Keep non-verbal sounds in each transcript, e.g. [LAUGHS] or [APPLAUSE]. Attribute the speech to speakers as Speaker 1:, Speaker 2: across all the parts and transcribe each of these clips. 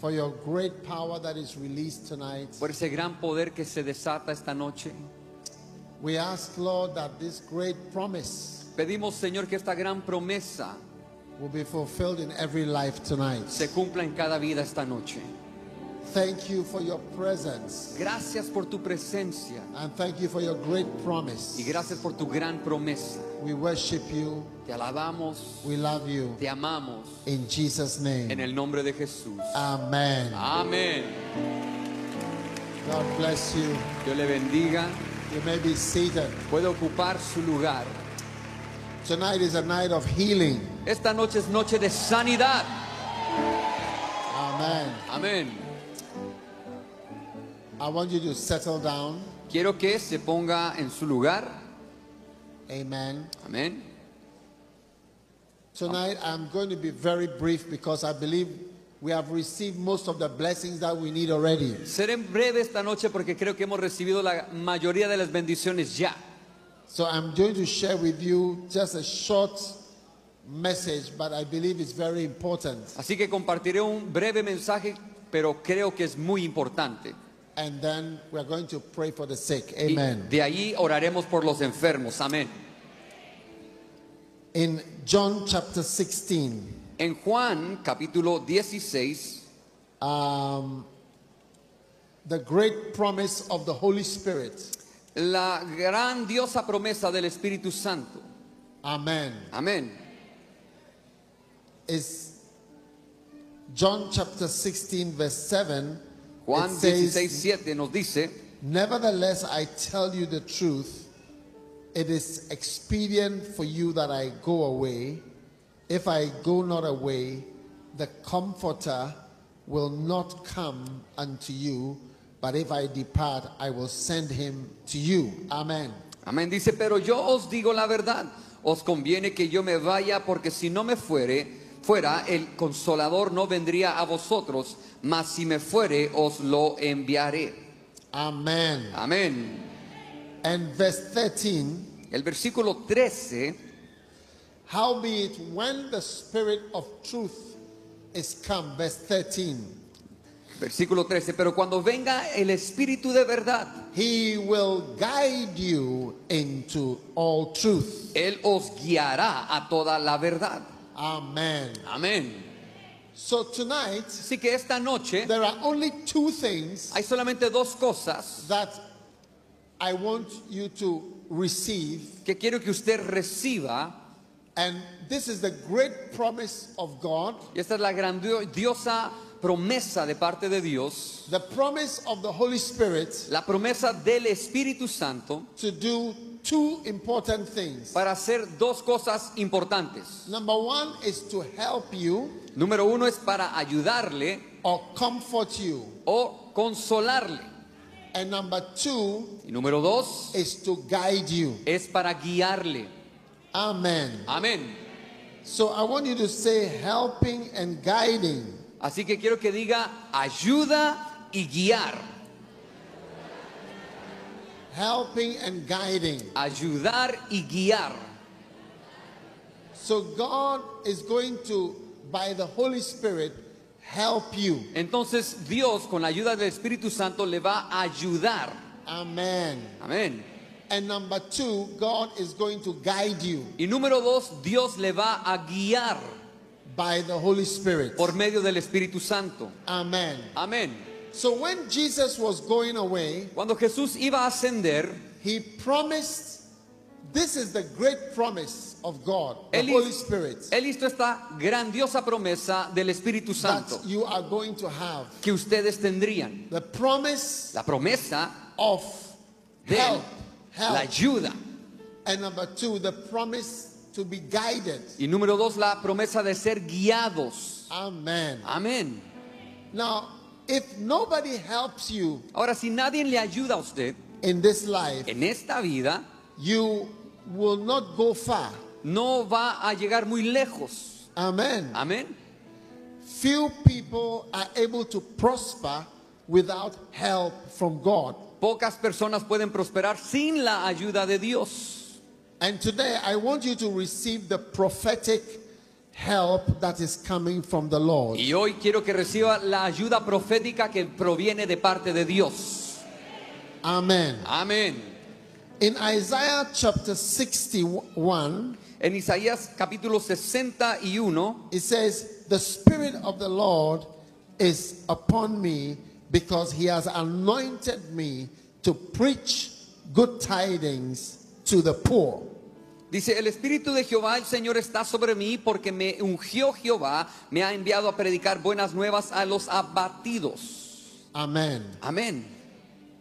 Speaker 1: for your great power that is released tonight.
Speaker 2: por ese gran poder que se desata esta noche.
Speaker 1: We ask, Lord, that this great promise
Speaker 2: Pedimos Señor que esta gran promesa
Speaker 1: will be fulfilled in every life tonight.
Speaker 2: se cumpla en cada vida esta noche.
Speaker 1: Thank you for your presence
Speaker 2: Gracias por tu presencia
Speaker 1: and thank you for your great
Speaker 2: y
Speaker 1: promise.
Speaker 2: gracias por tu gran promesa.
Speaker 1: We worship you,
Speaker 2: Te alabamos,
Speaker 1: we love you.
Speaker 2: te amamos
Speaker 1: In Jesus'
Speaker 2: en
Speaker 1: name,
Speaker 2: el Ah. nombre de Jesús.
Speaker 1: Amen.
Speaker 2: Amén.
Speaker 1: God bless you.
Speaker 2: Dios le bendiga.
Speaker 1: You may be seated.
Speaker 2: Puede ocupar su lugar.
Speaker 1: Tonight is a night of healing.
Speaker 2: Esta noche es noche de sanidad.
Speaker 1: Amen.
Speaker 2: Amén.
Speaker 1: I want you to settle down.
Speaker 2: Quiero que se ponga en su lugar.
Speaker 1: Amen.
Speaker 2: Amén.
Speaker 1: Tonight, I'm going to be very brief because I believe we have received most of the blessings that we need already.
Speaker 2: Seré en breve esta noche porque creo que hemos recibido la mayoría de las bendiciones ya.
Speaker 1: So, I'm going to share with you just a short message, but I believe it's very important.
Speaker 2: Así que compartiré un breve mensaje, pero creo que es muy importante.
Speaker 1: And then we're going to pray for the sick.
Speaker 2: Y
Speaker 1: Amen.
Speaker 2: de ahí oraremos por los enfermos. Amén.
Speaker 1: In John chapter 16,
Speaker 2: En Juan capítulo 16,
Speaker 1: um, the great promise of the Holy Spirit.
Speaker 2: la grandiosa promesa del Espíritu Santo.
Speaker 1: Amen.
Speaker 2: Amén.
Speaker 1: Is John chapter 16, verse 7. it
Speaker 2: Juan
Speaker 1: says,
Speaker 2: 16, 7 nos dice,
Speaker 1: Nevertheless, I tell you the truth. It is expedient for you that I go away. If I go not away, the Comforter will not come unto you. But if I depart, I will send him to you. Amen.
Speaker 2: amén, dice, pero yo os digo la verdad, os conviene que yo me vaya porque si no me fuere, fuera, el consolador no vendría a vosotros, mas si me fuere, os lo enviaré.
Speaker 1: Amen.
Speaker 2: Amén.
Speaker 1: And verse 13
Speaker 2: El versículo 13
Speaker 1: Howbeit, when the Spirit of truth is come, verse 13,
Speaker 2: Versículo 13, pero cuando venga el Espíritu de verdad,
Speaker 1: he will guide you into all truth.
Speaker 2: Él os guiará a toda la verdad.
Speaker 1: Amen.
Speaker 2: Amén.
Speaker 1: So tonight,
Speaker 2: Así que esta noche
Speaker 1: there are only two things
Speaker 2: hay solamente dos cosas
Speaker 1: that I want you to receive.
Speaker 2: que quiero que usted reciba,
Speaker 1: And this is the great promise of God,
Speaker 2: y esta es la grandiosa promesa de parte de Dios,
Speaker 1: the promise of the Holy Spirit
Speaker 2: la promesa del Espíritu Santo
Speaker 1: to do two important things.
Speaker 2: para hacer dos cosas importantes.
Speaker 1: Number one is to help you
Speaker 2: Número uno es para ayudarle
Speaker 1: or comfort you.
Speaker 2: o consolarle.
Speaker 1: And number two
Speaker 2: Y número dos
Speaker 1: is to guide you.
Speaker 2: es para guiarle.
Speaker 1: Amen.
Speaker 2: Amén.
Speaker 1: So I want you to say helping and guiding.
Speaker 2: Así que quiero que diga ayuda y guiar.
Speaker 1: Helping and guiding.
Speaker 2: Ayudar y guiar.
Speaker 1: So God is going to, by the Holy Spirit, help you.
Speaker 2: Entonces Dios con la ayuda del Espíritu Santo le va a ayudar.
Speaker 1: Amen.
Speaker 2: Amén.
Speaker 1: And number two, God is going to guide you
Speaker 2: Y número dos, Dios le va a guiar
Speaker 1: by the Holy Spirit.
Speaker 2: por medio del Espíritu Santo.
Speaker 1: Amen.
Speaker 2: Amén.
Speaker 1: So when Jesus was going away,
Speaker 2: Cuando Jesús iba a ascender,
Speaker 1: He promised, this is the great promise of God, the
Speaker 2: Él, hi-
Speaker 1: Holy Spirit,
Speaker 2: Él hizo esta grandiosa promesa del Espíritu Santo
Speaker 1: that you are going to have.
Speaker 2: que ustedes tendrían.
Speaker 1: The promise
Speaker 2: La promesa
Speaker 1: of
Speaker 2: de él,
Speaker 1: help,
Speaker 2: la
Speaker 1: help.
Speaker 2: ayuda.
Speaker 1: And number two, the promise to be guided.
Speaker 2: Y número dos, la promesa de ser guiados.
Speaker 1: Amen.
Speaker 2: Amén.
Speaker 1: Now, if nobody helps you
Speaker 2: Ahora, si nadie le ayuda a usted
Speaker 1: in this life,
Speaker 2: en esta vida,
Speaker 1: you will not go far.
Speaker 2: no va a llegar muy lejos.
Speaker 1: Amen.
Speaker 2: Amén.
Speaker 1: Few people are able to prosper without help from God.
Speaker 2: Pocas personas pueden prosperar sin la ayuda de Dios.
Speaker 1: And today I want you to receive the prophetic help that is coming from the Lord.
Speaker 2: Y hoy quiero que reciba la ayuda profética que proviene de parte de Dios.
Speaker 1: Amen.
Speaker 2: Amén.
Speaker 1: In Isaiah chapter 61,
Speaker 2: En Isaías capítulo 61
Speaker 1: it says, The Spirit of the Lord is upon me because he has anointed me to preach good tidings to the poor.
Speaker 2: dice, el Espíritu de Jehová, el Señor, está sobre mí porque me ungió Jehová, me ha enviado a predicar buenas nuevas a los abatidos.
Speaker 1: Amen.
Speaker 2: Amén.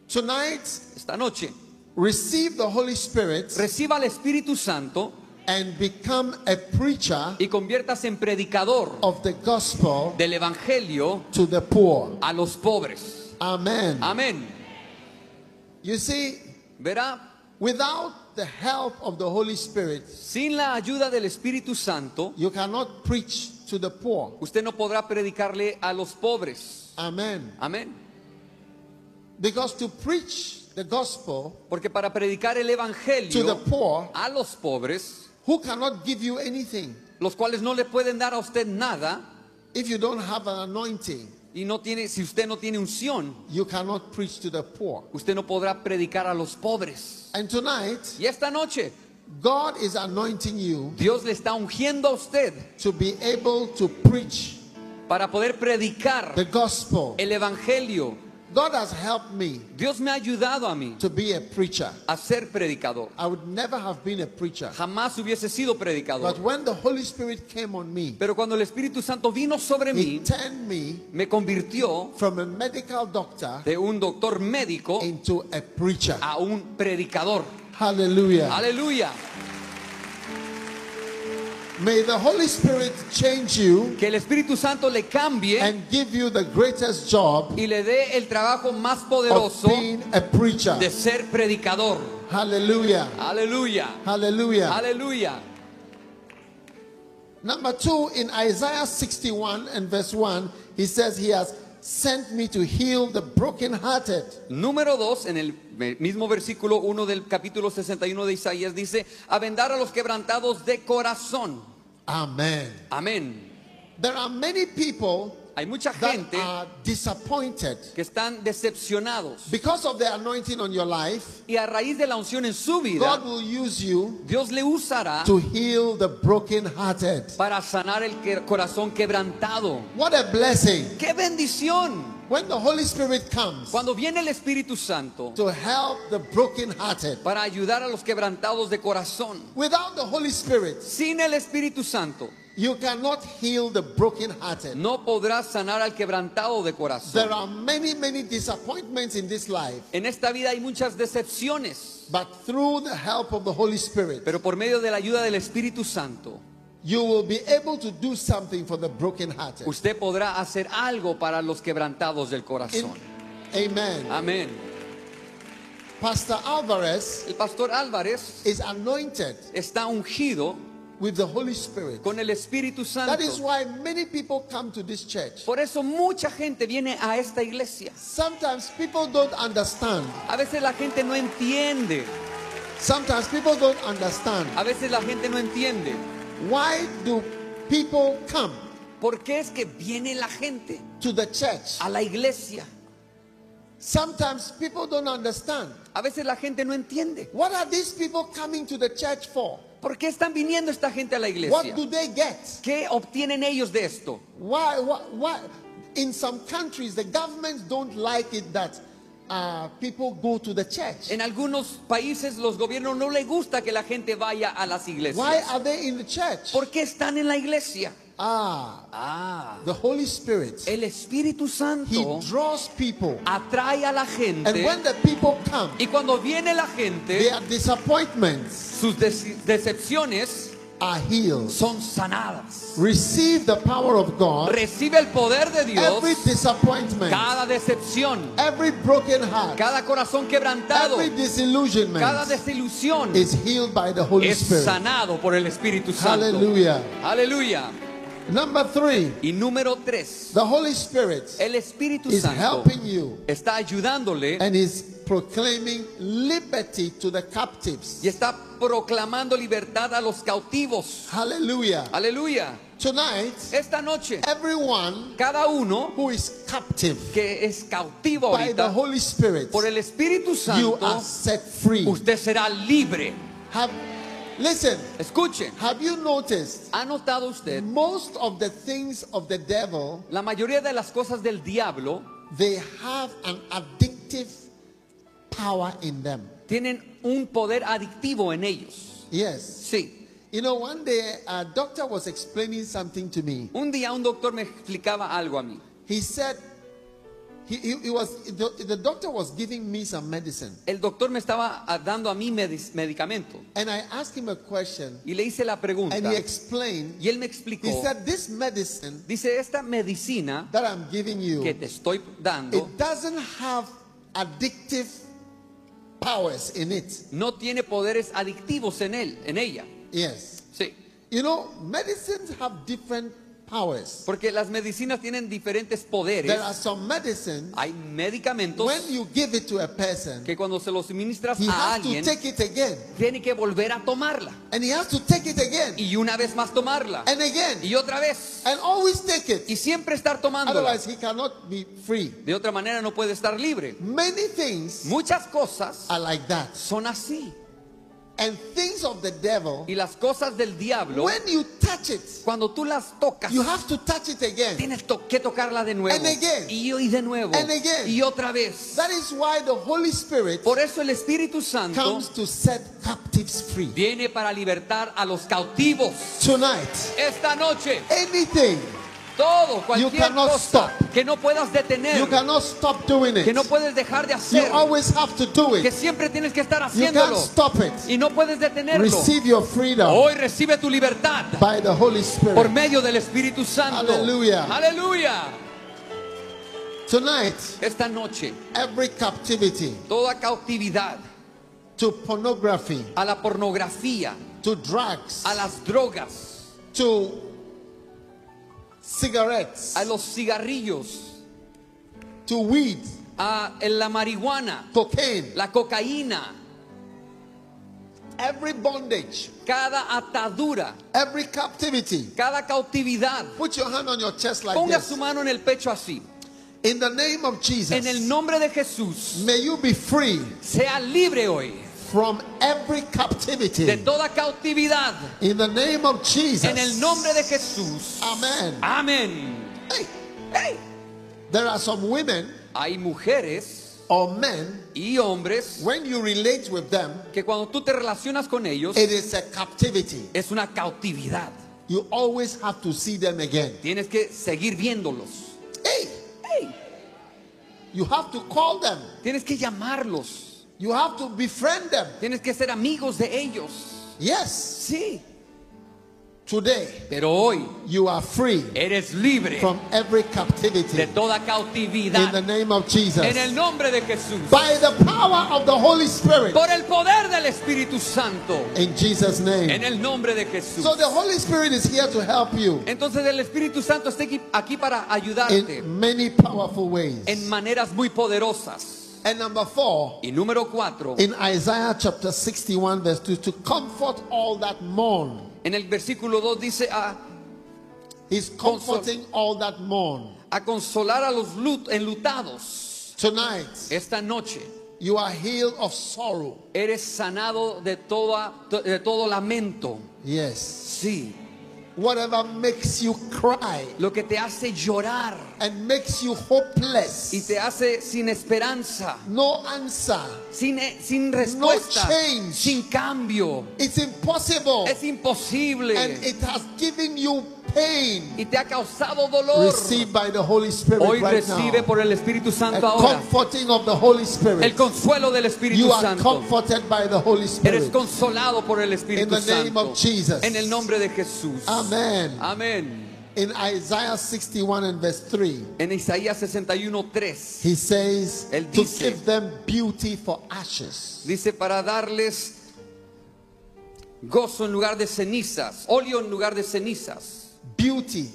Speaker 1: Tonight,
Speaker 2: Esta noche,
Speaker 1: receive the Holy Spirit
Speaker 2: reciba al Espíritu Santo
Speaker 1: and become a preacher
Speaker 2: y conviértase en predicador
Speaker 1: of the gospel
Speaker 2: del Evangelio
Speaker 1: to the poor.
Speaker 2: a los pobres.
Speaker 1: Amen.
Speaker 2: Amén.
Speaker 1: You see,
Speaker 2: Verá,
Speaker 1: without the help of the Holy Spirit,
Speaker 2: sin la ayuda del Espíritu Santo,
Speaker 1: you cannot preach to the poor.
Speaker 2: usted no podrá predicarle a los pobres.
Speaker 1: Amen.
Speaker 2: Amén.
Speaker 1: Because to preach the gospel
Speaker 2: Porque para predicar el
Speaker 1: to the
Speaker 2: Evangelio
Speaker 1: poor
Speaker 2: a los pobres,
Speaker 1: who cannot give you anything
Speaker 2: los cuales no le pueden dar a usted nada,
Speaker 1: if you don't have an anointing,
Speaker 2: y no tiene, si usted no tiene unción,
Speaker 1: you cannot preach to the poor.
Speaker 2: usted no podrá predicar a los pobres.
Speaker 1: And tonight,
Speaker 2: Y esta noche,
Speaker 1: God is anointing you
Speaker 2: Dios le está ungiendo a usted
Speaker 1: to be able to preach
Speaker 2: para poder predicar
Speaker 1: the gospel.
Speaker 2: el Evangelio.
Speaker 1: God has helped me
Speaker 2: Dios me ha ayudado a mí
Speaker 1: to be a preacher.
Speaker 2: a ser predicador.
Speaker 1: I would never have been a preacher.
Speaker 2: Jamás hubiese sido
Speaker 1: But
Speaker 2: predicador.
Speaker 1: when the Holy Spirit came on me,
Speaker 2: Pero cuando el Espíritu Santo vino sobre
Speaker 1: He
Speaker 2: mí,
Speaker 1: turned me
Speaker 2: me convirtió
Speaker 1: from a medical doctor
Speaker 2: de un doctor médico
Speaker 1: into a preacher.
Speaker 2: a un predicador.
Speaker 1: Hallelujah.
Speaker 2: Aleluya.
Speaker 1: May the Holy Spirit change you
Speaker 2: Que el Espíritu Santo le cambie
Speaker 1: and give you the greatest job
Speaker 2: Eh? y le dé el trabajo más
Speaker 1: of
Speaker 2: poderoso
Speaker 1: being a preacher.
Speaker 2: de ser predicador.
Speaker 1: Hallelujah.
Speaker 2: Aleluya.
Speaker 1: Hallelujah.
Speaker 2: Aleluya.
Speaker 1: Number two, in Isaiah 61 and verse 1, he says, He has sent me to heal the brokenhearted.
Speaker 2: Número 2, en el me- mismo versículo 1 del capítulo 61 de Isaías, dice, a vendar a los quebrantados de corazón.
Speaker 1: Amen.
Speaker 2: Amén.
Speaker 1: There are many people
Speaker 2: Hay mucha
Speaker 1: that uh,
Speaker 2: gente
Speaker 1: are disappointed
Speaker 2: que están decepcionados.
Speaker 1: because of the anointing on your life.
Speaker 2: Y a raíz de la unción en su
Speaker 1: God
Speaker 2: vida,
Speaker 1: will use you
Speaker 2: Dios le usará
Speaker 1: to heal the brokenhearted.
Speaker 2: para sanar el que- corazón quebrantado.
Speaker 1: What a blessing.
Speaker 2: ¡Qué bendición!
Speaker 1: When the Holy Spirit comes
Speaker 2: Cuando viene el Espíritu Santo
Speaker 1: to help the brokenhearted,
Speaker 2: para ayudar a los quebrantados de corazón.
Speaker 1: without the Holy Spirit,
Speaker 2: Sin el Espíritu Santo
Speaker 1: you cannot heal the brokenhearted.
Speaker 2: no podrás sanar al quebrantado de
Speaker 1: There
Speaker 2: corazón.
Speaker 1: are many, many disappointments in this life,
Speaker 2: En esta vida hay muchas decepciones,
Speaker 1: but through the help of the Holy Spirit,
Speaker 2: pero por medio de la ayuda del Espíritu Santo,
Speaker 1: you will be able to do something for the brokenhearted.
Speaker 2: usted podrá hacer algo para los quebrantados del
Speaker 1: In-
Speaker 2: corazón.
Speaker 1: Amen.
Speaker 2: Ah. Amén.
Speaker 1: Pastor Alvarez
Speaker 2: El pastor Álvarez
Speaker 1: is anointed
Speaker 2: está ungido
Speaker 1: with the Holy Spirit.
Speaker 2: con el Espíritu
Speaker 1: That is
Speaker 2: Santo.
Speaker 1: why many people come to this church.
Speaker 2: Por eso mucha gente viene a esta iglesia.
Speaker 1: Sometimes people don't understand.
Speaker 2: A veces la gente no entiende.
Speaker 1: Sometimes people don't understand.
Speaker 2: A veces la gente no entiende.
Speaker 1: Why do people come
Speaker 2: ¿Por qué es que viene la gente
Speaker 1: to the church?
Speaker 2: a la iglesia?
Speaker 1: Sometimes people don't understand.
Speaker 2: A veces la gente no entiende.
Speaker 1: What are these people coming to the church for?
Speaker 2: ¿Por qué están viniendo esta gente a la
Speaker 1: What
Speaker 2: iglesia?
Speaker 1: do they get?
Speaker 2: ¿Qué obtienen ellos de esto?
Speaker 1: Why, why, why? In some countries, the governments don't like it that uh, people go to the church.
Speaker 2: En algunos países los gobiernos no les gusta que la gente vaya a las
Speaker 1: Why
Speaker 2: iglesias.
Speaker 1: are they in the church?
Speaker 2: ¿Por qué están en la iglesia?
Speaker 1: Ah,
Speaker 2: Ah,
Speaker 1: the Holy Spirit.
Speaker 2: el Espíritu
Speaker 1: He
Speaker 2: Santo
Speaker 1: draws people.
Speaker 2: atrae a la
Speaker 1: And
Speaker 2: gente
Speaker 1: when the people come,
Speaker 2: y cuando viene la gente,
Speaker 1: their disappointments
Speaker 2: sus dece- decepciones
Speaker 1: are healed.
Speaker 2: son sanadas.
Speaker 1: Receive the power of God.
Speaker 2: Recibe el poder de Dios
Speaker 1: Every disappointment,
Speaker 2: cada decepción,
Speaker 1: every broken heart,
Speaker 2: cada corazón quebrantado,
Speaker 1: every
Speaker 2: cada
Speaker 1: disillusionment
Speaker 2: desilusión
Speaker 1: is healed by the Holy
Speaker 2: es
Speaker 1: Spirit.
Speaker 2: sanado por el Espíritu Santo.
Speaker 1: Hallelujah.
Speaker 2: Aleluya.
Speaker 1: Number three,
Speaker 2: Y número tres,
Speaker 1: the Holy Spirit
Speaker 2: el Espíritu
Speaker 1: is
Speaker 2: Santo
Speaker 1: helping you
Speaker 2: está ayudándole
Speaker 1: and is proclaiming liberty to the captives.
Speaker 2: y está proclamando libertad a los cautivos.
Speaker 1: Hallelujah.
Speaker 2: Aleluya.
Speaker 1: Tonight,
Speaker 2: Esta noche,
Speaker 1: everyone
Speaker 2: cada uno
Speaker 1: who is captive
Speaker 2: que es cautivo
Speaker 1: by the
Speaker 2: ahorita
Speaker 1: Holy Spirit,
Speaker 2: por el
Speaker 1: you
Speaker 2: Espíritu Santo,
Speaker 1: are set free.
Speaker 2: usted será libre.
Speaker 1: Have, listen,
Speaker 2: Escuchen,
Speaker 1: have you noticed
Speaker 2: ¿ha notado usted?
Speaker 1: most of the things of the devil,
Speaker 2: La mayoría de las cosas del diablo
Speaker 1: they have an addictive power in them.
Speaker 2: tienen un poder adictivo en ellos.
Speaker 1: Yes.
Speaker 2: Sí.
Speaker 1: You know, one day a doctor was explaining something to me.
Speaker 2: Un día un doctor me explicaba algo a mí.
Speaker 1: He said, he, he, he was the, the doctor was giving me some medicine,
Speaker 2: El doctor me estaba ah, dando a mí medis- medicamento
Speaker 1: and I asked him a question,
Speaker 2: y le hice la pregunta
Speaker 1: and he explained.
Speaker 2: y él me
Speaker 1: He
Speaker 2: explicó,
Speaker 1: said, "This medicine
Speaker 2: dice, esta medicina
Speaker 1: that I'm giving
Speaker 2: que
Speaker 1: you,
Speaker 2: te estoy dando
Speaker 1: it doesn't have addictive powers in it."
Speaker 2: no tiene poderes adictivos en él, en ella.
Speaker 1: Yes,
Speaker 2: Sí.
Speaker 1: you know, medicines have different powers.
Speaker 2: Porque las medicinas tienen diferentes poderes.
Speaker 1: There are some medicine
Speaker 2: Hay medicamentos
Speaker 1: when you give it to a person,
Speaker 2: que cuando se los ministras
Speaker 1: he
Speaker 2: a
Speaker 1: has to
Speaker 2: alguien,
Speaker 1: take it again,
Speaker 2: tiene que volver a tomarla.
Speaker 1: and he has to take it again,
Speaker 2: Y una vez más tomarla.
Speaker 1: and again,
Speaker 2: Y otra vez.
Speaker 1: and always take it.
Speaker 2: Y siempre estar tomándola.
Speaker 1: Otherwise, he cannot be free.
Speaker 2: De otra manera no puede estar libre.
Speaker 1: Many things
Speaker 2: Muchas cosas
Speaker 1: are like that.
Speaker 2: son así.
Speaker 1: And things of the devil,
Speaker 2: Y las cosas del diablo,
Speaker 1: when you touch it,
Speaker 2: cuando tú las tocas,
Speaker 1: you have to touch it again.
Speaker 2: tienes to- que tocarla de nuevo.
Speaker 1: And again.
Speaker 2: Y, y de nuevo.
Speaker 1: And again.
Speaker 2: Y otra vez.
Speaker 1: That is why the Holy Spirit
Speaker 2: Por eso el Espíritu Santo
Speaker 1: comes to set captives free.
Speaker 2: viene para libertar a los cautivos.
Speaker 1: Tonight,
Speaker 2: Esta noche,
Speaker 1: anything
Speaker 2: todo, cualquier
Speaker 1: cannot
Speaker 2: cosa
Speaker 1: stop.
Speaker 2: que no puedas
Speaker 1: you
Speaker 2: detener,
Speaker 1: cannot stop doing
Speaker 2: que no
Speaker 1: it,
Speaker 2: puedes dejar de
Speaker 1: you
Speaker 2: hacer,
Speaker 1: always have to do
Speaker 2: que
Speaker 1: it.
Speaker 2: siempre tienes que estar
Speaker 1: You can't
Speaker 2: haciéndolo
Speaker 1: stop it.
Speaker 2: y no puedes detenerlo.
Speaker 1: Receive your freedom
Speaker 2: Hoy recibe tu libertad
Speaker 1: by the Holy
Speaker 2: por
Speaker 1: Spirit.
Speaker 2: medio del Espíritu Santo.
Speaker 1: Aleluya.
Speaker 2: Aleluya.
Speaker 1: Tonight,
Speaker 2: Esta noche,
Speaker 1: every captivity
Speaker 2: toda cautividad
Speaker 1: to pornography,
Speaker 2: a la pornografía,
Speaker 1: to drugs,
Speaker 2: a las drogas,
Speaker 1: to cigarettes,
Speaker 2: a los cigarrillos,
Speaker 1: to weed,
Speaker 2: a la marihuana,
Speaker 1: cocaine,
Speaker 2: la cocaína,
Speaker 1: every bondage,
Speaker 2: cada atadura,
Speaker 1: every captivity.
Speaker 2: cada cautividad.
Speaker 1: Put your hand on your chest like
Speaker 2: Ponga su
Speaker 1: this.
Speaker 2: mano en el pecho así.
Speaker 1: In the name of
Speaker 2: En el
Speaker 1: Jesus,
Speaker 2: nombre de Jesús,
Speaker 1: may you be free
Speaker 2: sea libre hoy
Speaker 1: from every
Speaker 2: de
Speaker 1: captivity.
Speaker 2: toda cautividad.
Speaker 1: In the name of
Speaker 2: En el
Speaker 1: Jesus.
Speaker 2: nombre de Jesús.
Speaker 1: Amen.
Speaker 2: Amén.
Speaker 1: Hey,
Speaker 2: ¡Hey!
Speaker 1: there are some women
Speaker 2: Hay mujeres
Speaker 1: or men,
Speaker 2: y hombres
Speaker 1: when you relate with them,
Speaker 2: que cuando tú te relacionas con ellos
Speaker 1: it is a captivity.
Speaker 2: es una cautividad.
Speaker 1: You always have to see them again.
Speaker 2: Tienes que seguir viéndolos.
Speaker 1: Hey,
Speaker 2: ¡Hey!
Speaker 1: you have to call them.
Speaker 2: Tienes que llamarlos.
Speaker 1: You have to befriend them.
Speaker 2: Tienes que ser amigos de ellos.
Speaker 1: Yes,
Speaker 2: Sí.
Speaker 1: today
Speaker 2: Pero hoy
Speaker 1: you are free
Speaker 2: eres libre
Speaker 1: from every
Speaker 2: de
Speaker 1: captivity
Speaker 2: toda
Speaker 1: in the
Speaker 2: cautividad.
Speaker 1: name of Jesus.
Speaker 2: En el nombre de Jesús.
Speaker 1: By the power of the Holy Spirit
Speaker 2: Por el poder del Espíritu Santo.
Speaker 1: in Jesus'
Speaker 2: En
Speaker 1: name.
Speaker 2: el nombre de Jesús.
Speaker 1: So the Holy Spirit is here to help you
Speaker 2: Entonces el Espíritu Santo está aquí- aquí para ayudarte
Speaker 1: in many powerful ways.
Speaker 2: en maneras muy poderosas.
Speaker 1: And number four,
Speaker 2: Y número cuatro,
Speaker 1: in Isaiah chapter 61, verse 2, to comfort all that mourn.
Speaker 2: en el versículo 2 dice "Ah, a,
Speaker 1: He's comforting all that mourn.
Speaker 2: a consolar a los lut- enlutados.
Speaker 1: Tonight,
Speaker 2: Esta noche
Speaker 1: you are healed of sorrow.
Speaker 2: eres sanado de, toda, de todo lamento.
Speaker 1: Yes.
Speaker 2: Sí.
Speaker 1: whatever makes you cry
Speaker 2: lo que te hace llorar
Speaker 1: and makes you hopeless,
Speaker 2: y te hace sin esperanza,
Speaker 1: no answer.
Speaker 2: sin, eh, sin respuesta,
Speaker 1: change.
Speaker 2: sin cambio.
Speaker 1: It's impossible,
Speaker 2: Es imposible
Speaker 1: and it has given you pain.
Speaker 2: y te ha causado dolor.
Speaker 1: Received by the Holy Spirit
Speaker 2: Hoy
Speaker 1: right
Speaker 2: recibe
Speaker 1: now.
Speaker 2: por el Espíritu
Speaker 1: A
Speaker 2: Santo ahora
Speaker 1: comforting of the Holy
Speaker 2: el
Speaker 1: Spirit.
Speaker 2: consuelo del Espíritu
Speaker 1: You are
Speaker 2: Santo.
Speaker 1: comforted by the Holy
Speaker 2: Eres
Speaker 1: Spirit.
Speaker 2: consolado por el Espíritu
Speaker 1: In the name
Speaker 2: Santo.
Speaker 1: of Jesus.
Speaker 2: En el nombre de Jesús.
Speaker 1: Amen.
Speaker 2: Ah. Amén.
Speaker 1: In Isaiah 61 and verse 3,
Speaker 2: En Isaías 61:3
Speaker 1: he says,
Speaker 2: Él
Speaker 1: To
Speaker 2: dice-
Speaker 1: give them beauty for ashes,
Speaker 2: dice para darles gozo en lugar de cenizas, óleo en lugar de cenizas,
Speaker 1: beauty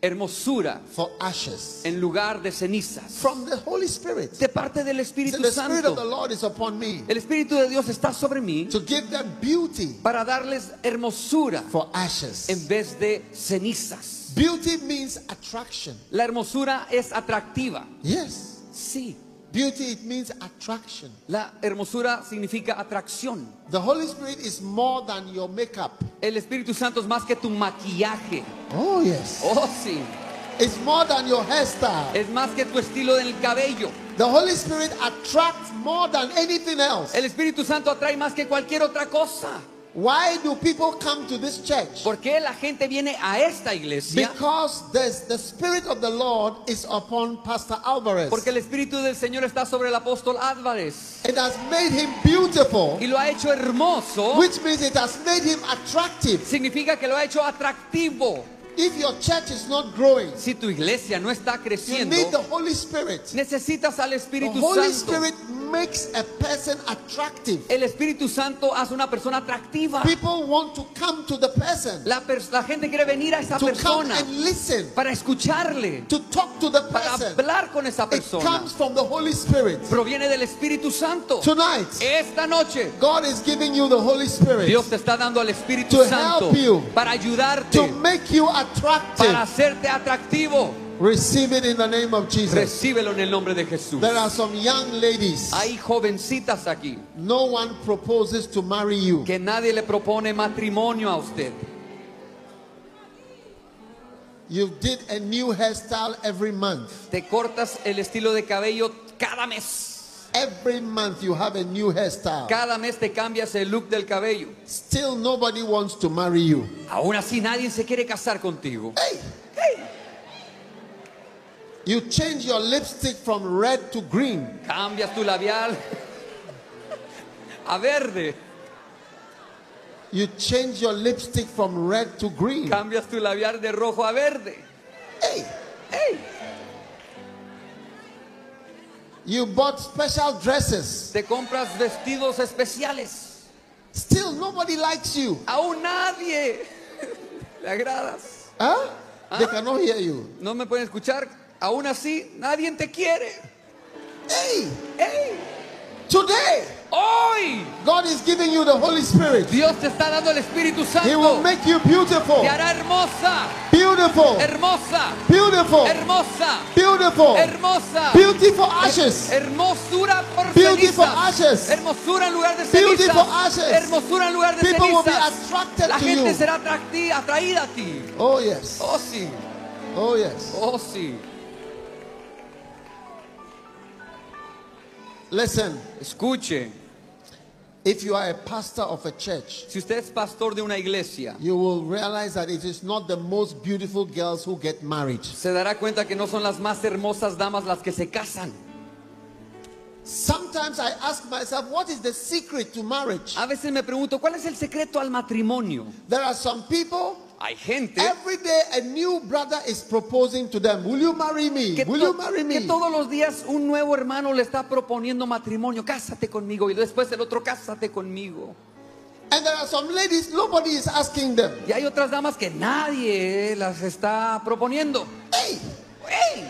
Speaker 2: hermosura
Speaker 1: for ashes
Speaker 2: en lugar de cenizas.
Speaker 1: from the Holy Spirit.
Speaker 2: De parte del
Speaker 1: He said,
Speaker 2: Espíritu
Speaker 1: the Spirit of the
Speaker 2: Santo.
Speaker 1: Lord is upon me
Speaker 2: El Espíritu de Dios está sobre mí
Speaker 1: to give them beauty
Speaker 2: para darles hermosura
Speaker 1: for ashes.
Speaker 2: en vez de cenizas.
Speaker 1: Beauty means attraction.
Speaker 2: La hermosura es atractiva.
Speaker 1: Yes.
Speaker 2: Sí.
Speaker 1: Beauty it means attraction.
Speaker 2: La hermosura significa atracción.
Speaker 1: The Holy Spirit is more than your makeup.
Speaker 2: El Espíritu Santo es más que tu maquillaje.
Speaker 1: Oh, yes.
Speaker 2: Oh, sí.
Speaker 1: It's more than your hairstyle.
Speaker 2: Es más que tu estilo del cabello.
Speaker 1: The Holy Spirit attracts more than anything else.
Speaker 2: El Espíritu Santo atrae más que cualquier otra cosa.
Speaker 1: Why do people come to this church?
Speaker 2: ¿Por qué la gente viene a esta iglesia?
Speaker 1: Because there's, the Spirit of the Lord is upon Pastor Alvarez.
Speaker 2: Porque el Espíritu del Señor está sobre el apóstol Álvarez
Speaker 1: It has made him beautiful,
Speaker 2: y lo ha hecho hermoso.
Speaker 1: which means it has made him attractive.
Speaker 2: Significa que lo ha hecho atractivo.
Speaker 1: If your church is not growing,
Speaker 2: Si tu iglesia no está
Speaker 1: you need the
Speaker 2: creciendo,
Speaker 1: Holy Spirit.
Speaker 2: necesitas al
Speaker 1: The
Speaker 2: Espíritu
Speaker 1: Holy
Speaker 2: Santo.
Speaker 1: Spirit makes a person attractive.
Speaker 2: El Espíritu Santo hace una persona atractiva.
Speaker 1: People want to come to the person,
Speaker 2: La, pers- la gente quiere venir a esa
Speaker 1: to come
Speaker 2: persona
Speaker 1: and listen,
Speaker 2: para escucharle,
Speaker 1: to talk to the
Speaker 2: para
Speaker 1: person.
Speaker 2: hablar con esa
Speaker 1: It
Speaker 2: persona.
Speaker 1: comes from the Holy Spirit.
Speaker 2: Proviene del Espíritu Santo.
Speaker 1: Tonight,
Speaker 2: Esta noche
Speaker 1: God is giving you the Holy Spirit.
Speaker 2: Eh. Dios te está dando al Espíritu
Speaker 1: To help
Speaker 2: Santo
Speaker 1: you.
Speaker 2: para
Speaker 1: to
Speaker 2: ayudarte,
Speaker 1: make you
Speaker 2: para
Speaker 1: attractive.
Speaker 2: hacerte atractivo.
Speaker 1: Receive it in the name of Jesus.
Speaker 2: Recíbelo en el nombre de Jesús.
Speaker 1: There are some young ladies.
Speaker 2: Hay jovencitas aquí
Speaker 1: No one proposes to marry you.
Speaker 2: que nadie le propone matrimonio a usted.
Speaker 1: You did a new hairstyle every month.
Speaker 2: Te cortas el estilo de cabello cada mes.
Speaker 1: Every month you have a new hairstyle.
Speaker 2: Cada mes te cambias el look del cabello.
Speaker 1: Still nobody wants to marry you.
Speaker 2: Aún así nadie se quiere casar contigo.
Speaker 1: Hey! You change your lipstick from red to green.
Speaker 2: Cambias tu labial a verde.
Speaker 1: You change your lipstick from red to green.
Speaker 2: Cambias tu labial de rojo a verde.
Speaker 1: Hey!
Speaker 2: ¡Ey!
Speaker 1: You bought special dresses.
Speaker 2: Te compras vestidos especiales.
Speaker 1: Still nobody likes you.
Speaker 2: Aún nadie le agradas.
Speaker 1: Huh? They cannot hear you.
Speaker 2: No me pueden escuchar. Aún así, nadie te quiere.
Speaker 1: Hey,
Speaker 2: ¡Ey!
Speaker 1: today,
Speaker 2: Hoy
Speaker 1: God is giving you the Holy Spirit.
Speaker 2: Dios te está dando el Espíritu
Speaker 1: He will
Speaker 2: Santo.
Speaker 1: make you beautiful,
Speaker 2: Te hará hermosa,
Speaker 1: beautiful,
Speaker 2: Er- hermosa,
Speaker 1: beautiful,
Speaker 2: Er- hermosa,
Speaker 1: beautiful,
Speaker 2: Er- hermosa. Er-
Speaker 1: beautiful ashes.
Speaker 2: Hermosura por
Speaker 1: Beauty
Speaker 2: cenizas.
Speaker 1: for ashes.
Speaker 2: Hermosura en lugar de
Speaker 1: Beauty
Speaker 2: cenizas.
Speaker 1: for ashes.
Speaker 2: Hermosura en lugar de
Speaker 1: People will be
Speaker 2: cenizas.
Speaker 1: attracted
Speaker 2: Er- La
Speaker 1: to
Speaker 2: gente
Speaker 1: you.
Speaker 2: será atracti- atraída a ti.
Speaker 1: Oh, yes.
Speaker 2: Oh sí,
Speaker 1: Oh, yes.
Speaker 2: oh sí.
Speaker 1: Listen,
Speaker 2: Escuche,
Speaker 1: if you are a pastor of a church,
Speaker 2: si usted es pastor de una iglesia,
Speaker 1: you will realize that it is not the most beautiful girls who get married.
Speaker 2: se dará cuenta que no son las más hermosas damas las que se casan.
Speaker 1: Sometimes I ask myself, what is the secret to marriage?
Speaker 2: A veces me pregunto, ¿cuál es el secreto al matrimonio?
Speaker 1: There are some people
Speaker 2: Hay gente
Speaker 1: Every day a new brother is proposing to them, Will you marry me?
Speaker 2: que,
Speaker 1: Will
Speaker 2: to-
Speaker 1: you marry me?
Speaker 2: que todos los días un nuevo hermano le está proponiendo matrimonio, cásate conmigo, y después el otro, cásate conmigo.
Speaker 1: And there are some ladies, nobody is asking them.
Speaker 2: Y hay otras damas que nadie las está proponiendo.
Speaker 1: Hey!
Speaker 2: ¡Ey!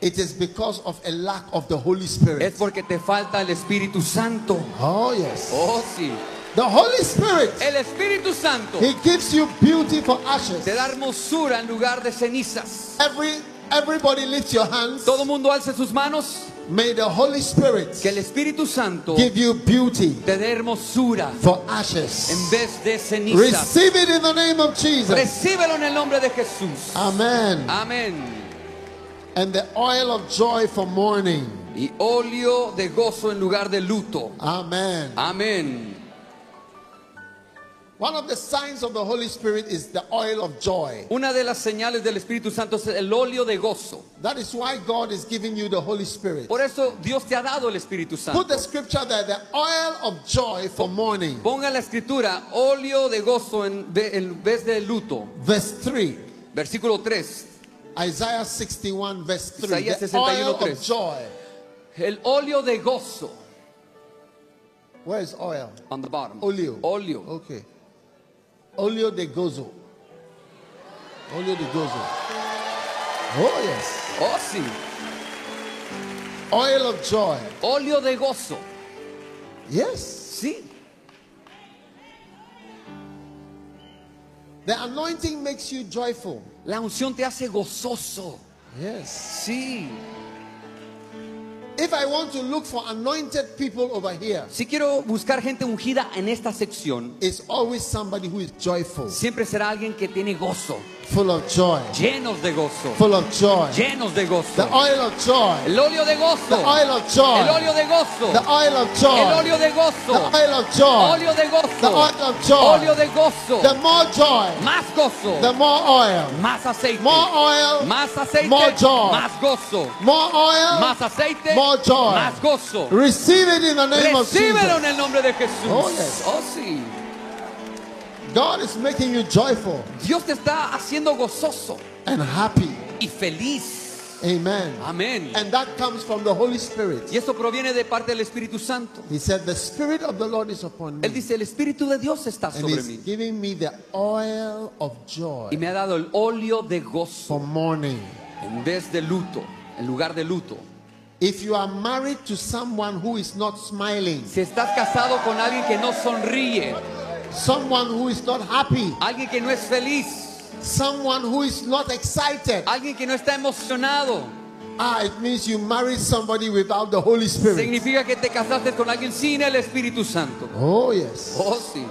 Speaker 1: It is because of a lack of the Holy
Speaker 2: Es
Speaker 1: Spirit.
Speaker 2: porque te falta el Espíritu Santo.
Speaker 1: Oh, yes.
Speaker 2: Oh, sí.
Speaker 1: The Holy Spirit,
Speaker 2: El Espíritu Santo
Speaker 1: He gives you beauty for ashes.
Speaker 2: te da hermosura en lugar de cenizas.
Speaker 1: Every, everybody lifts your hands.
Speaker 2: Todo mundo alce sus manos.
Speaker 1: May the Holy Spirit
Speaker 2: Que el Espíritu Santo
Speaker 1: give you beauty
Speaker 2: te dé hermosura
Speaker 1: for
Speaker 2: en
Speaker 1: ashes.
Speaker 2: vez de cenizas.
Speaker 1: Receive it in the name of Jesus.
Speaker 2: Recíbelo en el nombre de Jesús.
Speaker 1: Amen.
Speaker 2: Amén.
Speaker 1: And the oil of joy for mourning.
Speaker 2: Y óleo de gozo en lugar de luto.
Speaker 1: Amen.
Speaker 2: Amén.
Speaker 1: One of the signs of the Holy Spirit is the oil of joy.
Speaker 2: Una de las señales del Espíritu Santo es el óleo de gozo.
Speaker 1: That is why God is giving you the Holy Spirit.
Speaker 2: Por eso Dios te ha dado el Espíritu Santo.
Speaker 1: Put the scripture there, the oil of joy for mourning.
Speaker 2: Ponga en la escritura óleo de gozo en, de- en vez de luto.
Speaker 1: Verse 3.
Speaker 2: Versículo 3.
Speaker 1: Isaiah 61, verse 3.
Speaker 2: Isaías
Speaker 1: the oil
Speaker 2: 61:3.
Speaker 1: of joy.
Speaker 2: El óleo de gozo.
Speaker 1: Where is oil?
Speaker 2: On the bottom.
Speaker 1: Óleo.
Speaker 2: Óleo.
Speaker 1: Okay. Olio de gozo. Olio de gozo. Oh, yes.
Speaker 2: Oh, sí.
Speaker 1: Oil of joy.
Speaker 2: Óleo de gozo.
Speaker 1: Yes.
Speaker 2: Sí.
Speaker 1: The anointing makes you joyful.
Speaker 2: La unción te hace gozoso.
Speaker 1: Yes.
Speaker 2: Sí.
Speaker 1: If I want to look for anointed people over here,
Speaker 2: Si quiero buscar gente ungida en esta sección,
Speaker 1: it's always somebody who is joyful,
Speaker 2: siempre será alguien que tiene gozo.
Speaker 1: full of joy,
Speaker 2: Llenos de gozo.
Speaker 1: full of joy.
Speaker 2: Llenos de
Speaker 1: The
Speaker 2: gozo.
Speaker 1: oil of joy.
Speaker 2: El óleo de
Speaker 1: The
Speaker 2: gozo.
Speaker 1: oil of joy.
Speaker 2: El óleo de
Speaker 1: The
Speaker 2: gozo.
Speaker 1: oil of
Speaker 2: El
Speaker 1: joy.
Speaker 2: óleo de
Speaker 1: The
Speaker 2: gozo.
Speaker 1: oil of joy.
Speaker 2: Óleo de
Speaker 1: The
Speaker 2: gozo.
Speaker 1: oil of joy.
Speaker 2: Óleo de gozo.
Speaker 1: The more joy,
Speaker 2: Más gozo.
Speaker 1: the more oil.
Speaker 2: Más aceite.
Speaker 1: More oil,
Speaker 2: Más aceite.
Speaker 1: More joy.
Speaker 2: Más gozo.
Speaker 1: more oil.
Speaker 2: Más aceite.
Speaker 1: More joy.
Speaker 2: Más gozo.
Speaker 1: Receive it in the name of
Speaker 2: Recíbelo en
Speaker 1: Jesus.
Speaker 2: el nombre de Jesús.
Speaker 1: Oh, yes.
Speaker 2: Oh, sí.
Speaker 1: God is making you joyful
Speaker 2: Dios te está haciendo gozoso
Speaker 1: and happy.
Speaker 2: y feliz.
Speaker 1: Amen.
Speaker 2: Amén.
Speaker 1: And that comes from the Holy Spirit.
Speaker 2: Y esto proviene de parte del Espíritu Santo.
Speaker 1: He said, The Spirit of the Lord is upon
Speaker 2: Él
Speaker 1: me.
Speaker 2: dice, el Espíritu de Dios está
Speaker 1: And
Speaker 2: sobre
Speaker 1: He's
Speaker 2: mí.
Speaker 1: giving me the oil of joy
Speaker 2: Y me ha dado el óleo de gozo
Speaker 1: for mourning.
Speaker 2: en vez de luto, en lugar de luto.
Speaker 1: If you are married to someone who is not smiling,
Speaker 2: Si estás casado con alguien que no sonríe,
Speaker 1: someone who is not happy,
Speaker 2: alguien que no es feliz,
Speaker 1: someone who is not excited,
Speaker 2: alguien que no está emocionado,
Speaker 1: ah, it means you married somebody without the Holy Spirit.
Speaker 2: significa que te casaste con alguien sin el Espíritu Santo.
Speaker 1: Oh, yes.
Speaker 2: Oh, sí.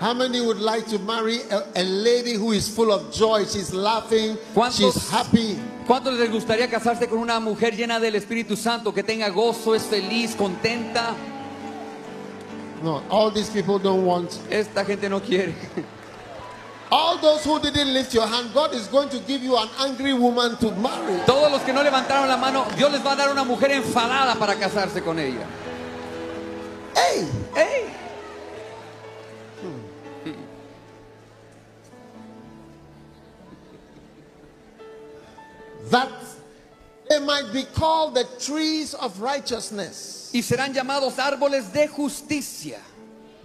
Speaker 1: How many would like to marry a, a lady who is full of joy? She's laughing, she's
Speaker 2: ¿Cuántos-
Speaker 1: happy.
Speaker 2: ¿Cuántos les gustaría casarse con una mujer llena del Espíritu Santo, que tenga gozo, es feliz, contenta?
Speaker 1: No, all these people don't want.
Speaker 2: Esta gente no quiere.
Speaker 1: All those who didn't lift your hand, God is going to give you an angry woman to marry.
Speaker 2: Todos los que no levantaron la mano, Dios les va a dar una mujer enfadada para casarse con ella.
Speaker 1: Hey!
Speaker 2: ¡Ey!
Speaker 1: that they might be called the trees of righteousness,
Speaker 2: Y serán llamados árboles de justicia,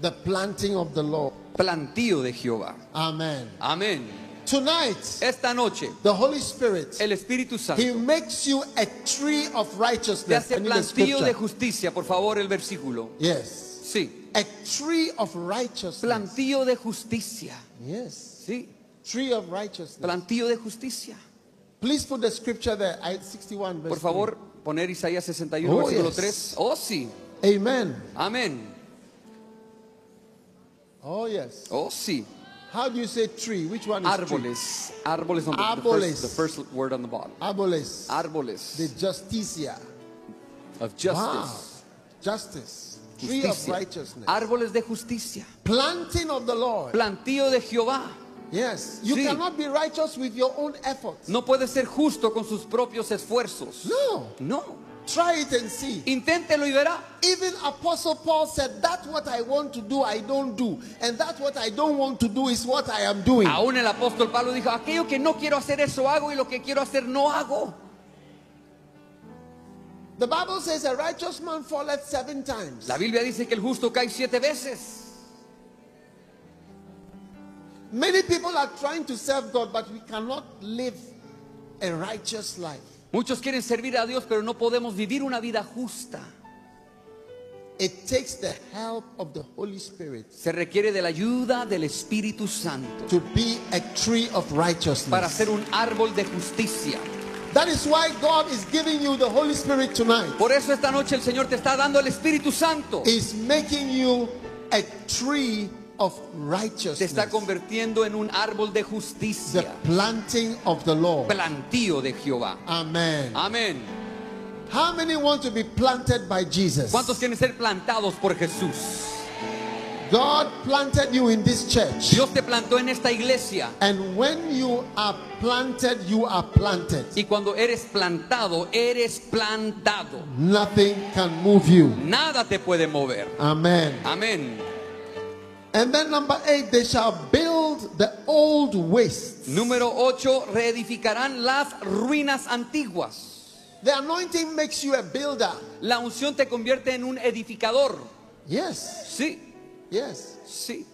Speaker 1: the planting of the Lord.
Speaker 2: plantío de Jehová.
Speaker 1: Amen.
Speaker 2: Amén.
Speaker 1: Tonight,
Speaker 2: Esta noche,
Speaker 1: the Holy Spirit,
Speaker 2: el Espíritu Santo
Speaker 1: He makes you a tree of
Speaker 2: te
Speaker 1: righteousness. I
Speaker 2: hace
Speaker 1: need the
Speaker 2: plantío de
Speaker 1: scripture.
Speaker 2: justicia. Por favor, el versículo.
Speaker 1: Yes.
Speaker 2: Sí.
Speaker 1: A tree of righteousness.
Speaker 2: Plantío de justicia.
Speaker 1: Yes.
Speaker 2: Sí.
Speaker 1: Tree of righteousness.
Speaker 2: Plantío de justicia.
Speaker 1: Please put the scripture there. I 61 verse
Speaker 2: Por favor, poner Isaías 61,
Speaker 1: Oh,
Speaker 2: versículo
Speaker 1: yes.
Speaker 2: 3. Oh, sí.
Speaker 1: three. Amen.
Speaker 2: Amén.
Speaker 1: Oh yes.
Speaker 2: Oh, sí.
Speaker 1: How do you say tree? Which one is tree?
Speaker 2: Árboles. Árboles. on the- the
Speaker 1: Árboles.
Speaker 2: first- The first, word on the bottom.
Speaker 1: Árboles.
Speaker 2: Ah. Árboles.
Speaker 1: The justicia.
Speaker 2: Of justice.
Speaker 1: Wow. Justice. Tree of
Speaker 2: Justicia. Ah.
Speaker 1: righteousness.
Speaker 2: Árboles de justicia.
Speaker 1: Planting of the Lord.
Speaker 2: Plantío de Jehová.
Speaker 1: Yes. You
Speaker 2: Sí.
Speaker 1: cannot be righteous with your own efforts.
Speaker 2: No puede ser justo con sus propios esfuerzos.
Speaker 1: No.
Speaker 2: No.
Speaker 1: Try it and see.
Speaker 2: Inténtelo y verá.
Speaker 1: Even Apostle Paul said, That what I want to do, I don't do. And that what I don't want to do is what I am doing.
Speaker 2: Aún el apóstol Pablo dijo, aquello que no quiero hacer eso hago y lo que quiero hacer no hago.
Speaker 1: The Bible says a righteous man falleth seven times.
Speaker 2: La Biblia dice que el justo cae siete veces.
Speaker 1: Many people are trying to serve God, but we cannot live a righteous life.
Speaker 2: Muchos quieren servir a Dios, pero no podemos vivir una vida justa.
Speaker 1: It takes the help of the Holy Spirit
Speaker 2: Se requiere de la ayuda del Espíritu Santo
Speaker 1: to be a tree of righteousness.
Speaker 2: para ser un árbol de justicia.
Speaker 1: That is why God is giving you the Holy Spirit tonight.
Speaker 2: Por eso esta noche el Señor te está dando el Espíritu Santo.
Speaker 1: Is making you a tree of
Speaker 2: Te
Speaker 1: righteousness.
Speaker 2: está convirtiendo en un árbol de
Speaker 1: The
Speaker 2: justicia.
Speaker 1: planting of the Lord.
Speaker 2: Plantío de Jehová.
Speaker 1: Amen.
Speaker 2: Amén.
Speaker 1: How many want to be planted by Jesus?
Speaker 2: ¿Cuántos quieren ser plantados por Jesús?
Speaker 1: God planted you in this church.
Speaker 2: Dios te plantó en esta iglesia.
Speaker 1: And when you are planted, you are planted.
Speaker 2: Y cuando eres plantado, eres plantado.
Speaker 1: Nothing can move you.
Speaker 2: Nada te puede mover.
Speaker 1: Amen.
Speaker 2: Amén.
Speaker 1: And then number eight, they shall build the old waste.
Speaker 2: Número 8. Reedificarán las ruinas antiguas.
Speaker 1: The anointing makes you a builder.
Speaker 2: La unción te convierte en un edificador.
Speaker 1: Yes,
Speaker 2: Sí,
Speaker 1: yes.
Speaker 2: sí.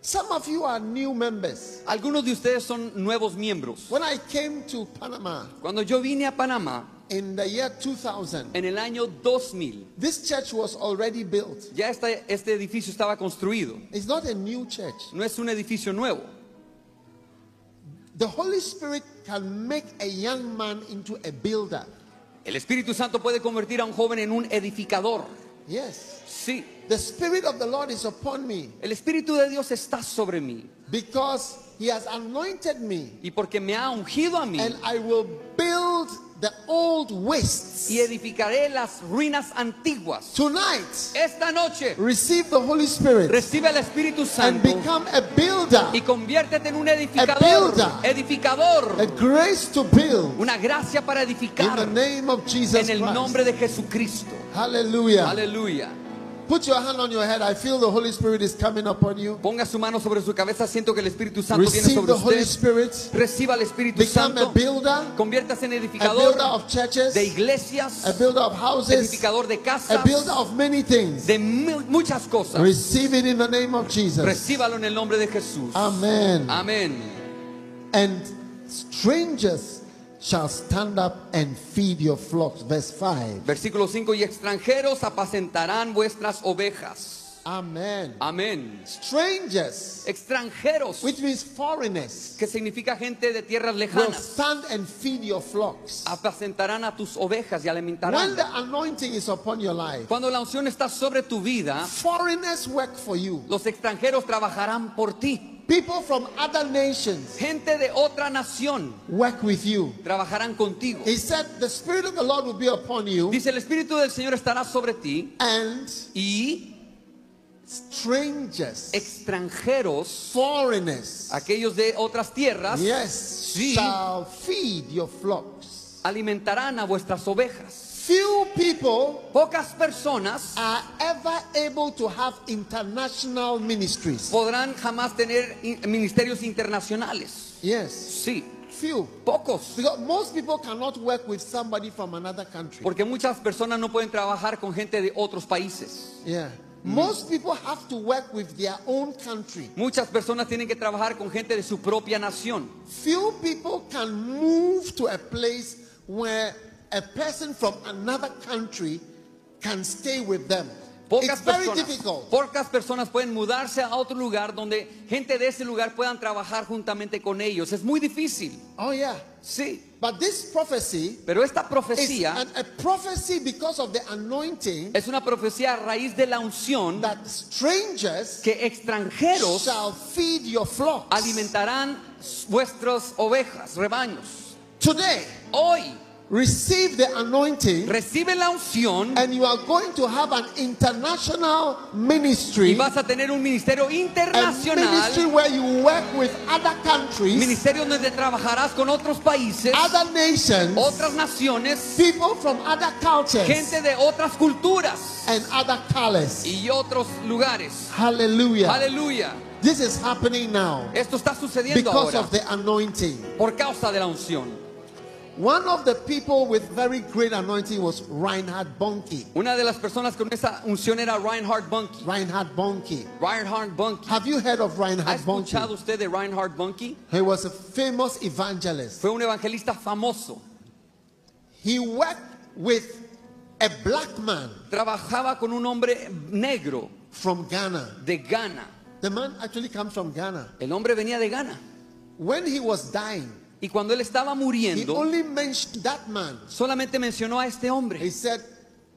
Speaker 1: Some of you are new members.
Speaker 2: Algunos de ustedes son nuevos miembros.
Speaker 1: When I came to Panama
Speaker 2: Cuando yo vine a Panamá
Speaker 1: in the year 2000,
Speaker 2: en el año 2000,
Speaker 1: this church was already built.
Speaker 2: ya esta- este edificio estaba construido.
Speaker 1: It's not a new church.
Speaker 2: No es un edificio nuevo.
Speaker 1: The Holy Spirit can make a young man into a builder.
Speaker 2: El Espíritu Santo puede convertir a un joven en un edificador.
Speaker 1: Yes.
Speaker 2: Sí.
Speaker 1: The Spirit of the Lord is upon me
Speaker 2: El Espíritu de Dios está sobre mí.
Speaker 1: because He has anointed me.
Speaker 2: Y porque me ha ungido a mí.
Speaker 1: And I will build the old wastes.
Speaker 2: Y edificaré las ruinas antiguas.
Speaker 1: Tonight,
Speaker 2: Esta noche
Speaker 1: receive the Holy Spirit
Speaker 2: recibe el Espíritu
Speaker 1: and
Speaker 2: Santo.
Speaker 1: become a builder,
Speaker 2: Y conviértete en un edificador.
Speaker 1: builder.
Speaker 2: Edificador.
Speaker 1: a grace to build
Speaker 2: Una gracia para
Speaker 1: in the
Speaker 2: edificar.
Speaker 1: name of Jesus
Speaker 2: En el nombre
Speaker 1: Christ.
Speaker 2: de Jesucristo.
Speaker 1: Hallelujah.
Speaker 2: Aleluya.
Speaker 1: Put your hand on your head. I feel the Holy Spirit is coming upon you.
Speaker 2: Ponga su mano sobre su cabeza. Siento que el Espíritu Santo viene
Speaker 1: Receive
Speaker 2: sobre
Speaker 1: the Holy
Speaker 2: usted.
Speaker 1: Spirit.
Speaker 2: Reciba el Espíritu
Speaker 1: Become a
Speaker 2: Santo.
Speaker 1: builder,
Speaker 2: Conviértase en
Speaker 1: a builder
Speaker 2: edificador
Speaker 1: of churches,
Speaker 2: de
Speaker 1: a
Speaker 2: iglesias,
Speaker 1: builder of houses,
Speaker 2: edificador de
Speaker 1: a
Speaker 2: casas,
Speaker 1: builder of many things.
Speaker 2: de mu- muchas cosas.
Speaker 1: Receive it in the name of Jesus.
Speaker 2: Recíbalo en el nombre de Jesús. Ah.
Speaker 1: Amen.
Speaker 2: Amén.
Speaker 1: And strangers shall stand up and feed your flocks. Verse 5.
Speaker 2: Versículo 5. Y extranjeros apacentarán vuestras ovejas.
Speaker 1: Amen.
Speaker 2: Amén.
Speaker 1: Strangers,
Speaker 2: Extranjeros,
Speaker 1: which means foreigners,
Speaker 2: que significa gente de tierras
Speaker 1: will
Speaker 2: lejanas,
Speaker 1: stand and feed your flocks.
Speaker 2: apacentarán a tus ovejas y
Speaker 1: When
Speaker 2: alimentarán.
Speaker 1: the anointing is upon your life,
Speaker 2: Cuando la unción está sobre tu vida,
Speaker 1: foreigners work for you.
Speaker 2: los extranjeros trabajarán por ti.
Speaker 1: People from other nations
Speaker 2: Gente de otra nación
Speaker 1: work with you.
Speaker 2: trabajarán contigo.
Speaker 1: He said, The Spirit of the Lord will be upon you,
Speaker 2: Dice, el Espíritu del Señor estará sobre ti
Speaker 1: and
Speaker 2: y
Speaker 1: strangers,
Speaker 2: extranjeros,
Speaker 1: foreigners,
Speaker 2: aquellos de otras tierras,
Speaker 1: yes,
Speaker 2: Sí.
Speaker 1: shall feed your flocks.
Speaker 2: alimentarán a vuestras ovejas.
Speaker 1: Few people
Speaker 2: Pocas personas
Speaker 1: are ever able to have international ministries.
Speaker 2: podrán jamás tener in- ministerios internacionales.
Speaker 1: Yes,
Speaker 2: Sí,
Speaker 1: few.
Speaker 2: pocos.
Speaker 1: Because most people cannot work with somebody from another country.
Speaker 2: Porque muchas personas no pueden trabajar con gente de otros países.
Speaker 1: Yeah. Most people have to work with their own country.
Speaker 2: Muchas personas tienen que trabajar con gente de su propia nación.
Speaker 1: Few people can move to a place where a person from another country can stay with them. It's
Speaker 2: Pocas
Speaker 1: very
Speaker 2: personas,
Speaker 1: difficult.
Speaker 2: pocas personas pueden mudarse a otro lugar donde gente de ese lugar puedan trabajar juntamente con ellos. Es muy difícil.
Speaker 1: Oh, yeah.
Speaker 2: Sí,
Speaker 1: But this prophecy
Speaker 2: pero esta
Speaker 1: is
Speaker 2: profecía
Speaker 1: an, a prophecy because of the anointing
Speaker 2: es una profecía a raíz de la unción
Speaker 1: that strangers
Speaker 2: que extranjeros
Speaker 1: shall feed your flocks.
Speaker 2: alimentarán vuestras ovejas, rebaños.
Speaker 1: Today,
Speaker 2: Hoy
Speaker 1: receive the anointing,
Speaker 2: recibe la unción
Speaker 1: and you are going to have an international
Speaker 2: y
Speaker 1: ministry,
Speaker 2: vas a tener un ministerio
Speaker 1: a ministry
Speaker 2: internacional,
Speaker 1: where you work with other countries,
Speaker 2: ministerio donde trabajarás con otros países,
Speaker 1: other nations,
Speaker 2: otras naciones,
Speaker 1: people from other cultures
Speaker 2: gente de otras culturas
Speaker 1: and other colors.
Speaker 2: y otros lugares.
Speaker 1: Hallelujah.
Speaker 2: Aleluya.
Speaker 1: This is happening now
Speaker 2: Esto está sucediendo
Speaker 1: because
Speaker 2: ahora
Speaker 1: of the anointing.
Speaker 2: por causa de la unción.
Speaker 1: One of the people with very great anointing was Reinhard Bonnke.
Speaker 2: Una de las personas con esa unción era Reinhard Bunke.
Speaker 1: Reinhard Bonnke.
Speaker 2: Reinhard Bunke.
Speaker 1: Have you heard of
Speaker 2: ¿Ha
Speaker 1: Reinhard Bonnke?
Speaker 2: escuchado usted de Reinhard Bunke?
Speaker 1: He was a famous evangelist.
Speaker 2: Fue un evangelista famoso.
Speaker 1: He worked with a black man
Speaker 2: Trabajaba con un hombre negro
Speaker 1: from Ghana.
Speaker 2: de Ghana.
Speaker 1: The man actually comes from Ghana.
Speaker 2: El hombre venía de Ghana.
Speaker 1: When he was dying,
Speaker 2: Y cuando él estaba
Speaker 1: He
Speaker 2: muriendo,
Speaker 1: only mentioned that man.
Speaker 2: solamente mencionó a este
Speaker 1: He
Speaker 2: hombre
Speaker 1: said,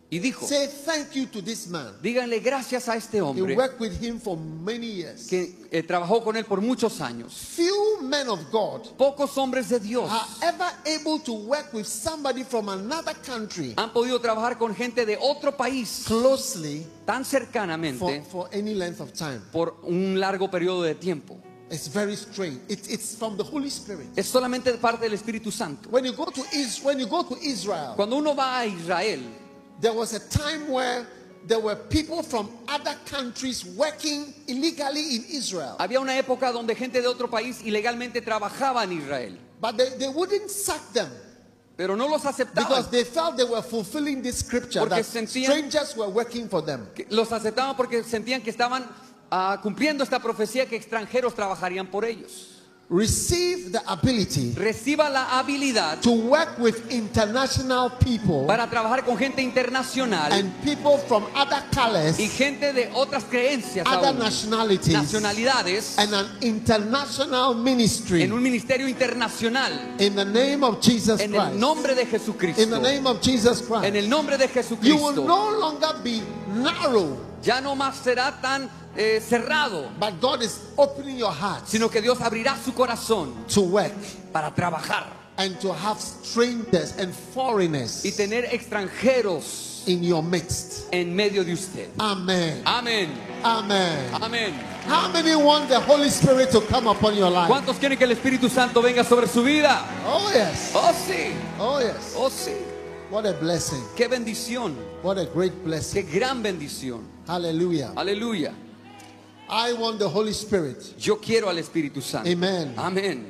Speaker 2: y dijo,
Speaker 1: Say thank you to this man.
Speaker 2: díganle gracias a este
Speaker 1: He
Speaker 2: hombre
Speaker 1: worked with him for many years.
Speaker 2: que eh, trabajó con él por muchos años.
Speaker 1: Few men of God
Speaker 2: Pocos hombres de Dios
Speaker 1: are ever able to work with somebody from another country
Speaker 2: han podido trabajar con gente de otro país
Speaker 1: closely
Speaker 2: tan
Speaker 1: for,
Speaker 2: cercanamente
Speaker 1: for any length of time.
Speaker 2: por un largo periodo de tiempo.
Speaker 1: It's very strange. It, it's from the Holy Spirit.
Speaker 2: Es solamente de parte del Espíritu Santo.
Speaker 1: When you go to is, when you go to Israel,
Speaker 2: Cuando uno va a Israel,
Speaker 1: there was a time where there were people from other countries working illegally in Israel,
Speaker 2: había una época donde gente de otro país ilegalmente trabajaba en Israel,
Speaker 1: but they, they wouldn't sack them
Speaker 2: pero no los aceptaban.
Speaker 1: because they felt they were fulfilling this scripture
Speaker 2: Porque
Speaker 1: that
Speaker 2: sentían-
Speaker 1: strangers were working for them.
Speaker 2: Que Los aceptaban porque sentían que estaban ah, cumpliendo esta profecía que extranjeros trabajarían por ellos.
Speaker 1: Receive the ability
Speaker 2: Reciba la habilidad
Speaker 1: to work with international people
Speaker 2: para trabajar con gente internacional
Speaker 1: and people from other colors,
Speaker 2: y gente de otras creencias,
Speaker 1: other
Speaker 2: aún,
Speaker 1: nationalities,
Speaker 2: nacionalidades,
Speaker 1: and an international ministry
Speaker 2: en un ministerio internacional,
Speaker 1: in the name of Jesus
Speaker 2: en
Speaker 1: Christ.
Speaker 2: el nombre de
Speaker 1: in
Speaker 2: Jesucristo.
Speaker 1: the name of Jesus Christ.
Speaker 2: En el nombre de
Speaker 1: you will
Speaker 2: Jesucristo.
Speaker 1: no longer be narrow,
Speaker 2: Ya no más será tan eh, cerrado,
Speaker 1: but God is opening your heart
Speaker 2: sino que Dios abrirá su corazón
Speaker 1: to work
Speaker 2: para trabajar
Speaker 1: and to have strangers and foreigners
Speaker 2: y tener extranjeros
Speaker 1: in your midst.
Speaker 2: en medio de usted.
Speaker 1: Amen.
Speaker 2: Amén.
Speaker 1: Amen.
Speaker 2: Amén.
Speaker 1: How many want the Holy Spirit to come upon your life?
Speaker 2: ¿Cuántos quieren que el Espíritu Santo venga sobre su vida?
Speaker 1: Oh, yes.
Speaker 2: Oh sí,
Speaker 1: Oh, yes.
Speaker 2: oh sí.
Speaker 1: What a blessing.
Speaker 2: Qué bendición,
Speaker 1: What a great blessing.
Speaker 2: qué gran bendición.
Speaker 1: Hallelujah.
Speaker 2: Aleluya.
Speaker 1: I want the Holy Spirit.
Speaker 2: Yo quiero al Espíritu Santo.
Speaker 1: Amen.
Speaker 2: Amén.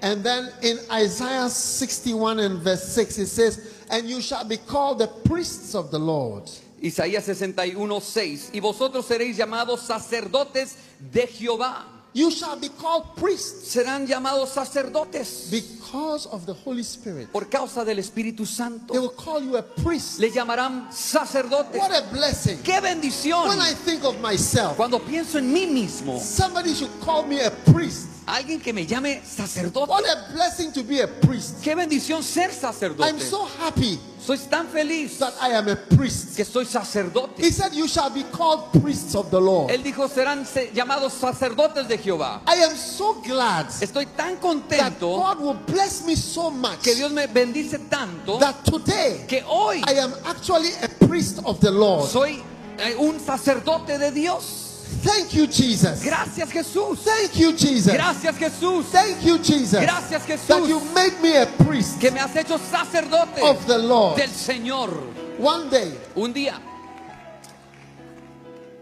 Speaker 1: And then in Isaiah 61 and verse 6, it says, And you shall be called the priests of the Lord.
Speaker 2: Isaías 61, 6. Y vosotros seréis llamados sacerdotes de Jehová.
Speaker 1: You shall be called priests
Speaker 2: Serán llamados sacerdotes
Speaker 1: because of the Holy Spirit.
Speaker 2: por causa del Espíritu
Speaker 1: They
Speaker 2: Santo.
Speaker 1: will call you a priest.
Speaker 2: Le llamarán sacerdotes.
Speaker 1: What a blessing.
Speaker 2: ¡Qué bendición!
Speaker 1: When I think of myself,
Speaker 2: Cuando pienso en mí mismo,
Speaker 1: somebody should call me a priest.
Speaker 2: alguien que me llame sacerdote.
Speaker 1: What a blessing to be a priest.
Speaker 2: ¡Qué bendición ser
Speaker 1: I'm
Speaker 2: sacerdote!
Speaker 1: so happy
Speaker 2: Soy tan feliz
Speaker 1: that I am a priest.
Speaker 2: que soy sacerdote.
Speaker 1: He said, You shall be called priests of the Lord.
Speaker 2: Él dijo, serán se- llamados sacerdotes de Jehová.
Speaker 1: I am so glad
Speaker 2: Estoy tan
Speaker 1: that
Speaker 2: contento
Speaker 1: God will bless me so much
Speaker 2: que Dios me bendice tanto
Speaker 1: that today
Speaker 2: que hoy
Speaker 1: I am actually a priest of the Lord.
Speaker 2: soy eh, un sacerdote de Dios.
Speaker 1: Thank you, Jesus.
Speaker 2: Gracias Jesús.
Speaker 1: Thank you, Jesus.
Speaker 2: Gracias Jesús
Speaker 1: Thank you, Jesus.
Speaker 2: Gracias, Jesús.
Speaker 1: That you made me a priest
Speaker 2: que me has hecho sacerdote
Speaker 1: of the Lord.
Speaker 2: del Señor.
Speaker 1: One day,
Speaker 2: Un día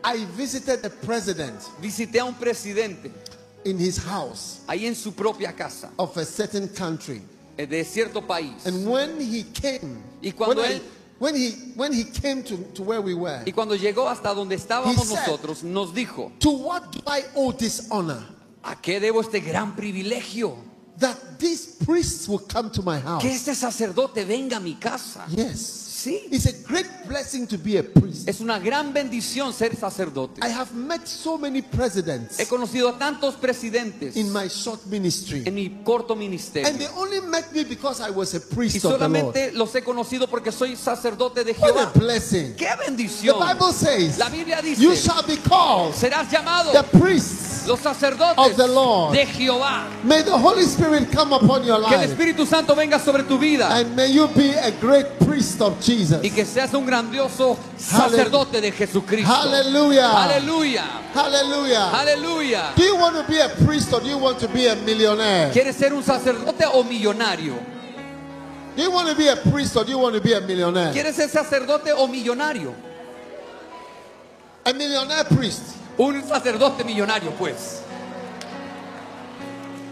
Speaker 1: I visited the president
Speaker 2: visité a un presidente
Speaker 1: in his house
Speaker 2: ahí en su propia casa
Speaker 1: of a certain country.
Speaker 2: eh, de cierto país.
Speaker 1: And when he came,
Speaker 2: Y cuando
Speaker 1: when, I-
Speaker 2: él-
Speaker 1: when he when he came to, to where we were,
Speaker 2: Y cuando llegó hasta donde estábamos
Speaker 1: He said-
Speaker 2: nosotros, nos dijo,
Speaker 1: to what do I owe this honor?
Speaker 2: ¿a qué debo este gran privilegio?
Speaker 1: That these priests will come to my house.
Speaker 2: Que este sacerdote venga a mi casa.
Speaker 1: Yes.
Speaker 2: Sí,
Speaker 1: It's a great blessing to be a priest.
Speaker 2: es una gran bendición ser sacerdote.
Speaker 1: I have met so many presidents
Speaker 2: He conocido a tantos presidentes
Speaker 1: in my short ministry.
Speaker 2: en mi corto
Speaker 1: And
Speaker 2: ministerio.
Speaker 1: they only met me because I was a
Speaker 2: Y
Speaker 1: priest of the Lord.
Speaker 2: solamente los he conocido porque soy sacerdote de
Speaker 1: What
Speaker 2: Jehová.
Speaker 1: a blessing.
Speaker 2: ¡Qué
Speaker 1: The
Speaker 2: bendición!
Speaker 1: Bible says,
Speaker 2: La Biblia
Speaker 1: You
Speaker 2: dice,
Speaker 1: shall be called
Speaker 2: serás llamado
Speaker 1: the priests.
Speaker 2: los
Speaker 1: of
Speaker 2: sacerdotes
Speaker 1: the Lord.
Speaker 2: de Jehová.
Speaker 1: May the Holy Spirit come upon your
Speaker 2: Que el
Speaker 1: life.
Speaker 2: Espíritu Santo venga sobre tu vida
Speaker 1: And may you be a great priest of
Speaker 2: y
Speaker 1: Jesus.
Speaker 2: que seas un grandioso sacerdote de Jesucristo.
Speaker 1: Hallelujah.
Speaker 2: Aleluya.
Speaker 1: Hallelujah.
Speaker 2: Aleluya.
Speaker 1: Do you want to be a priest or do you want to be a millionaire?
Speaker 2: ¿Quieres ser un sacerdote o millonario?
Speaker 1: Do you want to be a priest or do you want to be a millionaire?
Speaker 2: ¿Quieres ser sacerdote o millonario?
Speaker 1: A millionaire priest.
Speaker 2: Un sacerdote millonario, pues.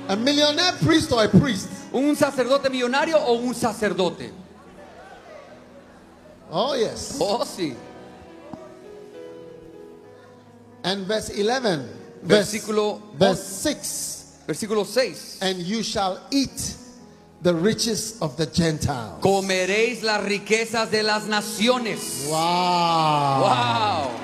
Speaker 1: A millionaire priest or a priest?
Speaker 2: ¿Un sacerdote millonario o un sacerdote?
Speaker 1: Oh, yes.
Speaker 2: Oh, sí.
Speaker 1: And verse 11, verse,
Speaker 2: Versículo
Speaker 1: verse 6
Speaker 2: Versículo 6.
Speaker 1: And you shall eat the riches of the Gentiles.
Speaker 2: Comeréis las riquezas de las naciones.
Speaker 1: Wow.
Speaker 2: Wow.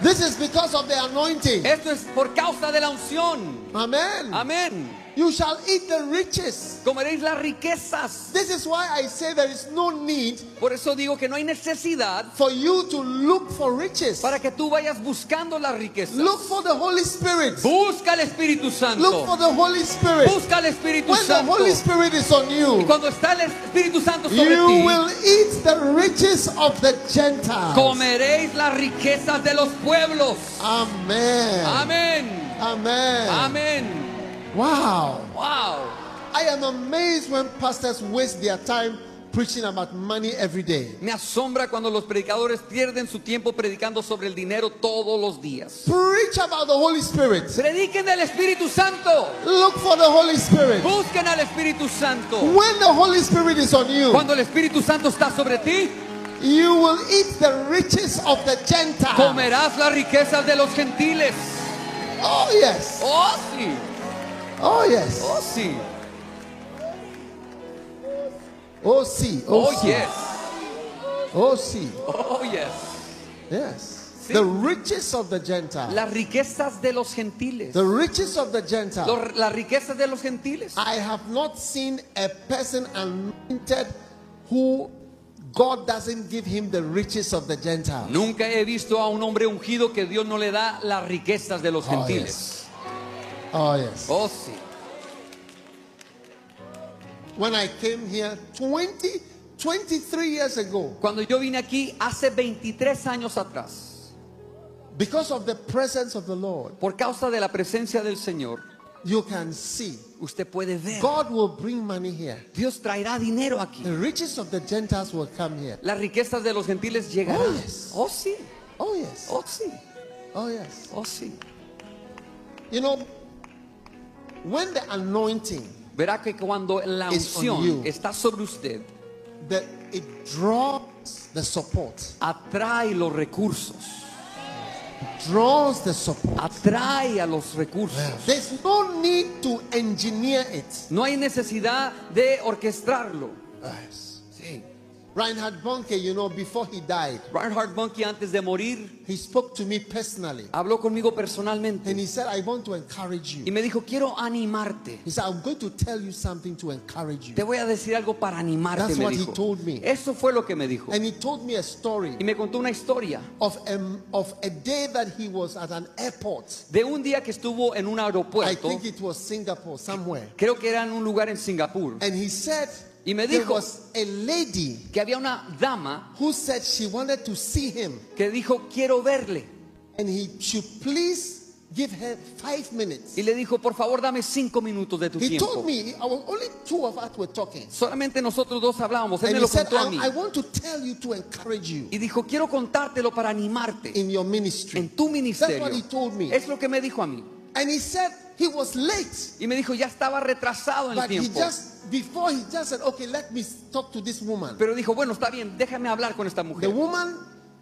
Speaker 1: This is because of the anointing.
Speaker 2: Esto es por causa de la unción.
Speaker 1: Amen.
Speaker 2: Amén.
Speaker 1: You shall eat the riches.
Speaker 2: Comeréis las riquezas.
Speaker 1: This is why I say there is no need
Speaker 2: Por eso digo que no hay necesidad
Speaker 1: for you to look for riches.
Speaker 2: para que tú vayas buscando las riquezas.
Speaker 1: Look for the Holy Spirit.
Speaker 2: Busca el Espíritu
Speaker 1: Look for
Speaker 2: Santo.
Speaker 1: the Holy Spirit.
Speaker 2: Busca el Espíritu
Speaker 1: When the
Speaker 2: Santo.
Speaker 1: Holy Spirit is on
Speaker 2: Y
Speaker 1: you,
Speaker 2: cuando está el Espíritu Santo sobre
Speaker 1: you
Speaker 2: ti,
Speaker 1: will eat the riches of the Gentiles.
Speaker 2: comeréis las riquezas de los pueblos.
Speaker 1: Amen.
Speaker 2: Amén.
Speaker 1: Amen.
Speaker 2: Amén.
Speaker 1: Wow.
Speaker 2: Wow.
Speaker 1: I am amazed when pastors waste their time preaching about money every day.
Speaker 2: Me asombra cuando los predicadores pierden su tiempo predicando sobre el dinero todos los días.
Speaker 1: Preach about the Holy Spirit.
Speaker 2: Prediquen del Espíritu Santo.
Speaker 1: Look for the Holy Spirit.
Speaker 2: Busquen al Espíritu Santo.
Speaker 1: When the Holy Spirit is on you,
Speaker 2: Cuando el Espíritu Santo está sobre ti,
Speaker 1: you will eat the riches of the Gentiles.
Speaker 2: comerás las riquezas de los gentiles.
Speaker 1: Oh, yes.
Speaker 2: Oh, sí.
Speaker 1: Oh, yes.
Speaker 2: Oh, sí.
Speaker 1: Oh, see.
Speaker 2: Oh,
Speaker 1: Oh, see.
Speaker 2: yes.
Speaker 1: Oh, see.
Speaker 2: Oh, yes.
Speaker 1: Yes.
Speaker 2: See?
Speaker 1: The riches of the Gentiles.
Speaker 2: Las riquezas de los gentiles.
Speaker 1: The riches of the Gentiles.
Speaker 2: Los- las riquezas de los gentiles.
Speaker 1: I have not seen a person anointed who God doesn't give him the riches of the Gentiles.
Speaker 2: Nunca he visto a un hombre ungido que Dios no le da las riquezas de los
Speaker 1: Oh,
Speaker 2: gentiles.
Speaker 1: yes. Oh, yes.
Speaker 2: Oh, sí.
Speaker 1: When I came here 20, 23 years ago,
Speaker 2: Cuando yo vine aquí hace 23 años atrás,
Speaker 1: because of the presence of the Lord,
Speaker 2: por causa de la presencia del Señor,
Speaker 1: you can see
Speaker 2: usted puede ver.
Speaker 1: God will bring money here.
Speaker 2: Dios traerá dinero aquí.
Speaker 1: The riches of the Gentiles will come here.
Speaker 2: Las riquezas de los gentiles llegarán.
Speaker 1: Oh, yes.
Speaker 2: Oh, sí.
Speaker 1: Oh, yes.
Speaker 2: Oh, sí.
Speaker 1: Oh, yes.
Speaker 2: Oh, sí.
Speaker 1: You know, when the anointing,
Speaker 2: Verá que cuando la
Speaker 1: It's on
Speaker 2: unción
Speaker 1: you.
Speaker 2: está sobre usted,
Speaker 1: the, it draws the support,
Speaker 2: atrae los recursos.
Speaker 1: draws the support.
Speaker 2: Atrae a los recursos.
Speaker 1: There's no need to engineer it.
Speaker 2: No hay necesidad de orquestarlo. Sí.
Speaker 1: Reinhard Bonke, you know, before he died,
Speaker 2: Reinhard Bunke antes de morir
Speaker 1: he spoke to me personally
Speaker 2: habló conmigo
Speaker 1: and
Speaker 2: personalmente
Speaker 1: he said, I want to encourage
Speaker 2: y
Speaker 1: you.
Speaker 2: me dijo, quiero animarte.
Speaker 1: He said, I'm going to tell you something to encourage
Speaker 2: Te
Speaker 1: you.
Speaker 2: voy a decir algo para animarte,
Speaker 1: That's
Speaker 2: me
Speaker 1: what he
Speaker 2: dijo.
Speaker 1: told me.
Speaker 2: Eso fue lo que me dijo.
Speaker 1: And he told me a story
Speaker 2: Y me contó una historia
Speaker 1: of a, of a day that he was at an airport.
Speaker 2: de un día que estuvo en un
Speaker 1: I
Speaker 2: aeropuerto,
Speaker 1: think it was Singapore, somewhere.
Speaker 2: creo que era en un lugar en Singapur,
Speaker 1: And he said,
Speaker 2: Y me
Speaker 1: there
Speaker 2: dijo-
Speaker 1: was a lady
Speaker 2: que había una dama
Speaker 1: who said she wanted to see him.
Speaker 2: que dijo, quiero verle.
Speaker 1: And he should please give her five minutes.
Speaker 2: Y le dijo, por favor, dame cinco minutos de tu
Speaker 1: He
Speaker 2: tiempo.
Speaker 1: told me, I was, only two of us were talking.
Speaker 2: Solamente nosotros dos hablábamos, él
Speaker 1: And
Speaker 2: me
Speaker 1: he
Speaker 2: lo
Speaker 1: said,
Speaker 2: contó a mí.
Speaker 1: I, I want to tell you to encourage you
Speaker 2: Y dijo, quiero contártelo para animarte
Speaker 1: in your ministry.
Speaker 2: en tu ministerio.
Speaker 1: what he told me.
Speaker 2: Es lo que me dijo a mí.
Speaker 1: And he said he was late,
Speaker 2: Y me dijo, ya estaba retrasado en el
Speaker 1: but he
Speaker 2: tiempo.
Speaker 1: just, before he just said, okay, let me talk to this woman.
Speaker 2: Pero dijo, bueno, está bien, déjame hablar con esta mujer.
Speaker 1: The woman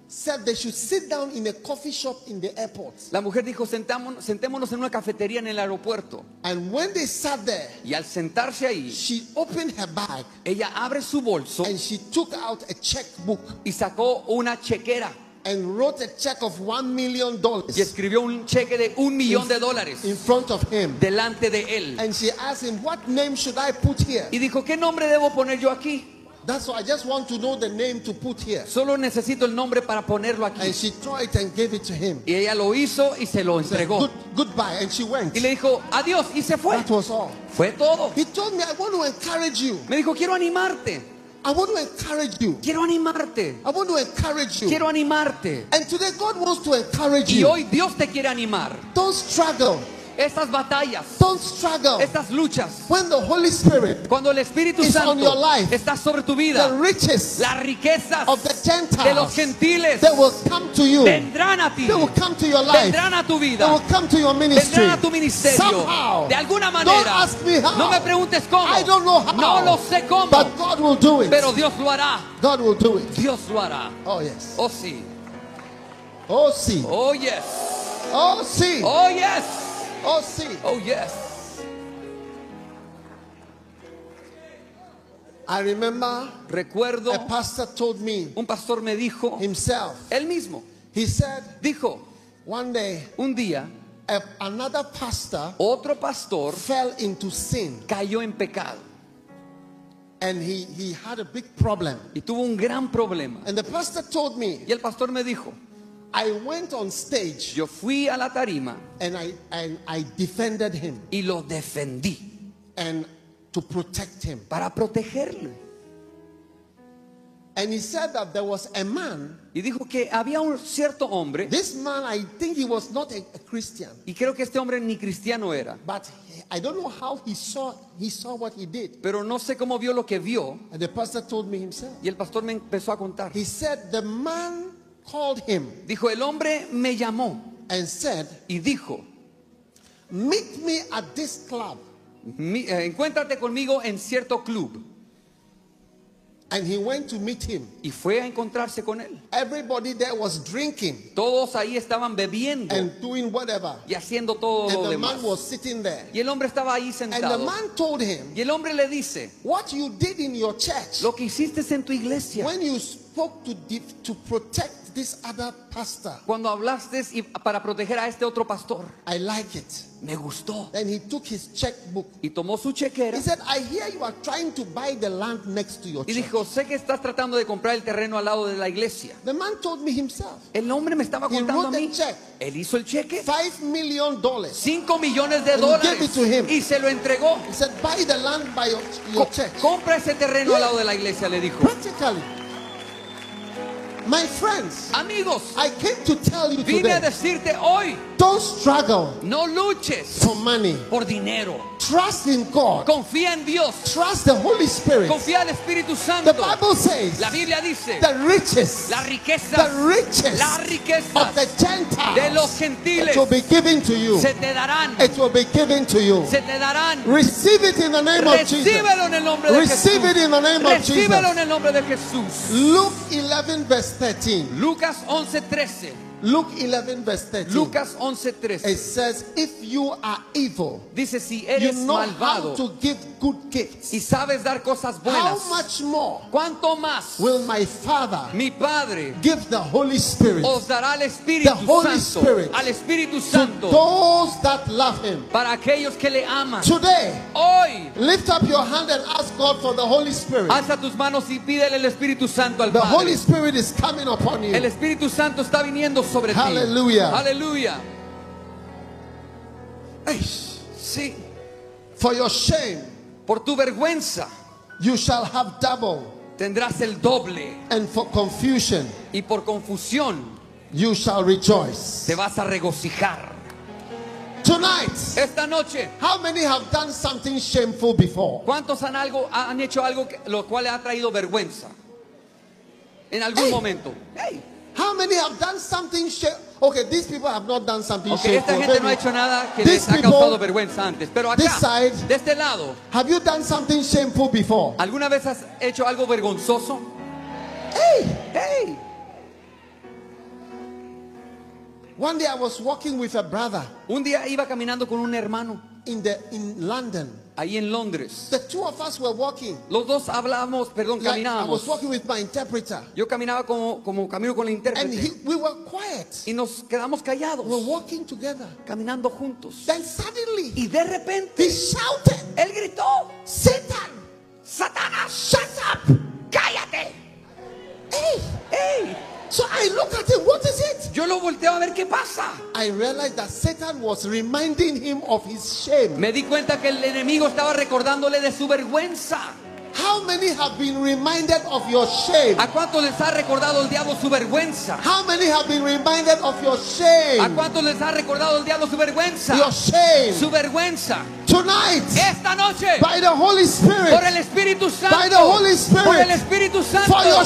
Speaker 1: said they should sit down in a coffee shop in the airport.
Speaker 2: La mujer dijo, sentámonos, sentémonos en una cafetería en el aeropuerto.
Speaker 1: And when they sat there,
Speaker 2: Y al sentarse ahí,
Speaker 1: she opened her bag
Speaker 2: ella abre su bolso
Speaker 1: and she took out a checkbook
Speaker 2: y sacó una chequera
Speaker 1: and wrote a check of one million
Speaker 2: y
Speaker 1: dollars
Speaker 2: escribió un cheque de un millón de dólares
Speaker 1: in front of him.
Speaker 2: delante de él.
Speaker 1: And she asked him, What name should I put here?
Speaker 2: Y dijo, ¿qué nombre debo poner yo aquí?
Speaker 1: That's why I just want to know the name to put here.
Speaker 2: Solo necesito el nombre para ponerlo aquí.
Speaker 1: And she tore it and gave it to him.
Speaker 2: Y ella lo hizo y se lo
Speaker 1: Said,
Speaker 2: entregó.
Speaker 1: Good, goodbye. And she went.
Speaker 2: Y le dijo, adiós, y se fue.
Speaker 1: That was all.
Speaker 2: Fue todo.
Speaker 1: He told me, I want to encourage you.
Speaker 2: Me dijo, quiero animarte,
Speaker 1: I want to encourage you.
Speaker 2: quiero animarte,
Speaker 1: I want to encourage you.
Speaker 2: quiero animarte.
Speaker 1: And today God wants to encourage
Speaker 2: Y
Speaker 1: you.
Speaker 2: hoy Dios te quiere animar.
Speaker 1: Don't struggle.
Speaker 2: Estas batallas,
Speaker 1: Don't struggle.
Speaker 2: estas luchas,
Speaker 1: When the Holy Spirit,
Speaker 2: cuando el Espíritu
Speaker 1: It's on your
Speaker 2: Santo
Speaker 1: life.
Speaker 2: está sobre tu
Speaker 1: the
Speaker 2: vida,
Speaker 1: riches
Speaker 2: las riquezas
Speaker 1: of the
Speaker 2: de los
Speaker 1: Gentiles,
Speaker 2: gentiles
Speaker 1: they will come to you. They
Speaker 2: vendrán a ti,
Speaker 1: will come to your life.
Speaker 2: vendrán a tu
Speaker 1: They will
Speaker 2: vida,
Speaker 1: come to your ministry.
Speaker 2: vendrán a tu ministerio.
Speaker 1: Somehow.
Speaker 2: De alguna
Speaker 1: Don't
Speaker 2: manera,
Speaker 1: ask me how.
Speaker 2: no me preguntes cómo,
Speaker 1: I don't know how.
Speaker 2: no lo sé cómo,
Speaker 1: But God will do it.
Speaker 2: pero Dios lo hará,
Speaker 1: God will do it.
Speaker 2: Dios lo hará.
Speaker 1: Oh yes.
Speaker 2: Oh sí,
Speaker 1: Oh see.
Speaker 2: oh yes,
Speaker 1: Oh see.
Speaker 2: oh yes,
Speaker 1: Oh see.
Speaker 2: oh yes.
Speaker 1: I remember
Speaker 2: Recuerdo,
Speaker 1: a pastor told me
Speaker 2: un pastor me dijo,
Speaker 1: himself.
Speaker 2: él mismo,
Speaker 1: He said
Speaker 2: dijo,
Speaker 1: one day
Speaker 2: un día
Speaker 1: a- another pastor
Speaker 2: Otro pastor
Speaker 1: fell into sin
Speaker 2: cayó en pecado
Speaker 1: and he, he had a big problem.
Speaker 2: y tuvo un gran problema.
Speaker 1: And the pastor told me,
Speaker 2: Y el pastor me dijo,
Speaker 1: I went on stage
Speaker 2: yo fui a la tarima
Speaker 1: and I, and I defended him
Speaker 2: y lo defendí
Speaker 1: and to protect him.
Speaker 2: para protegerlo.
Speaker 1: And he said that there was a man,
Speaker 2: Y dijo que había un cierto hombre,
Speaker 1: this man, I think he was not a, a Christian,
Speaker 2: y creo que este hombre ni cristiano era,
Speaker 1: but he- I don't know how he saw, he saw what he did.
Speaker 2: pero no sé cómo vio lo que vio.
Speaker 1: And the pastor told me himself.
Speaker 2: Y el pastor me empezó a contar.
Speaker 1: He said the man called him
Speaker 2: Dijo, el hombre me llamó
Speaker 1: and said,
Speaker 2: y dijo,
Speaker 1: meet me at this club.
Speaker 2: "Mi- eh, encuéntrate conmigo en cierto club.
Speaker 1: And he went to meet him.
Speaker 2: Y fue a encontrarse con él.
Speaker 1: Everybody there was drinking
Speaker 2: Todos ahí estaban bebiendo
Speaker 1: and doing whatever.
Speaker 2: y haciendo todo
Speaker 1: And
Speaker 2: lo
Speaker 1: the
Speaker 2: demás.
Speaker 1: man was sitting there.
Speaker 2: Y el hombre estaba ahí
Speaker 1: And the
Speaker 2: sentado.
Speaker 1: man told him,
Speaker 2: Y el hombre le dice,
Speaker 1: What you did in your church
Speaker 2: lo que hiciste en tu iglesia,
Speaker 1: when you spoke to, def- to protect this other pastor,
Speaker 2: cuando hablaste y- para proteger a este otro pastor,
Speaker 1: I like it.
Speaker 2: me gustó.
Speaker 1: Then he took his checkbook.
Speaker 2: Y tomó su
Speaker 1: He
Speaker 2: chequera
Speaker 1: said, I hear you are trying to buy the land next to your
Speaker 2: y
Speaker 1: church.
Speaker 2: dijo, sé que estás tratando de comprar el terreno al lado de la iglesia.
Speaker 1: The man told me himself,
Speaker 2: El hombre me estaba
Speaker 1: He
Speaker 2: contando a
Speaker 1: wrote a
Speaker 2: mí.
Speaker 1: check.
Speaker 2: Él hizo el cheque.
Speaker 1: five million dollars.
Speaker 2: 5 millones de
Speaker 1: And he gave
Speaker 2: dólares
Speaker 1: it to him.
Speaker 2: y se lo entregó.
Speaker 1: He said, buy the land by your, your
Speaker 2: Co-
Speaker 1: church.
Speaker 2: compra ese terreno al lado de la iglesia, le dijo.
Speaker 1: Practically. My friends,
Speaker 2: Amigos,
Speaker 1: I came to tell you
Speaker 2: vine a
Speaker 1: today,
Speaker 2: decirte hoy,
Speaker 1: don't struggle
Speaker 2: no luches
Speaker 1: for money.
Speaker 2: por dinero.
Speaker 1: Trust in God.
Speaker 2: Confía en Dios.
Speaker 1: Trust the Holy Spirit.
Speaker 2: Confía al Espíritu
Speaker 1: The
Speaker 2: Santo.
Speaker 1: Bible says,
Speaker 2: La Biblia dice,
Speaker 1: the riches,
Speaker 2: la riqueza,
Speaker 1: the riches
Speaker 2: la riqueza
Speaker 1: of the Gentiles,
Speaker 2: de los gentiles
Speaker 1: it will be given to you.
Speaker 2: se te darán,
Speaker 1: It will be given to you.
Speaker 2: se te darán.
Speaker 1: Receive it in the name of Jesus.
Speaker 2: Recíbelo en el nombre de Jesús.
Speaker 1: Receive it in the name of
Speaker 2: Recíbelo
Speaker 1: Jesus.
Speaker 2: en el nombre de Jesús.
Speaker 1: Luke 11 verse 13.
Speaker 2: Lucas 11:13.
Speaker 1: Luke 11 verse 13.
Speaker 2: Lucas
Speaker 1: It
Speaker 2: 11:13.
Speaker 1: says, if you are evil,
Speaker 2: Dice, si
Speaker 1: you
Speaker 2: eres
Speaker 1: know how
Speaker 2: malvado
Speaker 1: to give good gifts.
Speaker 2: y sabes dar cosas
Speaker 1: How
Speaker 2: buenas,
Speaker 1: much more
Speaker 2: ¿cuánto más
Speaker 1: will my Father
Speaker 2: mi Padre
Speaker 1: give the Holy Spirit
Speaker 2: os dará al Espíritu
Speaker 1: The Holy
Speaker 2: Santo?
Speaker 1: Spirit
Speaker 2: Al Espíritu
Speaker 1: to
Speaker 2: Santo
Speaker 1: those that love Him?
Speaker 2: para aquellos que le aman.
Speaker 1: Today,
Speaker 2: Hoy,
Speaker 1: lift up your hand and ask God for the Holy Spirit.
Speaker 2: alza tus manos y pídele el Espíritu Santo al
Speaker 1: The Holy
Speaker 2: Padre.
Speaker 1: Spirit is coming upon
Speaker 2: El
Speaker 1: you.
Speaker 2: Espíritu Santo está viniendo sobre ti.
Speaker 1: Hallelujah.
Speaker 2: Aleluya. Ay, Sí,
Speaker 1: For your shame,
Speaker 2: por tu vergüenza
Speaker 1: you shall have double,
Speaker 2: tendrás el doble
Speaker 1: and for confusion,
Speaker 2: y por confusión
Speaker 1: you shall rejoice.
Speaker 2: te vas a regocijar.
Speaker 1: Tonight,
Speaker 2: Esta noche,
Speaker 1: how many have done something shameful before?
Speaker 2: ¿cuántos han, algo, han hecho algo que- lo cual le ha traído vergüenza? En algún
Speaker 1: Hey.
Speaker 2: momento. Hey.
Speaker 1: How many have done something shameful? Okay, these people have not done something
Speaker 2: Ok, esta
Speaker 1: shameful.
Speaker 2: gente no ha
Speaker 1: Maybe-
Speaker 2: hecho nada que
Speaker 1: These
Speaker 2: les ha causado
Speaker 1: people-
Speaker 2: vergüenza antes. Pero acá,
Speaker 1: this side-
Speaker 2: de este lado,
Speaker 1: Have you done something shameful before?
Speaker 2: ¿alguna vez has hecho algo vergonzoso?
Speaker 1: Hey!
Speaker 2: Hey.
Speaker 1: One day I was walking with a brother
Speaker 2: Un día iba caminando con un hermano
Speaker 1: in the in London.
Speaker 2: ahí en Londres.
Speaker 1: The two of us were walking.
Speaker 2: Los dos hablamos, perdón,
Speaker 1: Like, I was
Speaker 2: caminábamos.
Speaker 1: walking with my interpreter.
Speaker 2: Yo caminaba como, como camino con la
Speaker 1: And
Speaker 2: intérprete
Speaker 1: he, we were quiet.
Speaker 2: y nos quedamos
Speaker 1: We were
Speaker 2: callados,
Speaker 1: walking together.
Speaker 2: caminando juntos.
Speaker 1: Then suddenly
Speaker 2: Y de repente
Speaker 1: he shouted,
Speaker 2: él gritó,
Speaker 1: Satan,
Speaker 2: Satanás,
Speaker 1: shut up!
Speaker 2: cállate.
Speaker 1: Hey!
Speaker 2: ¡Ey!
Speaker 1: So I looked at him, what is it?
Speaker 2: Yo lo volteo a ver qué pasa.
Speaker 1: I realized that Satan was reminding him of his shame.
Speaker 2: Me di cuenta que el enemigo estaba recordándole de su vergüenza.
Speaker 1: How many have been reminded of your shame?
Speaker 2: ¿A cuántos les ha recordado el diablo su vergüenza?
Speaker 1: How many have been reminded of your
Speaker 2: ¿A
Speaker 1: shame?
Speaker 2: cuántos les ha recordado el diablo su vergüenza?
Speaker 1: Your shame.
Speaker 2: Su vergüenza.
Speaker 1: Tonight,
Speaker 2: Esta noche,
Speaker 1: by the Holy
Speaker 2: por
Speaker 1: Spirit,
Speaker 2: el Espíritu
Speaker 1: by the
Speaker 2: Santo,
Speaker 1: Holy
Speaker 2: por
Speaker 1: Spirit,
Speaker 2: el Espíritu Santo,
Speaker 1: for your
Speaker 2: por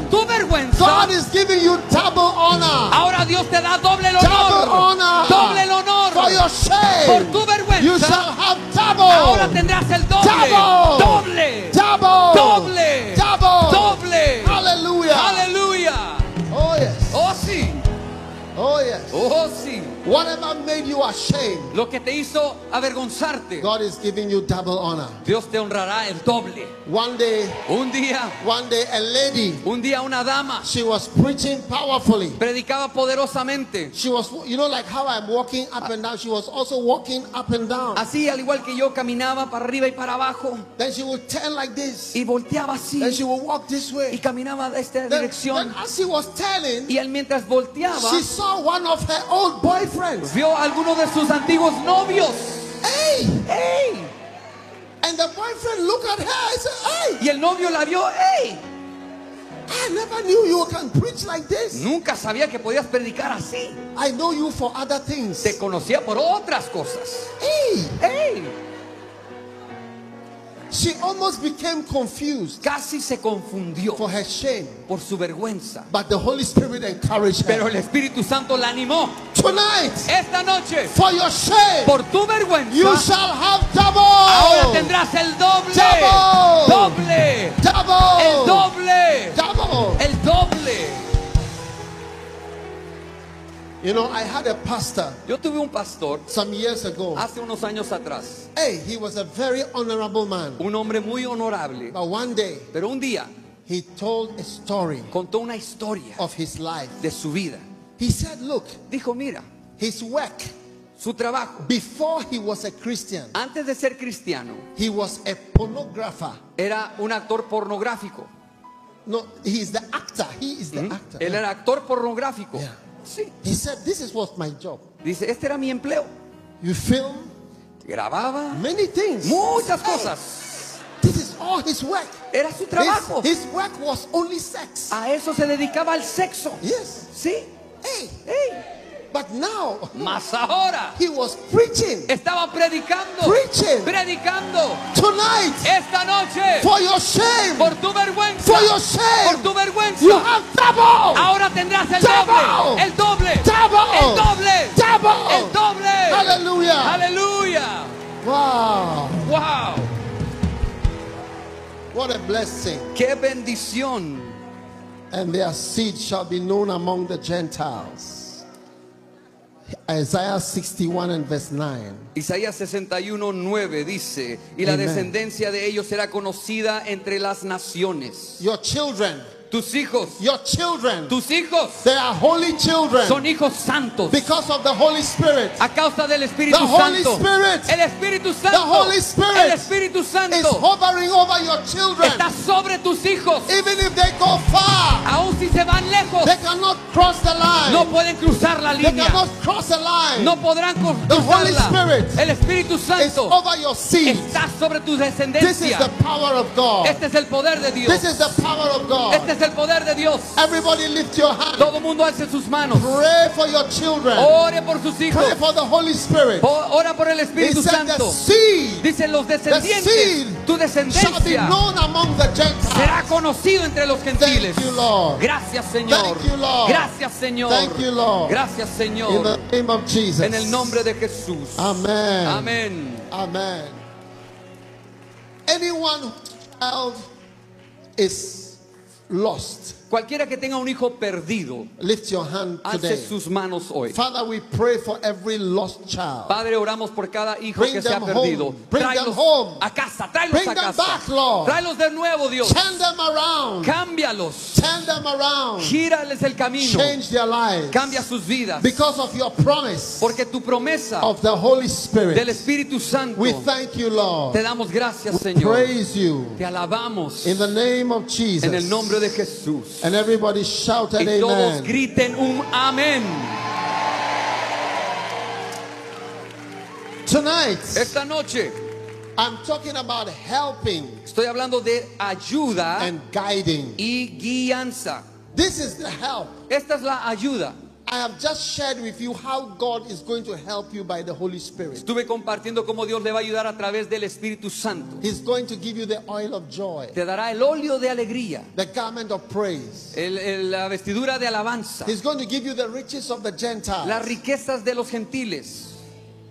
Speaker 1: shame,
Speaker 2: tu vergüenza,
Speaker 1: God is giving you double honor.
Speaker 2: ahora Dios te da doble el
Speaker 1: Double
Speaker 2: honor. Doble el
Speaker 1: honor.
Speaker 2: honor.
Speaker 1: For your
Speaker 2: Por
Speaker 1: shame,
Speaker 2: tu
Speaker 1: you
Speaker 2: vergüenza,
Speaker 1: shall have
Speaker 2: ahora
Speaker 1: double.
Speaker 2: tendrás el doble.
Speaker 1: Double.
Speaker 2: Doble.
Speaker 1: Double.
Speaker 2: Doble.
Speaker 1: Double.
Speaker 2: Doble.
Speaker 1: Hallelujah.
Speaker 2: Aleluya.
Speaker 1: Oh, yes.
Speaker 2: Oh, sí.
Speaker 1: Oh, Oh, yes.
Speaker 2: Oh, sí.
Speaker 1: Whatever made you ashamed,
Speaker 2: Lo que te hizo avergonzarte,
Speaker 1: God is giving you double honor.
Speaker 2: Dios te honrará el doble.
Speaker 1: One day,
Speaker 2: Un día,
Speaker 1: one day, a lady,
Speaker 2: un día una dama
Speaker 1: she was preaching powerfully.
Speaker 2: predicaba poderosamente.
Speaker 1: She was, you know, like how I'm walking up and down. She was also walking up and down.
Speaker 2: Así, al igual que yo, caminaba para arriba y para abajo
Speaker 1: Then she would turn like this.
Speaker 2: y volteaba así
Speaker 1: Then she would walk this
Speaker 2: y
Speaker 1: way.
Speaker 2: caminaba de esta
Speaker 1: Then, then
Speaker 2: dirección.
Speaker 1: as she was turning,
Speaker 2: Y él mientras volteaba,
Speaker 1: she saw one of her old boyfriends.
Speaker 2: vio a alguno de sus antiguos novios.
Speaker 1: Hey!
Speaker 2: ¡Ey!
Speaker 1: And the boyfriend looked at her and said, Hey!
Speaker 2: Y el novio la vio, ¡ey!
Speaker 1: I never knew you can preach like this.
Speaker 2: Nunca sabía que podías predicar así.
Speaker 1: I know you for other things.
Speaker 2: Te conocía por otras cosas.
Speaker 1: Hey!
Speaker 2: ¡Ey!
Speaker 1: She almost became confused
Speaker 2: Casi se confundió
Speaker 1: for her shame.
Speaker 2: por su vergüenza.
Speaker 1: But the Holy Spirit encouraged
Speaker 2: Pero
Speaker 1: her.
Speaker 2: el Espíritu Santo la animó.
Speaker 1: Tonight,
Speaker 2: Esta noche,
Speaker 1: for your shame,
Speaker 2: por tu
Speaker 1: you
Speaker 2: vergüenza,
Speaker 1: shall have
Speaker 2: ahora
Speaker 1: double.
Speaker 2: tendrás el doble.
Speaker 1: Double.
Speaker 2: Doble. El
Speaker 1: Double.
Speaker 2: doble.
Speaker 1: Double.
Speaker 2: El doble.
Speaker 1: You know, I had a pastor
Speaker 2: Yo tuve un pastor
Speaker 1: some years ago.
Speaker 2: hace unos años atrás.
Speaker 1: Hey, he was a very honorable man.
Speaker 2: Un hombre muy honorable.
Speaker 1: But one day,
Speaker 2: Pero un día
Speaker 1: he told a story
Speaker 2: contó una historia
Speaker 1: of his life.
Speaker 2: de su vida.
Speaker 1: He said, Look,
Speaker 2: Dijo, mira,
Speaker 1: his work,
Speaker 2: su trabajo.
Speaker 1: before he was a Christian,
Speaker 2: Antes de ser cristiano,
Speaker 1: he was a pornographer.
Speaker 2: era un actor pornográfico.
Speaker 1: No, he is the actor. He is the actor.
Speaker 2: Él Hmm? era actor pornográfico.
Speaker 1: Yeah.
Speaker 2: Sí.
Speaker 1: He said, This is what my job.
Speaker 2: Dice, este era mi empleo.
Speaker 1: You film
Speaker 2: Grababa
Speaker 1: many things.
Speaker 2: muchas
Speaker 1: Hey,
Speaker 2: cosas.
Speaker 1: This is all his work.
Speaker 2: Era su trabajo.
Speaker 1: His, his work was only sex.
Speaker 2: A eso se dedicaba al sexo.
Speaker 1: Yes.
Speaker 2: Sí.
Speaker 1: Hey,
Speaker 2: Ey.
Speaker 1: but now
Speaker 2: Más ahora.
Speaker 1: he was preaching
Speaker 2: Estaba predicando.
Speaker 1: Preaching.
Speaker 2: Predicando.
Speaker 1: tonight
Speaker 2: Esta noche.
Speaker 1: for your shame.
Speaker 2: Por tu vergüenza.
Speaker 1: For your shame.
Speaker 2: Por tu vergüenza.
Speaker 1: You have double.
Speaker 2: Ahora tendrás el
Speaker 1: Double.
Speaker 2: doble. El doble.
Speaker 1: Double.
Speaker 2: El doble.
Speaker 1: Double.
Speaker 2: El doble.
Speaker 1: Hallelujah.
Speaker 2: Aleluya.
Speaker 1: Wow.
Speaker 2: Wow.
Speaker 1: What a blessing.
Speaker 2: Qué bendición.
Speaker 1: and their seed shall be known among the Gentiles. Isaiah 61 and verse 9.
Speaker 2: Isaías 61, 9 dice, y la
Speaker 1: Amen.
Speaker 2: descendencia de ellos será conocida entre las naciones.
Speaker 1: Your children,
Speaker 2: Tus hijos,
Speaker 1: your children,
Speaker 2: tus hijos
Speaker 1: they are holy
Speaker 2: son
Speaker 1: children
Speaker 2: hijos santos
Speaker 1: because of the Holy Spirit.
Speaker 2: a causa del Espíritu
Speaker 1: The Holy
Speaker 2: Santo.
Speaker 1: Spirit.
Speaker 2: El Espíritu Santo.
Speaker 1: Holy Spirit
Speaker 2: el Espíritu
Speaker 1: Is
Speaker 2: Santo
Speaker 1: hovering over your children.
Speaker 2: está sobre tus hijos.
Speaker 1: Even if they go far,
Speaker 2: Aun si se van lejos,
Speaker 1: they cannot cross the
Speaker 2: no
Speaker 1: line.
Speaker 2: pueden cruzar la
Speaker 1: They
Speaker 2: línea.
Speaker 1: cannot cross the line.
Speaker 2: No podrán cru-
Speaker 1: The Holy
Speaker 2: cruzarla.
Speaker 1: Spirit
Speaker 2: El Espíritu
Speaker 1: It's
Speaker 2: Santo
Speaker 1: over your seed.
Speaker 2: está sobre tu
Speaker 1: This is the
Speaker 2: descendencia.
Speaker 1: power of God.
Speaker 2: Este es el poder de Dios.
Speaker 1: This is the power of
Speaker 2: Este
Speaker 1: God.
Speaker 2: es el poder de Dios.
Speaker 1: Everybody lift your hand.
Speaker 2: Todo mundo alce sus manos.
Speaker 1: Pray for your children.
Speaker 2: Ore por sus hijos.
Speaker 1: Pray for the Holy Spirit.
Speaker 2: O- Ora por el
Speaker 1: He
Speaker 2: Oh, Espíritu
Speaker 1: said the
Speaker 2: Santo.
Speaker 1: seed
Speaker 2: Dicen los
Speaker 1: seed
Speaker 2: descendientes. Tu
Speaker 1: shall be
Speaker 2: descendencia
Speaker 1: known among the Gentiles.
Speaker 2: será conocido entre los gentiles.
Speaker 1: Thank you, Lord.
Speaker 2: Gracias, Señor.
Speaker 1: Thank you, Lord.
Speaker 2: Gracias, Señor.
Speaker 1: Thank you, Lord.
Speaker 2: Gracias,
Speaker 1: In the
Speaker 2: Señor.
Speaker 1: name of Jesus.
Speaker 2: En el nombre de Jesús.
Speaker 1: Amen.
Speaker 2: Amén.
Speaker 1: Amen. Anyone whose child is lost,
Speaker 2: Cualquiera que tenga un hijo perdido,
Speaker 1: lift your hand
Speaker 2: alce
Speaker 1: today.
Speaker 2: sus manos hoy.
Speaker 1: Father, we pray for every lost child.
Speaker 2: Padre, oramos por cada hijo
Speaker 1: Bring
Speaker 2: que se ha
Speaker 1: them
Speaker 2: perdido.
Speaker 1: home. Bring
Speaker 2: Tráelos
Speaker 1: them home.
Speaker 2: a casa, tráelos
Speaker 1: Bring
Speaker 2: a
Speaker 1: them
Speaker 2: casa.
Speaker 1: back, Lord.
Speaker 2: Tráelos de nuevo, Dios.
Speaker 1: Turn them around.
Speaker 2: Cámbialos.
Speaker 1: Turn them around.
Speaker 2: Gírales el camino.
Speaker 1: Change their lives.
Speaker 2: Cambia sus vidas.
Speaker 1: Because of your promise
Speaker 2: Porque tu promesa
Speaker 1: of the Holy
Speaker 2: del
Speaker 1: Spirit,
Speaker 2: Espíritu Santo
Speaker 1: we thank you,
Speaker 2: te
Speaker 1: Lord.
Speaker 2: damos gracias, Señor.
Speaker 1: Praise you
Speaker 2: Te alabamos
Speaker 1: in the name of
Speaker 2: en el
Speaker 1: Jesus.
Speaker 2: nombre de Jesús.
Speaker 1: And everybody shouted,
Speaker 2: Y todos
Speaker 1: Amen.
Speaker 2: griten un amén.
Speaker 1: Tonight,
Speaker 2: Esta noche
Speaker 1: I'm talking about helping
Speaker 2: estoy hablando de ayuda
Speaker 1: and guiding.
Speaker 2: y guianza.
Speaker 1: This is the help.
Speaker 2: Esta es la ayuda.
Speaker 1: I have just shared with you how God is going to help you by the Holy Spirit.
Speaker 2: Estuve compartiendo cómo Dios le va a ayudar a través del Espíritu Santo.
Speaker 1: He's going to give you the oil of joy,
Speaker 2: Te dará el óleo de alegría,
Speaker 1: the garment of praise.
Speaker 2: el- el- la vestidura de alabanza,
Speaker 1: He's going to give you the riches of the
Speaker 2: las
Speaker 1: Gentiles.
Speaker 2: riquezas de los gentiles.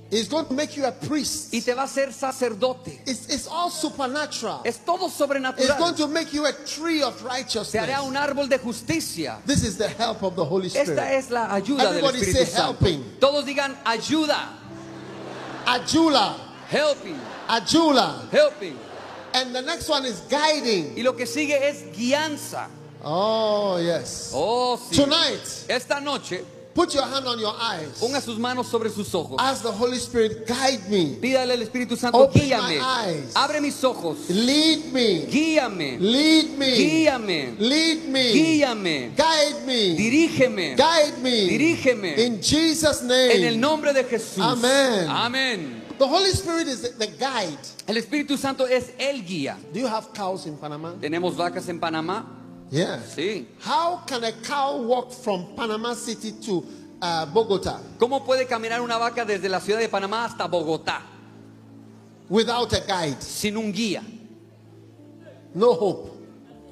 Speaker 1: He's going to make you a priest.
Speaker 2: y te va a ser sacerdote.
Speaker 1: It's, it's all supernatural.
Speaker 2: Es todo
Speaker 1: It's going
Speaker 2: sobrenatural.
Speaker 1: to make you a tree of
Speaker 2: Te hará un
Speaker 1: righteousness.
Speaker 2: árbol de justicia.
Speaker 1: This is the help of the Holy
Speaker 2: Esta
Speaker 1: Spirit.
Speaker 2: es la ayuda del
Speaker 1: Everybody
Speaker 2: Espíritu
Speaker 1: say
Speaker 2: Santo.
Speaker 1: helping.
Speaker 2: Todos digan ayuda,
Speaker 1: Ajula,
Speaker 2: helping,
Speaker 1: Ajula.
Speaker 2: helping.
Speaker 1: And the next one is
Speaker 2: Y
Speaker 1: guiding.
Speaker 2: lo que sigue es guianza.
Speaker 1: Oh, yes.
Speaker 2: Oh, sí.
Speaker 1: Tonight,
Speaker 2: Esta noche,
Speaker 1: put your hand on your eyes.
Speaker 2: ponga sus manos sobre sus ojos.
Speaker 1: Ask the Holy Spirit, guide me,
Speaker 2: Pídale al Espíritu Santo,
Speaker 1: Ah. Open my
Speaker 2: guíame.
Speaker 1: eyes.
Speaker 2: Abre mis ojos.
Speaker 1: lead me,
Speaker 2: Guíame,
Speaker 1: lead me,
Speaker 2: guíame,
Speaker 1: lead me,
Speaker 2: guíame.
Speaker 1: guide me,
Speaker 2: Dirígeme.
Speaker 1: guide me.
Speaker 2: Dirígeme.
Speaker 1: In Jesus'
Speaker 2: En el
Speaker 1: name.
Speaker 2: nombre de Jesús.
Speaker 1: Amén.
Speaker 2: Amén.
Speaker 1: The Holy Spirit is the guide.
Speaker 2: El Espíritu Santo es el guía.
Speaker 1: Do you have cows in Panama?
Speaker 2: ¿Tenemos vacas en Panamá?
Speaker 1: Yeah.
Speaker 2: Sí.
Speaker 1: How can a cow walk from Panama City to uh, Bogota
Speaker 2: ¿Cómo puede caminar una vaca desde la ciudad de Panamá hasta Bogotá
Speaker 1: without a guide?
Speaker 2: sin un guía?
Speaker 1: No hope.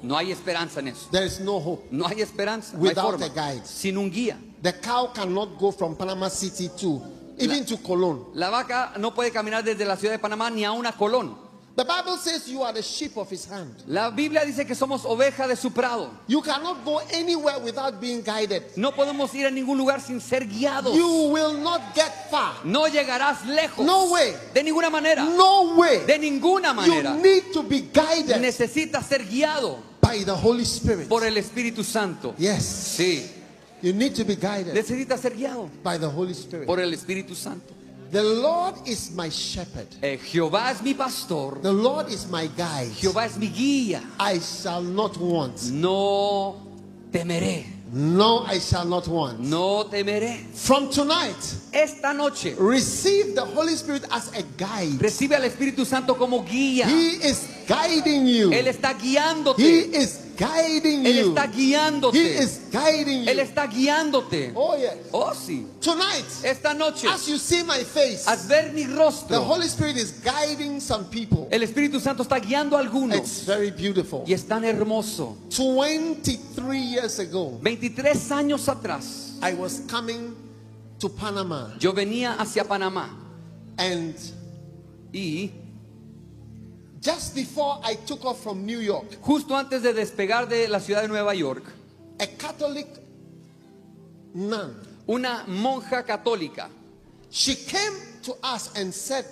Speaker 2: No hay esperanza en eso.
Speaker 1: There is no hope.
Speaker 2: No hay esperanza. No hay
Speaker 1: Without
Speaker 2: forma.
Speaker 1: a guide.
Speaker 2: Sin un guía.
Speaker 1: The cow cannot go from Panama City to even to Cologne.
Speaker 2: La vaca no puede caminar desde la ciudad de Panamá ni a una Colón.
Speaker 1: The Bible says you are the sheep of his hand.
Speaker 2: La Biblia dice que somos oveja de su prado.
Speaker 1: You cannot go anywhere without being guided.
Speaker 2: No podemos ir a ningún lugar sin ser guiados.
Speaker 1: You will not get far.
Speaker 2: No llegarás lejos.
Speaker 1: No way.
Speaker 2: De ninguna manera.
Speaker 1: No way.
Speaker 2: De ninguna manera.
Speaker 1: You need to be guided
Speaker 2: Necesitas ser guiado
Speaker 1: by the Holy Spirit.
Speaker 2: por el Espíritu Santo.
Speaker 1: Yes.
Speaker 2: Sí.
Speaker 1: You need to be guided
Speaker 2: Necesitas ser guiado
Speaker 1: by the Holy Spirit.
Speaker 2: por el Espíritu Santo.
Speaker 1: The Lord is my shepherd.
Speaker 2: Eh, Jehová es mi pastor.
Speaker 1: The Lord is my guide.
Speaker 2: Jehová es mi guía.
Speaker 1: I shall not want.
Speaker 2: No temeré.
Speaker 1: No, I shall not want.
Speaker 2: No temeré.
Speaker 1: From tonight,
Speaker 2: Esta noche
Speaker 1: receive the Holy Spirit as a guide.
Speaker 2: recibe al Espíritu Santo como guía.
Speaker 1: He is guiding you.
Speaker 2: Él está
Speaker 1: He
Speaker 2: guiándote.
Speaker 1: is guiding
Speaker 2: Él
Speaker 1: you.
Speaker 2: está
Speaker 1: He
Speaker 2: guiándote.
Speaker 1: is guiding
Speaker 2: Él
Speaker 1: you.
Speaker 2: está guiándote.
Speaker 1: Oh, yes.
Speaker 2: Oh, sí.
Speaker 1: Tonight,
Speaker 2: Esta noche,
Speaker 1: as you see my face,
Speaker 2: al ver mi
Speaker 1: the
Speaker 2: rostro,
Speaker 1: Holy Spirit is guiding some people.
Speaker 2: el Espíritu Santo está guiando a algunos.
Speaker 1: It's very beautiful.
Speaker 2: Y es tan hermoso.
Speaker 1: 23 years ago,
Speaker 2: 23 años atrás,
Speaker 1: I was coming to Panama
Speaker 2: yo venía hacia Panamá
Speaker 1: and
Speaker 2: y
Speaker 1: Just before I took off from New York,
Speaker 2: justo antes de despegar de la ciudad de Nueva York,
Speaker 1: a Catholic nun,
Speaker 2: una monja católica
Speaker 1: she came to us and said,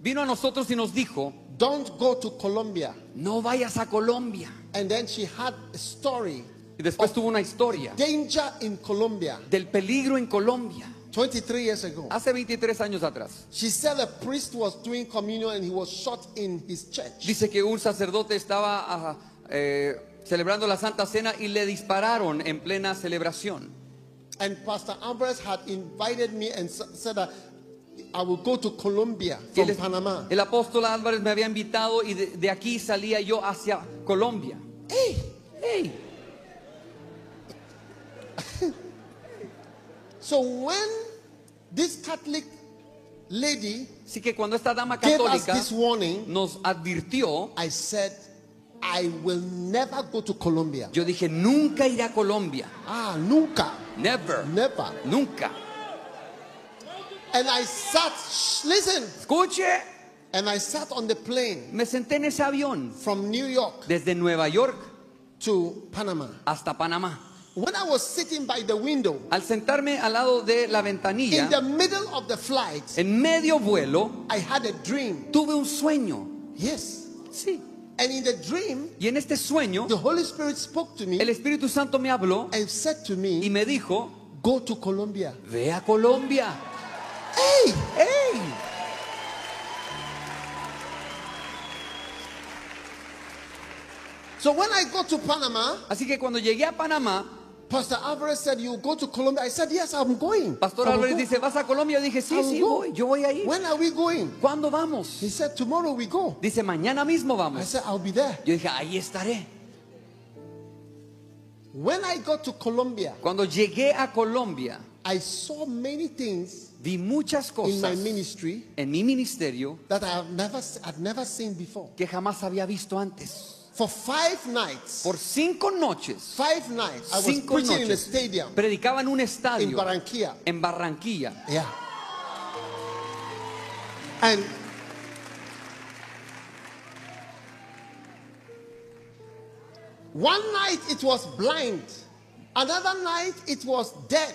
Speaker 2: vino a nosotros y nos dijo,
Speaker 1: Don't go to Colombia.
Speaker 2: no vayas a Colombia.
Speaker 1: And then she had a story
Speaker 2: Y después tuvo una historia
Speaker 1: danger in Colombia
Speaker 2: del peligro en Colombia,
Speaker 1: 23 years ago.
Speaker 2: hace 23 años atrás.
Speaker 1: She said a priest was doing communion and he was shot in his church.
Speaker 2: Dice que un sacerdote estaba ah, eh, celebrando la Santa Cena y le dispararon en plena celebración.
Speaker 1: And Pastor Ambrose had invited me and s- said that I will go to Colombia
Speaker 2: Y
Speaker 1: from
Speaker 2: El,
Speaker 1: Panama.
Speaker 2: el apóstol Álvarez me había invitado y de, de aquí salía yo hacia Colombia.
Speaker 1: Hey,
Speaker 2: Hey.
Speaker 1: so when this Catholic lady
Speaker 2: Así que cuando esta dama
Speaker 1: gave us
Speaker 2: católica
Speaker 1: this warning,
Speaker 2: nos advirtió,
Speaker 1: I said, I will never go to Colombia.
Speaker 2: yo dije, nunca iré a Colombia.
Speaker 1: Ah, nunca,
Speaker 2: Never.
Speaker 1: never.
Speaker 2: Nunca.
Speaker 1: And I sat, shh, listen,
Speaker 2: Escuche,
Speaker 1: and I sat on the plane
Speaker 2: me senté en ese avión
Speaker 1: from New York
Speaker 2: desde Nueva York
Speaker 1: to Panama.
Speaker 2: hasta Panamá.
Speaker 1: When I was sitting by the window,
Speaker 2: Al sentarme al lado de la ventanilla,
Speaker 1: in the middle of the flight,
Speaker 2: en medio vuelo,
Speaker 1: I had a dream.
Speaker 2: tuve un sueño.
Speaker 1: Yes.
Speaker 2: Sí.
Speaker 1: And in the dream,
Speaker 2: Y en este sueño,
Speaker 1: the Holy Spirit spoke to
Speaker 2: el
Speaker 1: me
Speaker 2: Espíritu Santo me habló
Speaker 1: and said to
Speaker 2: y
Speaker 1: me,
Speaker 2: me dijo,
Speaker 1: Go to Colombia.
Speaker 2: Ve a Colombia.
Speaker 1: Hey!
Speaker 2: ¡Ey!
Speaker 1: So when I got to Panama,
Speaker 2: Así que cuando llegué a Panamá,
Speaker 1: Pastor Alvarez said, You go to Colombia. I said, Yes, I'm going.
Speaker 2: Pastor
Speaker 1: I will
Speaker 2: Álvarez
Speaker 1: go.
Speaker 2: dice, ¿vas a Colombia? Yo dije, sí,
Speaker 1: I'll
Speaker 2: sí,
Speaker 1: go.
Speaker 2: voy, yo voy ahí.
Speaker 1: When are we going?
Speaker 2: ¿Cuándo vamos?
Speaker 1: He said, Tomorrow we go.
Speaker 2: Dice, mañana mismo
Speaker 1: I
Speaker 2: vamos.
Speaker 1: said, I'll be there.
Speaker 2: Yo dije, ahí estaré.
Speaker 1: When I got to Colombia,
Speaker 2: Cuando llegué a Colombia,
Speaker 1: I saw many things
Speaker 2: vi muchas
Speaker 1: in my
Speaker 2: cosas
Speaker 1: ministry
Speaker 2: en mi ministerio
Speaker 1: that I have never, I've never seen before.
Speaker 2: que jamás había visto antes.
Speaker 1: For five nights,
Speaker 2: Por cinco noches,
Speaker 1: five nights, I was
Speaker 2: cinco
Speaker 1: preaching in a
Speaker 2: noches,
Speaker 1: stadium
Speaker 2: predicaba en un
Speaker 1: in
Speaker 2: estadio
Speaker 1: Barranquilla.
Speaker 2: en Barranquilla.
Speaker 1: Yeah. And one night it was blind, another night it was dead.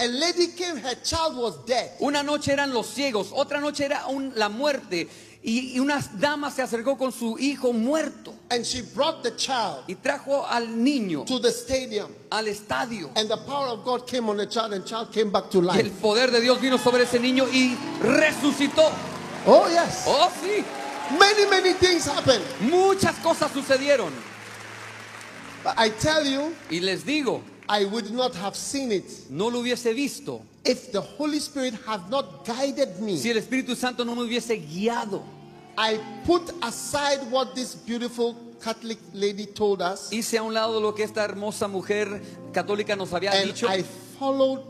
Speaker 1: A lady came, her child was dead.
Speaker 2: Una noche eran los ciegos, otra noche era un- la muerte. Y, y una dama se acercó con su hijo muerto
Speaker 1: And she brought the child
Speaker 2: y trajo al niño
Speaker 1: to the stadium.
Speaker 2: al estadio.
Speaker 1: And the power of God came on the child, and child came back to
Speaker 2: Y el
Speaker 1: life.
Speaker 2: poder de Dios vino sobre ese niño y resucitó.
Speaker 1: Oh, yes.
Speaker 2: Oh, sí.
Speaker 1: Many, many things happened.
Speaker 2: Muchas cosas sucedieron.
Speaker 1: But I tell you,
Speaker 2: Y les digo,
Speaker 1: I would not have seen it
Speaker 2: no lo hubiese visto
Speaker 1: if the Holy Spirit had not guided me.
Speaker 2: si el Espíritu Santo no me hubiese guiado.
Speaker 1: I put aside what this beautiful Catholic lady told us
Speaker 2: Hice a un lado lo que esta hermosa mujer católica nos había
Speaker 1: and
Speaker 2: dicho
Speaker 1: I followed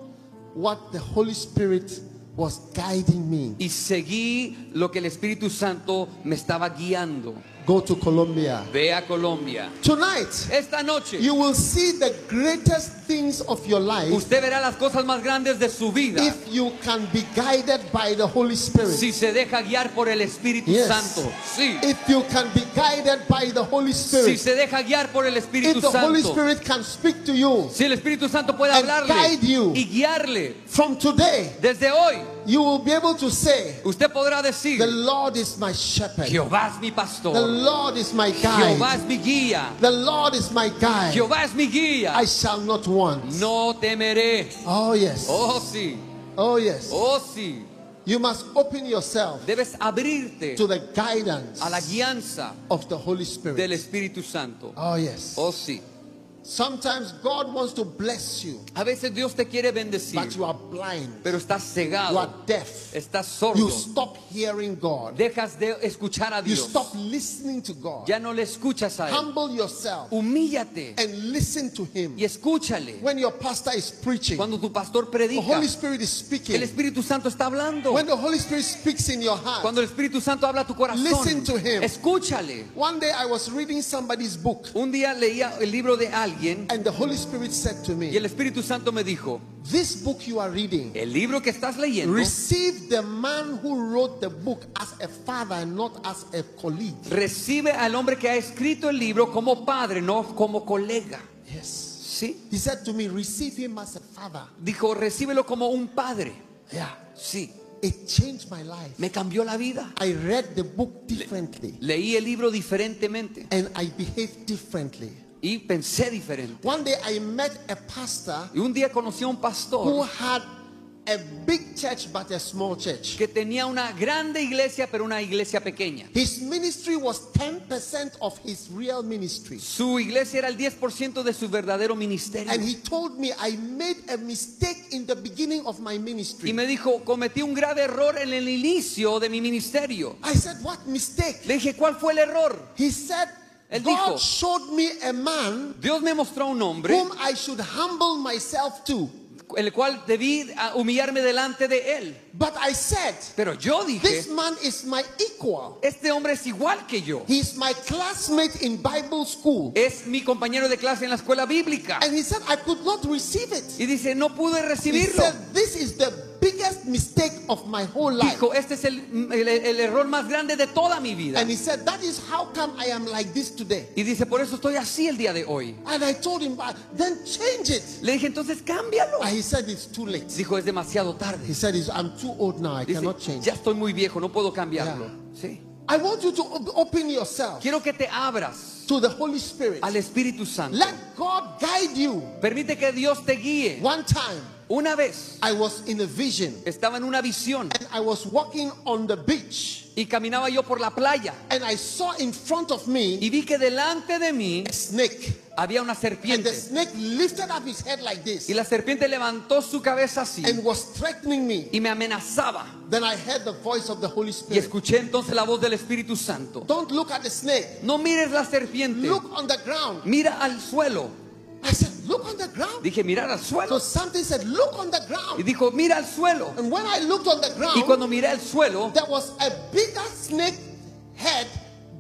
Speaker 1: what the Holy Spirit was guiding me.
Speaker 2: y seguí lo que el Espíritu Santo me estaba guiando.
Speaker 1: Go to Colombia.
Speaker 2: Ve a Colombia.
Speaker 1: Tonight,
Speaker 2: Esta noche
Speaker 1: you will see the greatest things of your life
Speaker 2: usted verá las cosas más grandes de su vida
Speaker 1: if you can be guided by the Holy Spirit.
Speaker 2: si se deja guiar por el Espíritu
Speaker 1: Yes.
Speaker 2: Santo. Sí.
Speaker 1: If you can be guided by the Holy
Speaker 2: Si
Speaker 1: Spirit.
Speaker 2: se deja guiar por el Espíritu
Speaker 1: If the Holy
Speaker 2: Santo.
Speaker 1: Spirit can speak to you
Speaker 2: Si el Espíritu Santo puede
Speaker 1: And
Speaker 2: hablarle
Speaker 1: guide you.
Speaker 2: y guiarle
Speaker 1: from today,
Speaker 2: desde hoy,
Speaker 1: you will be able to say,
Speaker 2: usted podrá decir,
Speaker 1: The Lord is my shepherd.
Speaker 2: Jehová es mi
Speaker 1: The
Speaker 2: pastor,
Speaker 1: Lord is my
Speaker 2: Jehová
Speaker 1: guide.
Speaker 2: es mi guía,
Speaker 1: The Lord is my guide.
Speaker 2: Jehová es mi guía.
Speaker 1: I shall not want.
Speaker 2: No temeré.
Speaker 1: Oh, yes.
Speaker 2: Oh sí,
Speaker 1: Oh, yes.
Speaker 2: oh sí.
Speaker 1: You must open yourself
Speaker 2: Debes abrirte
Speaker 1: to the guidance
Speaker 2: a la guianza
Speaker 1: of the Holy
Speaker 2: del
Speaker 1: Spirit.
Speaker 2: Espíritu Santo.
Speaker 1: Oh, yes.
Speaker 2: Oh sí.
Speaker 1: Sometimes God wants to bless you,
Speaker 2: A veces Dios te quiere bendecir,
Speaker 1: but you are blind.
Speaker 2: pero estás
Speaker 1: You are
Speaker 2: cegado,
Speaker 1: deaf.
Speaker 2: estás
Speaker 1: You
Speaker 2: sordo,
Speaker 1: stop hearing God.
Speaker 2: dejas de escuchar a
Speaker 1: You
Speaker 2: Dios,
Speaker 1: stop listening to God.
Speaker 2: ya no le escuchas a Él.
Speaker 1: Humble yourself
Speaker 2: Humíllate
Speaker 1: and listen to Him.
Speaker 2: y escúchale.
Speaker 1: When your pastor is preaching,
Speaker 2: Cuando tu pastor
Speaker 1: the
Speaker 2: predica,
Speaker 1: Oh, Holy Spirit is
Speaker 2: el
Speaker 1: speaking.
Speaker 2: Espíritu Santo está hablando.
Speaker 1: When the Holy Spirit speaks in your heart,
Speaker 2: Cuando el Espíritu Santo habla a tu
Speaker 1: Listen
Speaker 2: corazón,
Speaker 1: to him.
Speaker 2: escúchale.
Speaker 1: one day I was reading somebody's book,
Speaker 2: Un día leía el libro de alguien
Speaker 1: and the Holy Spirit said to
Speaker 2: y el
Speaker 1: me,
Speaker 2: Espíritu Santo me dijo,
Speaker 1: This book you are reading,
Speaker 2: el libro que estás leyendo,
Speaker 1: receive the man who wrote the book as a father and not as a colleague.
Speaker 2: recibe al hombre que ha escrito el libro como padre, no como colega.
Speaker 1: Yes.
Speaker 2: ¿Sí?
Speaker 1: He said to me, Receive him as a father.
Speaker 2: Dijo, recíbelo como un padre.
Speaker 1: Yeah.
Speaker 2: Sí,
Speaker 1: It changed my life.
Speaker 2: me cambió la vida.
Speaker 1: I read the book differently,
Speaker 2: Leí el libro diferentemente
Speaker 1: and I behaved differently.
Speaker 2: y pensé diferente.
Speaker 1: One day I met a pastor
Speaker 2: Y un día conocí a un
Speaker 1: who
Speaker 2: pastor
Speaker 1: had a big church but a small church.
Speaker 2: que tenía una grande iglesia, pero una iglesia pequeña.
Speaker 1: His ministry was 10% of his real ministry.
Speaker 2: Su iglesia era el 10% de su verdadero ministerio.
Speaker 1: And he told me, I made a mistake in the beginning of my
Speaker 2: Y
Speaker 1: ministry.
Speaker 2: me dijo, cometí un grave error en el inicio de mi ministerio.
Speaker 1: I said, What mistake?
Speaker 2: Le dije, ¿cuál fue el error?
Speaker 1: He said,
Speaker 2: Él
Speaker 1: God
Speaker 2: dijo,
Speaker 1: showed me a man
Speaker 2: Dios me mostró un hombre
Speaker 1: whom I should humble myself to.
Speaker 2: el cual debí ah, humillarme delante de él.
Speaker 1: But I said,
Speaker 2: Pero yo dije,
Speaker 1: This man is my equal.
Speaker 2: este hombre es igual que yo.
Speaker 1: He's my classmate in Bible school.
Speaker 2: Es mi compañero de clase en la escuela bíblica.
Speaker 1: And he said, I could not receive it.
Speaker 2: Y dice, no pude
Speaker 1: He
Speaker 2: recibirlo.
Speaker 1: said, This is the biggest mistake of my whole life.
Speaker 2: Dijo, este es el, el- el error más grande de toda mi vida.
Speaker 1: And he said, That is how come I am like this today.
Speaker 2: Y dice, por eso estoy así el día de hoy.
Speaker 1: And I told him, "But Then change it.
Speaker 2: Le dije, entonces cámbialo.
Speaker 1: And he said, It's too late.
Speaker 2: Dijo, es demasiado
Speaker 1: He
Speaker 2: tarde.
Speaker 1: said, "It's- I'm too old now. I
Speaker 2: Dice,
Speaker 1: cannot change.
Speaker 2: ya estoy muy viejo, no puedo cambiarlo. Sí.
Speaker 1: I want you to op- open yourself
Speaker 2: Quiero que te abras
Speaker 1: to the Holy Spirit.
Speaker 2: al Espíritu Santo.
Speaker 1: Let God guide you.
Speaker 2: Permite que Dios te guíe.
Speaker 1: One time,
Speaker 2: Una vez
Speaker 1: I was in a vision
Speaker 2: estaba en una visión
Speaker 1: and I was walking on the beach
Speaker 2: y caminaba yo por la playa
Speaker 1: and I saw in front of me
Speaker 2: y vi que delante de mí
Speaker 1: a snake.
Speaker 2: había una
Speaker 1: And the
Speaker 2: serpiente
Speaker 1: snake lifted up his head like this
Speaker 2: y la serpiente levantó su cabeza así
Speaker 1: and was threatening me.
Speaker 2: y me amenazaba
Speaker 1: Then I heard the voice of the Holy
Speaker 2: y
Speaker 1: Spirit.
Speaker 2: escuché entonces la voz del Espíritu Santo.
Speaker 1: Don't look at the snake.
Speaker 2: No mires la serpiente,
Speaker 1: Look on the ground.
Speaker 2: mira al suelo.
Speaker 1: I said, look on the ground.
Speaker 2: Dije, mirar al
Speaker 1: So
Speaker 2: suelo.
Speaker 1: something said, look on the
Speaker 2: Y
Speaker 1: ground.
Speaker 2: dijo, mira al suelo.
Speaker 1: And when I looked on the
Speaker 2: Y
Speaker 1: ground,
Speaker 2: cuando miré al suelo,
Speaker 1: there was a bigger snake head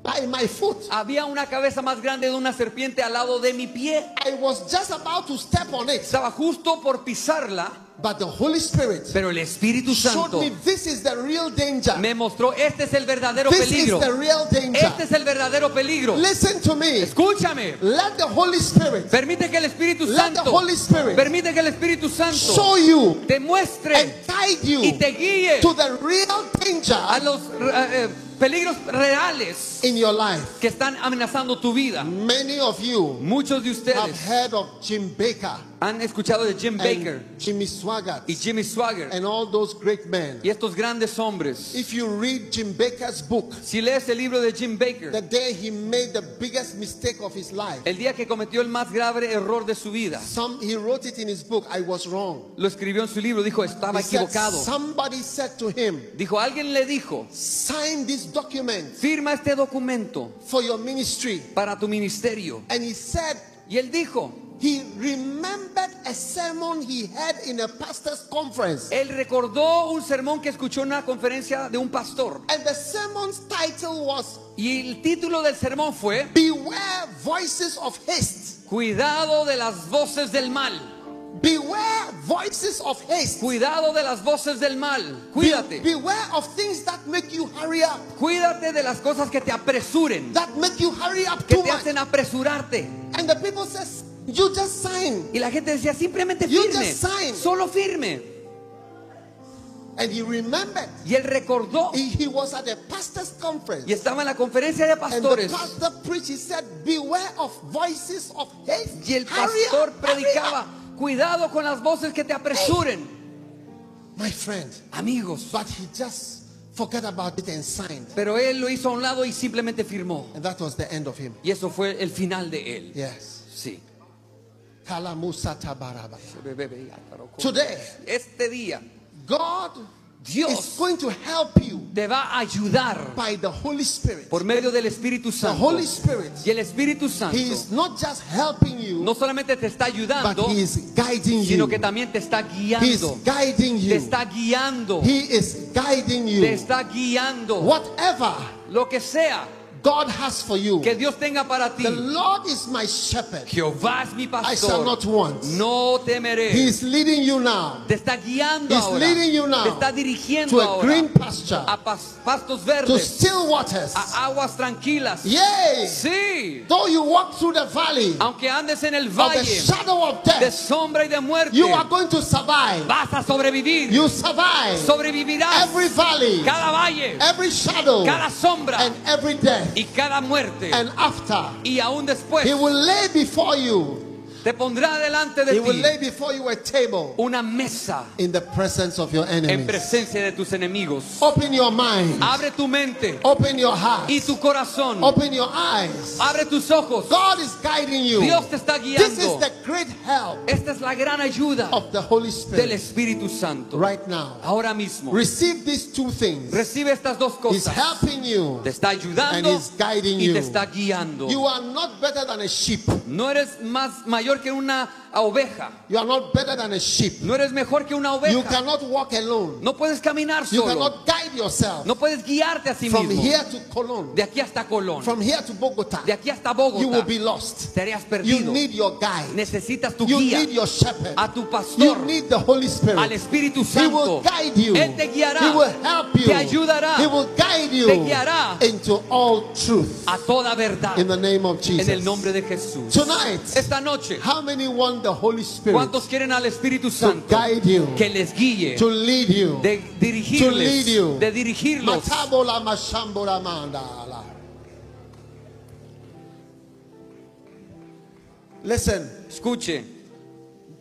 Speaker 1: by my foot.
Speaker 2: había una cabeza más grande de una serpiente al lado de mi pie.
Speaker 1: I was just about to step on it.
Speaker 2: Estaba justo por pisarla
Speaker 1: But the Holy Spirit
Speaker 2: Pero el Espíritu
Speaker 1: showed
Speaker 2: Santo
Speaker 1: me this is the real danger.
Speaker 2: me mostró, este es el verdadero
Speaker 1: This is
Speaker 2: peligro.
Speaker 1: the real
Speaker 2: Este
Speaker 1: danger.
Speaker 2: es el verdadero peligro.
Speaker 1: Listen to me.
Speaker 2: Escúchame.
Speaker 1: Let the Holy Spirit
Speaker 2: Permite que el Espíritu
Speaker 1: Let the
Speaker 2: Santo
Speaker 1: Holy Spirit
Speaker 2: permite que el Espíritu Santo
Speaker 1: show you
Speaker 2: te
Speaker 1: and
Speaker 2: muestre
Speaker 1: guide
Speaker 2: y
Speaker 1: you
Speaker 2: te guíe
Speaker 1: to the real
Speaker 2: a
Speaker 1: danger
Speaker 2: los eh, eh, peligros reales
Speaker 1: in your life.
Speaker 2: que están amenazando tu vida.
Speaker 1: Many of you
Speaker 2: Muchos de
Speaker 1: have
Speaker 2: ustedes
Speaker 1: heard of Jim Baker
Speaker 2: han escuchado de Jim Baker
Speaker 1: and Jimmy Swaggart
Speaker 2: y Jimmy Swagger
Speaker 1: and all those great men.
Speaker 2: y estos grandes hombres.
Speaker 1: If you read Jim Baker's book,
Speaker 2: Si lees el libro de Jim
Speaker 1: the
Speaker 2: Baker,
Speaker 1: day he made the biggest mistake of his life,
Speaker 2: el día que cometió el más grave error de su vida,
Speaker 1: some he wrote it in his book, I was wrong.
Speaker 2: lo escribió en su libro, dijo, estaba
Speaker 1: He said,
Speaker 2: equivocado.
Speaker 1: somebody said to him,
Speaker 2: Dijo, alguien le dijo,
Speaker 1: sign this document
Speaker 2: firma este documento
Speaker 1: for your ministry.
Speaker 2: para tu ministerio.
Speaker 1: And he said
Speaker 2: Y él dijo,
Speaker 1: he remembered a sermon he had in a pastor's conference.
Speaker 2: él recordó un sermón que escuchó en una conferencia de un pastor.
Speaker 1: And the sermon's title was
Speaker 2: Y el título del sermón fue,
Speaker 1: Beware Voices of Haste.
Speaker 2: cuidado de las voces del mal.
Speaker 1: Beware Voices of Haste.
Speaker 2: Cuidado de las voces del mal.
Speaker 1: Be-
Speaker 2: Cuídate.
Speaker 1: beware of things that make you hurry up,
Speaker 2: Cuídate de las cosas que te apresuren,
Speaker 1: that make you hurry up
Speaker 2: que
Speaker 1: too
Speaker 2: te
Speaker 1: much.
Speaker 2: hacen apresurarte.
Speaker 1: And the people says, you just sign.
Speaker 2: Y la gente decía, simplemente
Speaker 1: You
Speaker 2: firme,
Speaker 1: just sign.
Speaker 2: solo firme.
Speaker 1: And he remembered.
Speaker 2: Y él recordó
Speaker 1: He, he was at a pastor's conference.
Speaker 2: y estaba en la conferencia de
Speaker 1: And the
Speaker 2: pastores.
Speaker 1: pastor preached, he said, beware of voices of haste.
Speaker 2: Y el
Speaker 1: Hurry
Speaker 2: pastor
Speaker 1: up, hurry
Speaker 2: predicaba,
Speaker 1: up.
Speaker 2: cuidado con las voces que te apresuren.
Speaker 1: My friend.
Speaker 2: Amigos,
Speaker 1: But he just forgot about it and signed.
Speaker 2: Pero él lo hizo a un lado y simplemente firmó.
Speaker 1: And that was the end of him.
Speaker 2: Y eso fue el final de él.
Speaker 1: Yes.
Speaker 2: Sí.
Speaker 1: Kalamusa tabaraba. Today,
Speaker 2: Este día,
Speaker 1: God is
Speaker 2: Dios
Speaker 1: going to help you
Speaker 2: te va a ayudar
Speaker 1: by the Holy Spirit.
Speaker 2: por medio del Espíritu
Speaker 1: The
Speaker 2: Santo.
Speaker 1: Holy Spirit,
Speaker 2: Y el Espíritu
Speaker 1: He is
Speaker 2: Santo
Speaker 1: not just helping you,
Speaker 2: no solamente te está
Speaker 1: but
Speaker 2: ayudando,
Speaker 1: He is guiding
Speaker 2: sino
Speaker 1: you.
Speaker 2: que también te está
Speaker 1: He is
Speaker 2: guiando.
Speaker 1: guiding
Speaker 2: Te
Speaker 1: you.
Speaker 2: está guiando.
Speaker 1: He is guiding
Speaker 2: Te
Speaker 1: you.
Speaker 2: está guiando.
Speaker 1: Whatever
Speaker 2: Lo que sea
Speaker 1: God has for you,
Speaker 2: que Dios tenga para ti.
Speaker 1: the Lord is my shepherd.
Speaker 2: Jehová es mi
Speaker 1: I shall
Speaker 2: pastor.
Speaker 1: not want.
Speaker 2: No
Speaker 1: He
Speaker 2: temeré.
Speaker 1: is leading you now
Speaker 2: Te está guiando
Speaker 1: He's
Speaker 2: ahora.
Speaker 1: leading you now
Speaker 2: Te está
Speaker 1: to
Speaker 2: dirigiendo
Speaker 1: a
Speaker 2: ahora.
Speaker 1: green pasture,
Speaker 2: a pas- pastos
Speaker 1: to
Speaker 2: verdes,
Speaker 1: still waters.
Speaker 2: a aguas tranquilas.
Speaker 1: Yea,
Speaker 2: Sí,
Speaker 1: though you walk through the valley of
Speaker 2: aunque andes en el
Speaker 1: the
Speaker 2: valle
Speaker 1: shadow of
Speaker 2: de
Speaker 1: death,
Speaker 2: sombra y de muerte,
Speaker 1: you are going to survive.
Speaker 2: vas a sobrevivir.
Speaker 1: You survive
Speaker 2: Sobrevivirás
Speaker 1: every valley,
Speaker 2: cada valle,
Speaker 1: every shadow,
Speaker 2: cada sombra
Speaker 1: and every death.
Speaker 2: y cada muerte.
Speaker 1: And after,
Speaker 2: Y aún después
Speaker 1: He will lay before you,
Speaker 2: te pondrá delante
Speaker 1: He
Speaker 2: de
Speaker 1: will
Speaker 2: ti
Speaker 1: lay before you a table
Speaker 2: una mesa
Speaker 1: in the presence of your
Speaker 2: en
Speaker 1: enemies.
Speaker 2: presencia de tus enemigos.
Speaker 1: Open your mind,
Speaker 2: Abre tu mente
Speaker 1: open your heart,
Speaker 2: y tu corazón.
Speaker 1: open your eyes.
Speaker 2: Abre tus ojos.
Speaker 1: God is guiding you.
Speaker 2: Dios te está
Speaker 1: This is
Speaker 2: guiando.
Speaker 1: the great help
Speaker 2: Esta es la gran ayuda
Speaker 1: of the Holy
Speaker 2: del
Speaker 1: Spirit
Speaker 2: Espíritu Santo.
Speaker 1: right now.
Speaker 2: Ahora mismo.
Speaker 1: Receive these two things.
Speaker 2: Recibe estas dos
Speaker 1: He's
Speaker 2: cosas.
Speaker 1: helping you.
Speaker 2: Te está
Speaker 1: and
Speaker 2: ayudando
Speaker 1: he's guiding
Speaker 2: y te
Speaker 1: you.
Speaker 2: está guiando.
Speaker 1: You are not better than a sheep.
Speaker 2: No eres más mayor que una oveja.
Speaker 1: You are not better than a sheep.
Speaker 2: No eres mejor que una
Speaker 1: You
Speaker 2: oveja.
Speaker 1: cannot walk alone.
Speaker 2: No puedes caminar
Speaker 1: You
Speaker 2: solo.
Speaker 1: cannot guide yourself.
Speaker 2: No puedes guiarte a sí
Speaker 1: From
Speaker 2: mismo.
Speaker 1: here to Cologne,
Speaker 2: De aquí hasta Colón.
Speaker 1: from here to Bogota,
Speaker 2: De aquí hasta
Speaker 1: you will
Speaker 2: Bogotá.
Speaker 1: be lost.
Speaker 2: Estarías
Speaker 1: You
Speaker 2: perdido.
Speaker 1: need your guide.
Speaker 2: Necesitas tu
Speaker 1: You
Speaker 2: guía.
Speaker 1: need your shepherd.
Speaker 2: A tu
Speaker 1: You
Speaker 2: pastor.
Speaker 1: need the Holy
Speaker 2: Al
Speaker 1: Spirit.
Speaker 2: Espíritu
Speaker 1: He will
Speaker 2: Santo.
Speaker 1: guide you.
Speaker 2: Él te
Speaker 1: He
Speaker 2: guiará
Speaker 1: will help you.
Speaker 2: Te ayudará.
Speaker 1: He will guide you
Speaker 2: Te guiará.
Speaker 1: into all truth.
Speaker 2: a toda verdad.
Speaker 1: In the name of
Speaker 2: En
Speaker 1: Jesus.
Speaker 2: el nombre de Jesús.
Speaker 1: Tonight,
Speaker 2: Esta noche.
Speaker 1: how many want the Holy Spirit
Speaker 2: ¿Cuántos quieren al Espíritu
Speaker 1: to
Speaker 2: Santo?
Speaker 1: guide you,
Speaker 2: Que les guíe.
Speaker 1: to lead you?
Speaker 2: de dirigirles,
Speaker 1: To lead you.
Speaker 2: de dirigirlos.
Speaker 1: Matabola mashambola mandala. Listen,
Speaker 2: Escuche,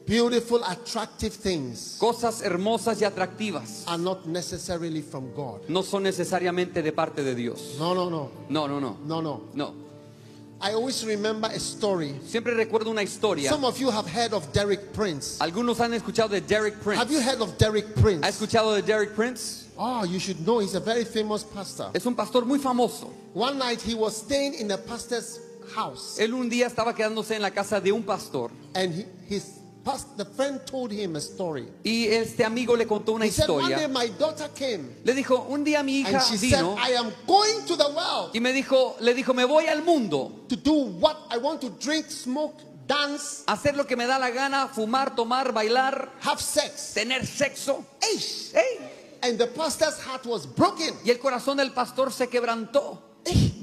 Speaker 1: beautiful, attractive things
Speaker 2: cosas hermosas y atractivas
Speaker 1: are not necessarily from God.
Speaker 2: no son necesariamente de parte de Dios.
Speaker 1: No, no, no,
Speaker 2: No, no, no,
Speaker 1: no, no.
Speaker 2: no.
Speaker 1: I always remember a story.
Speaker 2: Siempre recuerdo una historia.
Speaker 1: Some of you have heard of Derek Prince.
Speaker 2: Algunos han escuchado de Derek
Speaker 1: Have you
Speaker 2: Prince.
Speaker 1: heard of Derek
Speaker 2: ¿Ha
Speaker 1: Prince?
Speaker 2: escuchado de Derek Prince?
Speaker 1: Oh, you should know he's a very famous pastor.
Speaker 2: Es un pastor muy famoso.
Speaker 1: One night he was staying in a pastor's house,
Speaker 2: Él un día estaba quedándose en la casa de un pastor
Speaker 1: and he, his past, the friend told him a story.
Speaker 2: y este amigo le contó una
Speaker 1: He said, One day
Speaker 2: historia.
Speaker 1: my daughter came
Speaker 2: Le dijo, un día mi
Speaker 1: and
Speaker 2: hija
Speaker 1: she said,
Speaker 2: vino
Speaker 1: I am going to the well
Speaker 2: y me dijo, le dijo, me voy al mundo
Speaker 1: to do what I want to drink, smoke, dance,
Speaker 2: hacer lo que me da la gana, fumar, tomar, bailar,
Speaker 1: have sex.
Speaker 2: tener sexo.
Speaker 1: Eish.
Speaker 2: ¡Ey!
Speaker 1: And the pastor's heart was broken.
Speaker 2: Y el corazón del pastor se quebrantó. ¡Ey!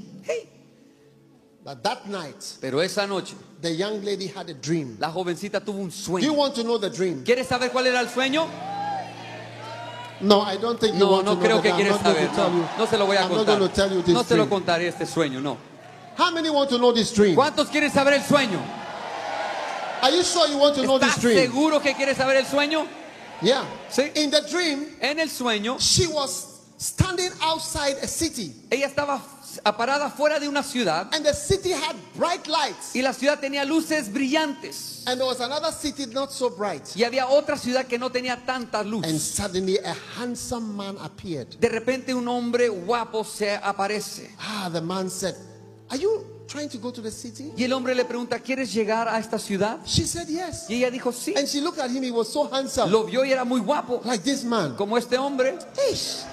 Speaker 1: But that night,
Speaker 2: Pero esa noche,
Speaker 1: the young lady had a dream.
Speaker 2: la jovencita tuvo un
Speaker 1: Do you
Speaker 2: sueño.
Speaker 1: want to know the dream?
Speaker 2: ¿Quieres saber cuál era el sueño?
Speaker 1: No, I don't think you
Speaker 2: No,
Speaker 1: want
Speaker 2: no
Speaker 1: to know
Speaker 2: creo
Speaker 1: that.
Speaker 2: que
Speaker 1: I'm
Speaker 2: quieres
Speaker 1: not going
Speaker 2: saber.
Speaker 1: to tell you.
Speaker 2: No, no se lo voy a
Speaker 1: I'm not
Speaker 2: contar.
Speaker 1: going to tell you this
Speaker 2: No te lo
Speaker 1: dream.
Speaker 2: contaré este sueño, no.
Speaker 1: How many want to know this dream?
Speaker 2: ¿Cuántos quieren saber el sueño?
Speaker 1: Are you sure you want to know this
Speaker 2: ¿Estás
Speaker 1: dream?
Speaker 2: seguro que quieres saber el sueño?
Speaker 1: Yeah.
Speaker 2: Sí.
Speaker 1: In the dream,
Speaker 2: En el sueño,
Speaker 1: she was standing outside a city,
Speaker 2: ella estaba f- parada fuera de una ciudad
Speaker 1: and the city had bright lights,
Speaker 2: y la ciudad tenía luces brillantes.
Speaker 1: and there was another city not so bright.
Speaker 2: Y había otra ciudad que no tenía tanta luz.
Speaker 1: And suddenly, a handsome man appeared.
Speaker 2: De repente un hombre guapo se aparece.
Speaker 1: Ah, the man said, "Are you trying to go to the city?"
Speaker 2: Y el hombre le pregunta, ¿quieres llegar a esta ciudad?
Speaker 1: She said, "Yes."
Speaker 2: Y ella dijo, sí.
Speaker 1: And she looked at him; he was so handsome,
Speaker 2: Lo vio y era muy guapo,
Speaker 1: like this man.
Speaker 2: como este hombre. [LAUGHS]
Speaker 1: Ish.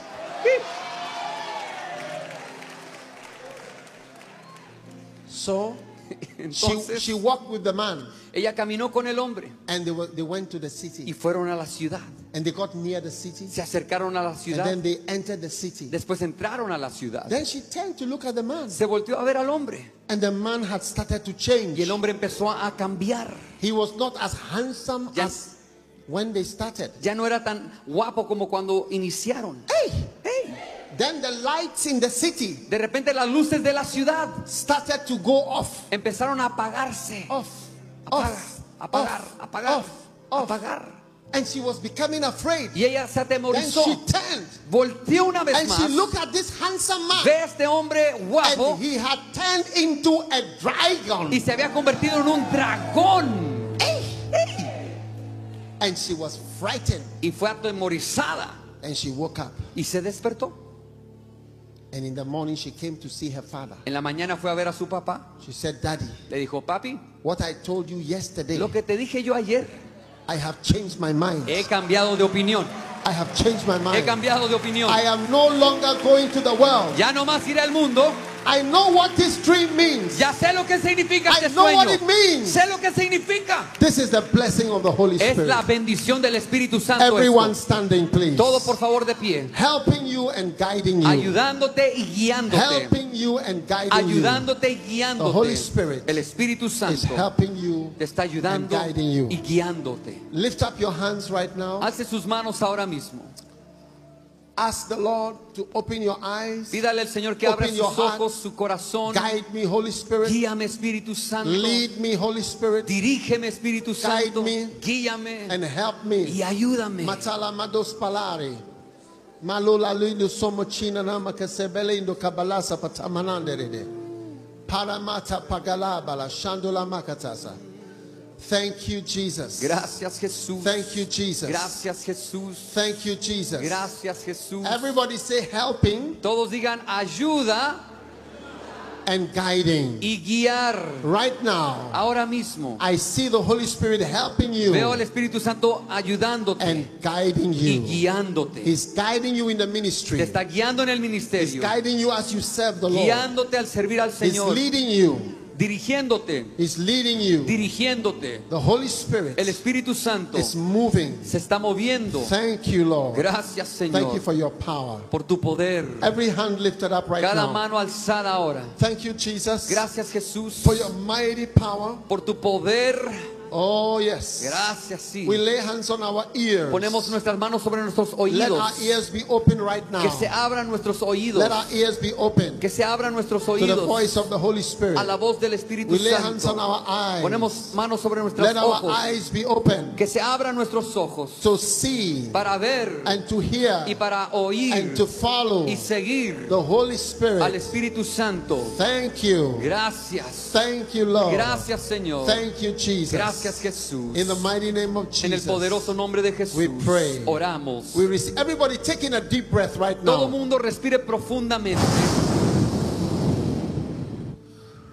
Speaker 1: So she,
Speaker 2: Entonces,
Speaker 1: she walked with the man
Speaker 2: ella caminó con el hombre
Speaker 1: and they, were, they went to the
Speaker 2: y
Speaker 1: city
Speaker 2: fueron a la ciudad.
Speaker 1: and they got near the city
Speaker 2: Se acercaron a la
Speaker 1: and
Speaker 2: ciudad,
Speaker 1: then they entered the city.
Speaker 2: después entraron a la ciudad.
Speaker 1: Then she turned to look at the man
Speaker 2: Se volteó a ver al hombre
Speaker 1: and the man had started to
Speaker 2: y
Speaker 1: change.
Speaker 2: el hombre empezó a cambiar.
Speaker 1: He was not as handsome
Speaker 2: Ya-
Speaker 1: as when they started.
Speaker 2: Ya no era tan guapo como cuando iniciaron.
Speaker 1: Hey!
Speaker 2: ¡Hey!
Speaker 1: Then the lights in the city
Speaker 2: De repente las luces de la ciudad
Speaker 1: started to go off,
Speaker 2: empezaron a apagarse.
Speaker 1: off,
Speaker 2: Apagar,
Speaker 1: off,
Speaker 2: apagar,
Speaker 1: off,
Speaker 2: apagar,
Speaker 1: off, off.
Speaker 2: apagar.
Speaker 1: And she was becoming afraid.
Speaker 2: Y ella se
Speaker 1: Then
Speaker 2: atemorizó.
Speaker 1: she turned
Speaker 2: Volteó una vez
Speaker 1: and she
Speaker 2: más.
Speaker 1: looked at this handsome man.
Speaker 2: Ve a este hombre guapo
Speaker 1: And he had turned into a
Speaker 2: y
Speaker 1: dragon.
Speaker 2: se había convertido en un dragón.
Speaker 1: And she was frightened.
Speaker 2: Y fue atemorizada
Speaker 1: And she woke up.
Speaker 2: y se despertó.
Speaker 1: And in the morning, she came to see her father.
Speaker 2: En la mañana fue a ver a su papá.
Speaker 1: She said, Daddy,
Speaker 2: Le dijo, papi,
Speaker 1: what I told you yesterday,
Speaker 2: lo que te dije yo ayer,
Speaker 1: I have changed my mind.
Speaker 2: he cambiado de opinión.
Speaker 1: I have changed my
Speaker 2: He
Speaker 1: mind.
Speaker 2: cambiado de opinión.
Speaker 1: I am no longer going to the world.
Speaker 2: Ya no más iré al mundo.
Speaker 1: I know what this dream means.
Speaker 2: Ya sé lo que significa
Speaker 1: I
Speaker 2: este
Speaker 1: know what it
Speaker 2: sueño.
Speaker 1: means.
Speaker 2: Sé lo que significa.
Speaker 1: This is the blessing of the Holy
Speaker 2: Es la
Speaker 1: Spirit.
Speaker 2: bendición del Espíritu Santo.
Speaker 1: Everyone
Speaker 2: esto.
Speaker 1: standing, please.
Speaker 2: Todo por favor de pie.
Speaker 1: Helping you and guiding you.
Speaker 2: Ayudándote y guiándote.
Speaker 1: Helping you and guiding you.
Speaker 2: Ayudándote y
Speaker 1: The Holy
Speaker 2: guiándote.
Speaker 1: Spirit
Speaker 2: El Espíritu
Speaker 1: Is
Speaker 2: Santo
Speaker 1: helping you.
Speaker 2: te está ayudando
Speaker 1: and guiding you.
Speaker 2: y guiándote.
Speaker 1: Lift up your hands right now.
Speaker 2: Alce sus manos ahora mismo.
Speaker 1: Ask the Lord to open your eyes.
Speaker 2: Pídale al Señor que abra
Speaker 1: Open
Speaker 2: sus
Speaker 1: your heart.
Speaker 2: ojos, su corazón.
Speaker 1: Guide me, Holy Spirit.
Speaker 2: Guíame, Espíritu Santo.
Speaker 1: Lead me, Holy Spirit.
Speaker 2: Dirígeme, Espíritu Santo.
Speaker 1: me.
Speaker 2: Guíame
Speaker 1: And help
Speaker 2: y
Speaker 1: me.
Speaker 2: ayúdame.
Speaker 1: Matala mados palari. Malola lindu somochina nama kesebele indo kabalasa patamananderede. Paramata pagalabala shandula makatasa. Thank you, Jesus.
Speaker 2: Gracias, Jesús.
Speaker 1: Thank you, Jesus.
Speaker 2: Gracias, Jesús.
Speaker 1: Thank you, Jesus.
Speaker 2: Gracias, Jesús.
Speaker 1: Everybody say helping
Speaker 2: Todos digan ayuda
Speaker 1: and guiding.
Speaker 2: y guiar.
Speaker 1: Right now,
Speaker 2: Ahora mismo
Speaker 1: I see the Holy Spirit helping
Speaker 2: veo al
Speaker 1: you
Speaker 2: Espíritu Santo ayudándote
Speaker 1: and guiding
Speaker 2: y
Speaker 1: you.
Speaker 2: guiándote.
Speaker 1: He's guiding you in the
Speaker 2: Te
Speaker 1: ministry.
Speaker 2: está guiando en el
Speaker 1: He's
Speaker 2: ministerio,
Speaker 1: guiding you as you serve the Lord.
Speaker 2: guiándote al servir al
Speaker 1: He's
Speaker 2: Señor,
Speaker 1: leading you.
Speaker 2: dirigiéndote,
Speaker 1: He's leading you.
Speaker 2: dirigiéndote.
Speaker 1: The Holy Spirit
Speaker 2: El Espíritu Santo
Speaker 1: is moving.
Speaker 2: se está moviendo.
Speaker 1: Thank you, Lord.
Speaker 2: Gracias,
Speaker 1: Thank you
Speaker 2: Señor,
Speaker 1: for your power.
Speaker 2: por tu poder.
Speaker 1: Every hand lifted up right
Speaker 2: Cada
Speaker 1: now.
Speaker 2: mano alzada ahora.
Speaker 1: Thank you, Jesus,
Speaker 2: Gracias, Jesús,
Speaker 1: for your mighty power.
Speaker 2: por tu poder.
Speaker 1: Oh, yes.
Speaker 2: Gracias, sí.
Speaker 1: We lay hands on our ears.
Speaker 2: Ponemos nuestras manos sobre nuestros
Speaker 1: Let
Speaker 2: oídos.
Speaker 1: our ears be open right
Speaker 2: Que
Speaker 1: now.
Speaker 2: se abran nuestros
Speaker 1: Let our
Speaker 2: oídos.
Speaker 1: ears be open
Speaker 2: Que se abran nuestros
Speaker 1: to the
Speaker 2: oídos
Speaker 1: voice of the Holy Spirit.
Speaker 2: a la voz del Espíritu
Speaker 1: We lay hands on
Speaker 2: Santo.
Speaker 1: our eyes.
Speaker 2: Ponemos manos sobre nuestros
Speaker 1: Let our
Speaker 2: ojos.
Speaker 1: eyes be open
Speaker 2: Que se abran nuestros ojos
Speaker 1: to see
Speaker 2: para ver
Speaker 1: and to hear
Speaker 2: y para oír
Speaker 1: and to follow
Speaker 2: y seguir
Speaker 1: the Holy
Speaker 2: al
Speaker 1: Spirit.
Speaker 2: Espíritu Santo.
Speaker 1: Thank you.
Speaker 2: Gracias.
Speaker 1: Thank you, Lord.
Speaker 2: Gracias, Señor.
Speaker 1: Thank you,
Speaker 2: Gracias,
Speaker 1: Jesus.
Speaker 2: Jesús.
Speaker 1: In the mighty name of
Speaker 2: En el
Speaker 1: Jesus.
Speaker 2: poderoso nombre de Jesús
Speaker 1: We pray.
Speaker 2: oramos.
Speaker 1: We receive everybody taking a deep breath right
Speaker 2: Todo
Speaker 1: now.
Speaker 2: mundo respire profundamente.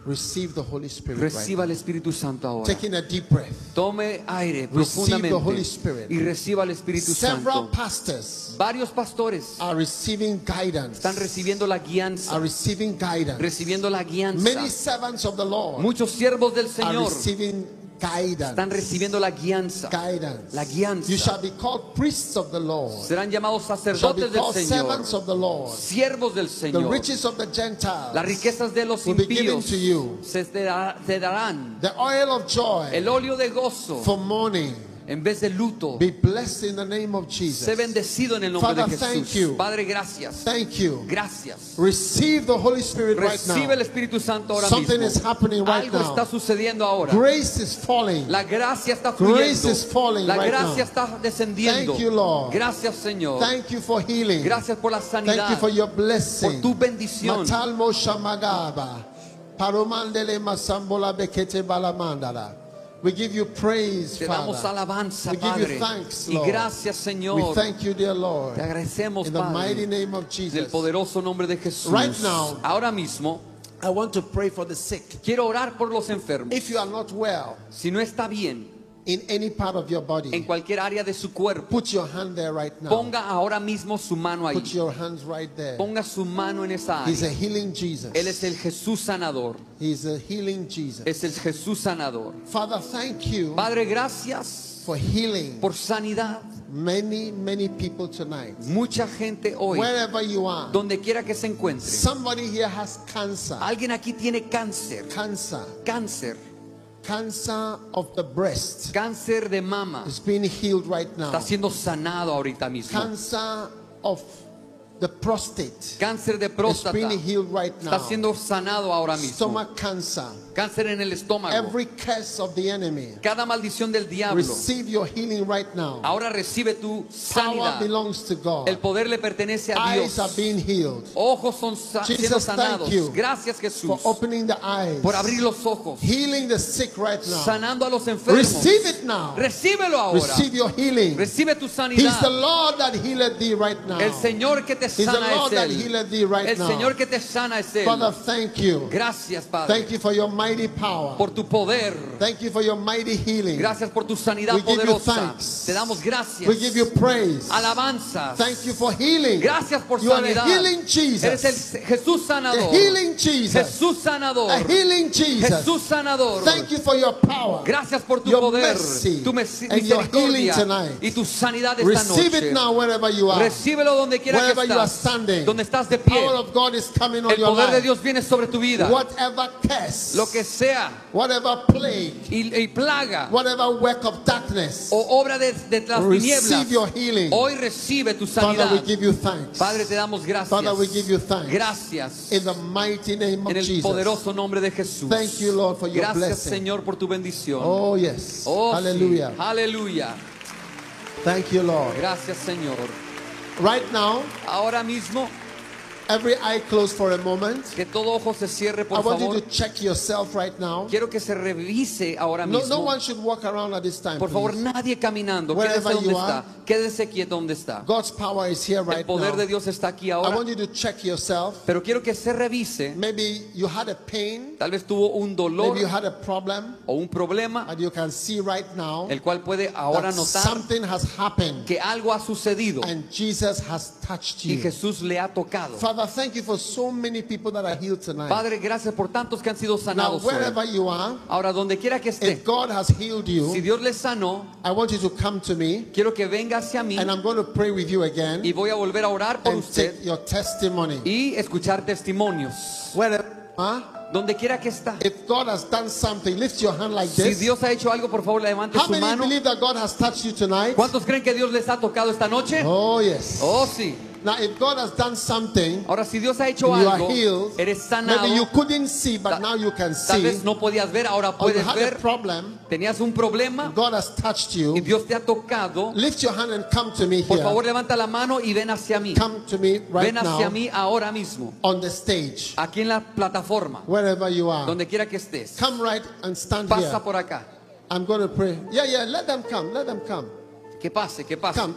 Speaker 1: Receive the Holy Spirit right
Speaker 2: Reciba el Espíritu Santo
Speaker 1: now.
Speaker 2: ahora.
Speaker 1: Taking a deep breath.
Speaker 2: Tome
Speaker 1: Holy
Speaker 2: aire profundamente
Speaker 1: Spirit.
Speaker 2: y reciba el Espíritu
Speaker 1: Several
Speaker 2: Santo.
Speaker 1: pastors
Speaker 2: Varios pastores
Speaker 1: are receiving guidance.
Speaker 2: están recibiendo la
Speaker 1: Are
Speaker 2: guianza,
Speaker 1: receiving guidance.
Speaker 2: recibiendo la
Speaker 1: Many
Speaker 2: guianza.
Speaker 1: servants of the Lord
Speaker 2: Muchos siervos del
Speaker 1: are
Speaker 2: Señor
Speaker 1: receiving
Speaker 2: están
Speaker 1: guidance.
Speaker 2: recibiendo la guianza.
Speaker 1: Guidance.
Speaker 2: La guianza.
Speaker 1: You shall be called priests of the Lord.
Speaker 2: Serán llamados
Speaker 1: Shall be
Speaker 2: sacerdotes del
Speaker 1: called servants
Speaker 2: Señor,
Speaker 1: of the Lord.
Speaker 2: siervos del
Speaker 1: The
Speaker 2: Señor.
Speaker 1: riches of the Gentiles.
Speaker 2: Las riquezas de los
Speaker 1: will be given
Speaker 2: impíos
Speaker 1: to you.
Speaker 2: se te, da- te darán.
Speaker 1: The oil of joy
Speaker 2: El óleo de gozo
Speaker 1: for mourning.
Speaker 2: en vez de luto.
Speaker 1: Be blessed in the name of
Speaker 2: Sé
Speaker 1: Jesus.
Speaker 2: bendecido en el nombre
Speaker 1: Father,
Speaker 2: de
Speaker 1: thank
Speaker 2: Jesús.
Speaker 1: you.
Speaker 2: Padre, gracias.
Speaker 1: Thank you.
Speaker 2: Gracias.
Speaker 1: Receive the Holy Spirit right
Speaker 2: Recibe el
Speaker 1: now.
Speaker 2: Espíritu Santo ahora
Speaker 1: Something is
Speaker 2: mismo.
Speaker 1: happening right
Speaker 2: Algo está
Speaker 1: now.
Speaker 2: sucediendo ahora.
Speaker 1: Grace is falling.
Speaker 2: La gracia está
Speaker 1: Grace
Speaker 2: fluyendo.
Speaker 1: is falling
Speaker 2: La
Speaker 1: right now.
Speaker 2: gracia está descendiendo.
Speaker 1: Thank you, Lord.
Speaker 2: Gracias, Señor.
Speaker 1: Thank you for healing.
Speaker 2: Gracias por la sanidad.
Speaker 1: Thank you for your blessing.
Speaker 2: Por tu bendición.
Speaker 1: Matalmo shamagaba. Paromandele masambola bekete balamandala. We give you praise,
Speaker 2: Te damos
Speaker 1: Father.
Speaker 2: alabanza,
Speaker 1: we give
Speaker 2: Padre.
Speaker 1: you thanks,
Speaker 2: y
Speaker 1: Lord.
Speaker 2: gracias,
Speaker 1: We
Speaker 2: Señor.
Speaker 1: thank you, dear Lord.
Speaker 2: Te agradecemos,
Speaker 1: In the mighty
Speaker 2: Padre,
Speaker 1: name of
Speaker 2: en el
Speaker 1: Jesus.
Speaker 2: poderoso nombre de Jesús.
Speaker 1: Right now.
Speaker 2: Ahora mismo,
Speaker 1: I want to pray for the sick.
Speaker 2: quiero orar por los enfermos.
Speaker 1: If you are not well
Speaker 2: Si no está bien
Speaker 1: in any part of your
Speaker 2: en
Speaker 1: body,
Speaker 2: cualquier área de su cuerpo,
Speaker 1: put your hand there right now.
Speaker 2: ponga ahora mismo su mano
Speaker 1: Put
Speaker 2: ahí.
Speaker 1: your hands right there.
Speaker 2: Ponga su mano en esa
Speaker 1: He's
Speaker 2: área.
Speaker 1: a healing
Speaker 2: Él es
Speaker 1: Jesus.
Speaker 2: el Jesús sanador.
Speaker 1: He's a healing Jesus.
Speaker 2: Es el Jesús sanador.
Speaker 1: Father, thank you
Speaker 2: Padre, gracias
Speaker 1: for healing
Speaker 2: por sanidad.
Speaker 1: many, many people tonight.
Speaker 2: Mucha gente hoy,
Speaker 1: Wherever you are,
Speaker 2: donde quiera que se encuentre,
Speaker 1: somebody here has cancer.
Speaker 2: alguien aquí tiene cáncer,
Speaker 1: Cancer.
Speaker 2: cáncer,
Speaker 1: Cancer of the breast
Speaker 2: cáncer de mama.
Speaker 1: is being healed right now.
Speaker 2: Está siendo sanado ahorita mismo.
Speaker 1: Cancer of the prostate
Speaker 2: Cáncer de
Speaker 1: is
Speaker 2: próstata
Speaker 1: being healed right
Speaker 2: está
Speaker 1: now.
Speaker 2: siendo sanado ahora mismo.
Speaker 1: Stomach cancer.
Speaker 2: Cáncer en el estómago.
Speaker 1: Every curse of the enemy.
Speaker 2: Cada maldición del diablo.
Speaker 1: Receive your healing right now.
Speaker 2: Ahora recibe tu
Speaker 1: Power
Speaker 2: sanidad.
Speaker 1: belongs to
Speaker 2: El
Speaker 1: God.
Speaker 2: poder le pertenece a
Speaker 1: Eyes are
Speaker 2: Dios.
Speaker 1: being healed.
Speaker 2: Ojos son sa-
Speaker 1: Jesus,
Speaker 2: siendo
Speaker 1: thank
Speaker 2: sanados.
Speaker 1: you
Speaker 2: Gracias
Speaker 1: For
Speaker 2: Jesús
Speaker 1: opening the eyes.
Speaker 2: por abrir los ojos,
Speaker 1: Healing the sick right now.
Speaker 2: sanando a los enfermos.
Speaker 1: Receive it now.
Speaker 2: Recíbelo ahora.
Speaker 1: Receive your healing.
Speaker 2: Recibe tu
Speaker 1: He's the
Speaker 2: sanidad.
Speaker 1: Lord that healed thee right now.
Speaker 2: El Señor que te
Speaker 1: the
Speaker 2: sana
Speaker 1: Lord
Speaker 2: es
Speaker 1: that
Speaker 2: él.
Speaker 1: healeth thee right
Speaker 2: El
Speaker 1: now.
Speaker 2: Señor que te sana es él.
Speaker 1: Father, thank you.
Speaker 2: Gracias, Padre,
Speaker 1: Thank you for your mighty power.
Speaker 2: por tu poder.
Speaker 1: Thank you for your mighty healing.
Speaker 2: Gracias por tu sanidad
Speaker 1: We give you
Speaker 2: poderosa.
Speaker 1: thanks.
Speaker 2: Te damos gracias.
Speaker 1: We give you praise.
Speaker 2: Alabanzas.
Speaker 1: Thank you for healing.
Speaker 2: Gracias por
Speaker 1: you are a
Speaker 2: sanidad.
Speaker 1: healing Jesus.
Speaker 2: Eres el Jesús
Speaker 1: a
Speaker 2: sanador.
Speaker 1: healing Jesus.
Speaker 2: Jesús sanador.
Speaker 1: A healing Jesus.
Speaker 2: Jesús sanador.
Speaker 1: Thank you for your power.
Speaker 2: Gracias por tu
Speaker 1: your
Speaker 2: poder,
Speaker 1: mercy,
Speaker 2: tu mes-
Speaker 1: and your healing
Speaker 2: misericordia
Speaker 1: tonight.
Speaker 2: y tu sanidad esta
Speaker 1: Receive
Speaker 2: noche.
Speaker 1: it now wherever you are.
Speaker 2: Recíbelo donde quiera que
Speaker 1: Wherever you are
Speaker 2: estás,
Speaker 1: standing.
Speaker 2: donde estás de
Speaker 1: The
Speaker 2: pie.
Speaker 1: power of God is coming on
Speaker 2: El
Speaker 1: your
Speaker 2: poder de
Speaker 1: life.
Speaker 2: Dios viene sobre tu vida.
Speaker 1: Whatever curse,
Speaker 2: Lo que sea
Speaker 1: whatever plague,
Speaker 2: y, y plaga
Speaker 1: whatever work of darkness,
Speaker 2: o obra de, de las
Speaker 1: receive
Speaker 2: tinieblas,
Speaker 1: your healing.
Speaker 2: hoy recibe tu
Speaker 1: Father, we
Speaker 2: sanidad.
Speaker 1: give you thanks.
Speaker 2: Padre, te damos gracias.
Speaker 1: Father, we give you thanks.
Speaker 2: Gracias.
Speaker 1: In the mighty name of
Speaker 2: En el
Speaker 1: Jesus.
Speaker 2: poderoso nombre de Jesús.
Speaker 1: Thank you, Lord, for your
Speaker 2: Gracias,
Speaker 1: blessing.
Speaker 2: Señor, por tu bendición.
Speaker 1: Oh, yes.
Speaker 2: Oh, sí.
Speaker 1: Hallelujah.
Speaker 2: Aleluya.
Speaker 1: Thank you, Lord.
Speaker 2: Gracias, Señor.
Speaker 1: Right now,
Speaker 2: Ahora mismo,
Speaker 1: every eye closed for a moment.
Speaker 2: que todo ojo se cierre,
Speaker 1: I
Speaker 2: por
Speaker 1: want you
Speaker 2: favor.
Speaker 1: to check yourself right now.
Speaker 2: Quiero que se revise ahora
Speaker 1: No, no
Speaker 2: mismo.
Speaker 1: one should walk around at this time.
Speaker 2: Por favor,
Speaker 1: please.
Speaker 2: nadie caminando.
Speaker 1: Wherever
Speaker 2: Quédese donde
Speaker 1: you are.
Speaker 2: está. Quédese quieto donde está.
Speaker 1: God's power is here
Speaker 2: El
Speaker 1: right now.
Speaker 2: poder de Dios está aquí
Speaker 1: I
Speaker 2: ahora.
Speaker 1: want you to check yourself.
Speaker 2: Pero quiero que se revise.
Speaker 1: Maybe you had a pain,
Speaker 2: Tal vez tuvo un dolor
Speaker 1: maybe you had a problem,
Speaker 2: o un problema,
Speaker 1: and you can see right now
Speaker 2: el cual puede ahora
Speaker 1: that
Speaker 2: notar
Speaker 1: something has happened
Speaker 2: que algo ha sucedido
Speaker 1: and Jesus has touched
Speaker 2: y
Speaker 1: you.
Speaker 2: Jesús le ha tocado.
Speaker 1: Father, thank you for so many people that are healed tonight.
Speaker 2: Padre, gracias por tantos que han sido
Speaker 1: Now,
Speaker 2: sanados. hoy.
Speaker 1: wherever you are,
Speaker 2: Ahora, donde quiera que
Speaker 1: if
Speaker 2: esté,
Speaker 1: God has healed
Speaker 2: si
Speaker 1: you,
Speaker 2: Dios le sanó,
Speaker 1: I want you to come to me
Speaker 2: quiero que venga hacia mí
Speaker 1: and I'm going to pray with you
Speaker 2: y
Speaker 1: again
Speaker 2: voy a volver a orar por
Speaker 1: and take
Speaker 2: usted
Speaker 1: your testimony.
Speaker 2: y escuchar testimonios.
Speaker 1: Wherever you are,
Speaker 2: Donde quiera que está.
Speaker 1: if God has done something, lift your hand like
Speaker 2: Si
Speaker 1: this.
Speaker 2: Dios ha hecho algo, por favor, levante
Speaker 1: How
Speaker 2: su
Speaker 1: many
Speaker 2: mano.
Speaker 1: believe that God has touched you tonight?
Speaker 2: ¿Cuántos creen que Dios les ha tocado esta noche?
Speaker 1: Oh, yes.
Speaker 2: Oh, sí.
Speaker 1: Now, if God has done something,
Speaker 2: Ahora, si Dios ha
Speaker 1: you
Speaker 2: hecho
Speaker 1: are
Speaker 2: algo,
Speaker 1: healed.
Speaker 2: eres sanado.
Speaker 1: Maybe you couldn't see, but
Speaker 2: Ta-
Speaker 1: now you can
Speaker 2: Tal
Speaker 1: see.
Speaker 2: vez no podías ver, ahora
Speaker 1: Or you
Speaker 2: puedes
Speaker 1: had a
Speaker 2: ver.
Speaker 1: problem,
Speaker 2: Tenías un problema
Speaker 1: God has touched
Speaker 2: y
Speaker 1: you.
Speaker 2: Dios te ha tocado.
Speaker 1: Lift your hand and come to me
Speaker 2: Por
Speaker 1: here.
Speaker 2: favor, levanta la mano y ven hacia mí.
Speaker 1: Come to me right
Speaker 2: Ven hacia
Speaker 1: now
Speaker 2: mí ahora mismo.
Speaker 1: on the stage,
Speaker 2: Aquí en la plataforma,
Speaker 1: wherever you are.
Speaker 2: donde quiera que estés.
Speaker 1: Come right and stand here.
Speaker 2: Pasa por acá.
Speaker 1: I'm going to pray. Yeah, yeah, let them come. Let them come.
Speaker 2: Que pase, que pase.
Speaker 1: Come.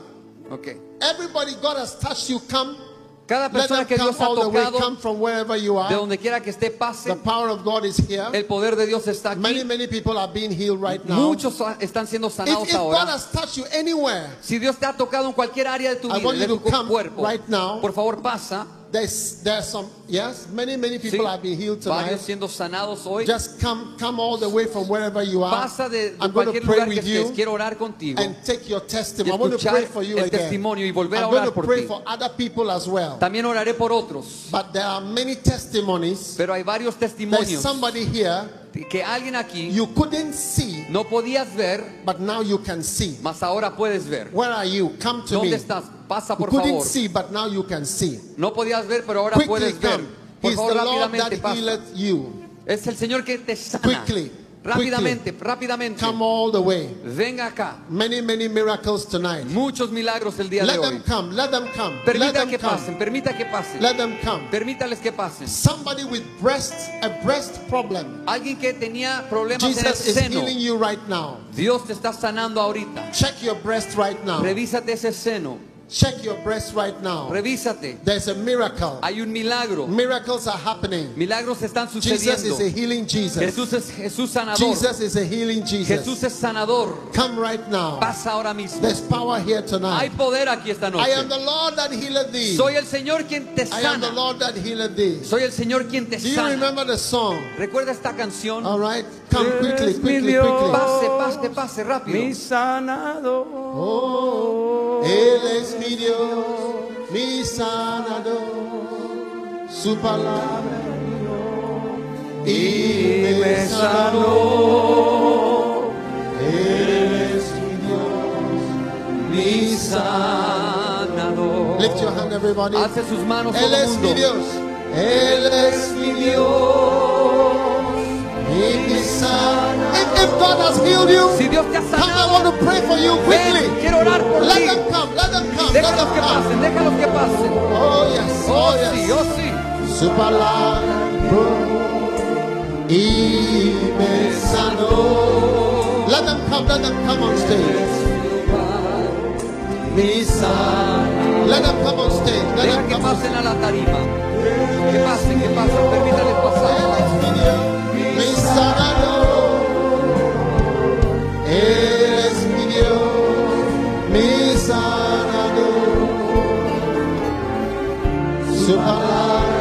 Speaker 2: Ok.
Speaker 1: Everybody, God has touched you. Come
Speaker 2: Cada
Speaker 1: Let
Speaker 2: persona
Speaker 1: them
Speaker 2: que
Speaker 1: come
Speaker 2: Dios ha
Speaker 1: all the way,
Speaker 2: tocado,
Speaker 1: come from wherever you
Speaker 2: de
Speaker 1: are.
Speaker 2: donde quiera que
Speaker 1: The
Speaker 2: esté, pase.
Speaker 1: power of God is here.
Speaker 2: El poder de Dios está
Speaker 1: Many,
Speaker 2: aquí.
Speaker 1: many people are being healed right now. If,
Speaker 2: Muchos están siendo
Speaker 1: if
Speaker 2: sanados
Speaker 1: God
Speaker 2: ahora.
Speaker 1: has touched you anywhere,
Speaker 2: Si Dios te ha tocado en cualquier área de tu
Speaker 1: I
Speaker 2: vida,
Speaker 1: want
Speaker 2: de
Speaker 1: you
Speaker 2: tu
Speaker 1: to come
Speaker 2: cuerpo,
Speaker 1: right now.
Speaker 2: por favor pasa.
Speaker 1: there's there's some yes, many many
Speaker 2: Sí,
Speaker 1: people have been healed
Speaker 2: varios
Speaker 1: tonight.
Speaker 2: siendo sanados hoy.
Speaker 1: Just come come all the way from wherever you are.
Speaker 2: Pasa de, de
Speaker 1: I'm going to
Speaker 2: cualquier
Speaker 1: pray
Speaker 2: lugar que
Speaker 1: with
Speaker 2: estés.
Speaker 1: you
Speaker 2: Quiero orar contigo.
Speaker 1: and take your
Speaker 2: y
Speaker 1: testimony. I want to
Speaker 2: escuchar
Speaker 1: pray for you
Speaker 2: el
Speaker 1: again.
Speaker 2: testimonio y volver a
Speaker 1: I'm
Speaker 2: orar
Speaker 1: going to
Speaker 2: por
Speaker 1: pray
Speaker 2: ti.
Speaker 1: for other people as well.
Speaker 2: También oraré por otros.
Speaker 1: But there are many testimonies.
Speaker 2: Pero hay varios
Speaker 1: There's
Speaker 2: testimonios
Speaker 1: somebody here
Speaker 2: que alguien aquí
Speaker 1: you couldn't see,
Speaker 2: no podías ver,
Speaker 1: but now you can see.
Speaker 2: mas ahora puedes ver.
Speaker 1: Where are you? Come to
Speaker 2: ¿Dónde
Speaker 1: me.
Speaker 2: estás? Pasa
Speaker 1: You
Speaker 2: por
Speaker 1: couldn't
Speaker 2: favor.
Speaker 1: see, but now you can see.
Speaker 2: No podías ver, pero ahora
Speaker 1: Quickly
Speaker 2: puedes ver.
Speaker 1: come.
Speaker 2: Por
Speaker 1: He's the
Speaker 2: favor,
Speaker 1: Lord that
Speaker 2: rápidamente pasa.
Speaker 1: healeth you.
Speaker 2: Es el Señor que te sana.
Speaker 1: Quickly,
Speaker 2: Rápidamente, rápidamente.
Speaker 1: Come all the way.
Speaker 2: Venga acá.
Speaker 1: Many, many miracles tonight.
Speaker 2: Muchos milagros el día de
Speaker 1: Let them
Speaker 2: hoy.
Speaker 1: come. Let them come. Let
Speaker 2: Permita
Speaker 1: them
Speaker 2: que
Speaker 1: come.
Speaker 2: pasen, permita que pasen.
Speaker 1: Let them come.
Speaker 2: Permítales que pasen.
Speaker 1: Somebody with breast, a breast problem.
Speaker 2: Alguien que tenía problemas en el
Speaker 1: Jesus is
Speaker 2: seno.
Speaker 1: healing you right now.
Speaker 2: Dios te está sanando ahorita.
Speaker 1: Check your breast right now.
Speaker 2: Revísate ese seno.
Speaker 1: Check your breast right now.
Speaker 2: Revísate.
Speaker 1: There's a miracle.
Speaker 2: Hay un milagro.
Speaker 1: Miracles are happening.
Speaker 2: Milagros están
Speaker 1: Mm. Jesus is
Speaker 2: sucediendo.
Speaker 1: a healing Jesus.
Speaker 2: Jesús es Jesús sanador.
Speaker 1: Jesus is a healing
Speaker 2: Jesús
Speaker 1: Jesus.
Speaker 2: es sanador.
Speaker 1: Come right now.
Speaker 2: Pasa ahora mismo.
Speaker 1: There's power here
Speaker 2: Hay
Speaker 1: tonight.
Speaker 2: poder aquí esta
Speaker 1: I
Speaker 2: noche.
Speaker 1: am the Lord that healeth thee.
Speaker 2: Soy el Señor quien te
Speaker 1: I am the
Speaker 2: sana.
Speaker 1: Lord that healeth thee.
Speaker 2: Soy el Señor quien te
Speaker 1: Do you
Speaker 2: sana.
Speaker 1: remember the song?
Speaker 2: Recuerda esta canción.
Speaker 1: All right. Come
Speaker 3: Eres
Speaker 1: quickly,
Speaker 3: mi
Speaker 1: quickly,
Speaker 3: Dios.
Speaker 1: quickly.
Speaker 2: Pase, pase, pase, rápido.
Speaker 3: mi sanador.
Speaker 1: Él es mi Dios, mi sanador, su palabra me dio y me sanó. Él es mi Dios,
Speaker 2: Mi sanador.
Speaker 1: Lift your hand, everybody.
Speaker 2: Hace sus manos
Speaker 1: Él
Speaker 2: todo el
Speaker 1: es mi
Speaker 2: mundo.
Speaker 1: Dios, Él es mi Dios, y mi sanador. If, if God has healed
Speaker 2: Si
Speaker 1: you,
Speaker 2: Dios te ha
Speaker 1: come, I
Speaker 2: sanado,
Speaker 1: want to pray for you
Speaker 2: ven,
Speaker 1: quickly.
Speaker 2: quiero orar por
Speaker 1: Let
Speaker 2: ti.
Speaker 1: them come, let them come, let
Speaker 2: Déjalos que
Speaker 1: them come.
Speaker 2: pasen, déjalos que pasen.
Speaker 1: Oh yes,
Speaker 2: Oh
Speaker 1: oh
Speaker 2: sí, oh
Speaker 1: yes.
Speaker 2: sí.
Speaker 1: Su palabra y me sanó. Let them come, let them come on stage.
Speaker 2: Mi sanador.
Speaker 1: Let them come on stage. Let
Speaker 2: Deja
Speaker 1: them
Speaker 2: que
Speaker 1: come on
Speaker 2: pasen a la tarima. Que pasen, que pasen, permítales pasar.
Speaker 1: stage. Mi sanador. Él es mi Dios, mi sanador. Su palabra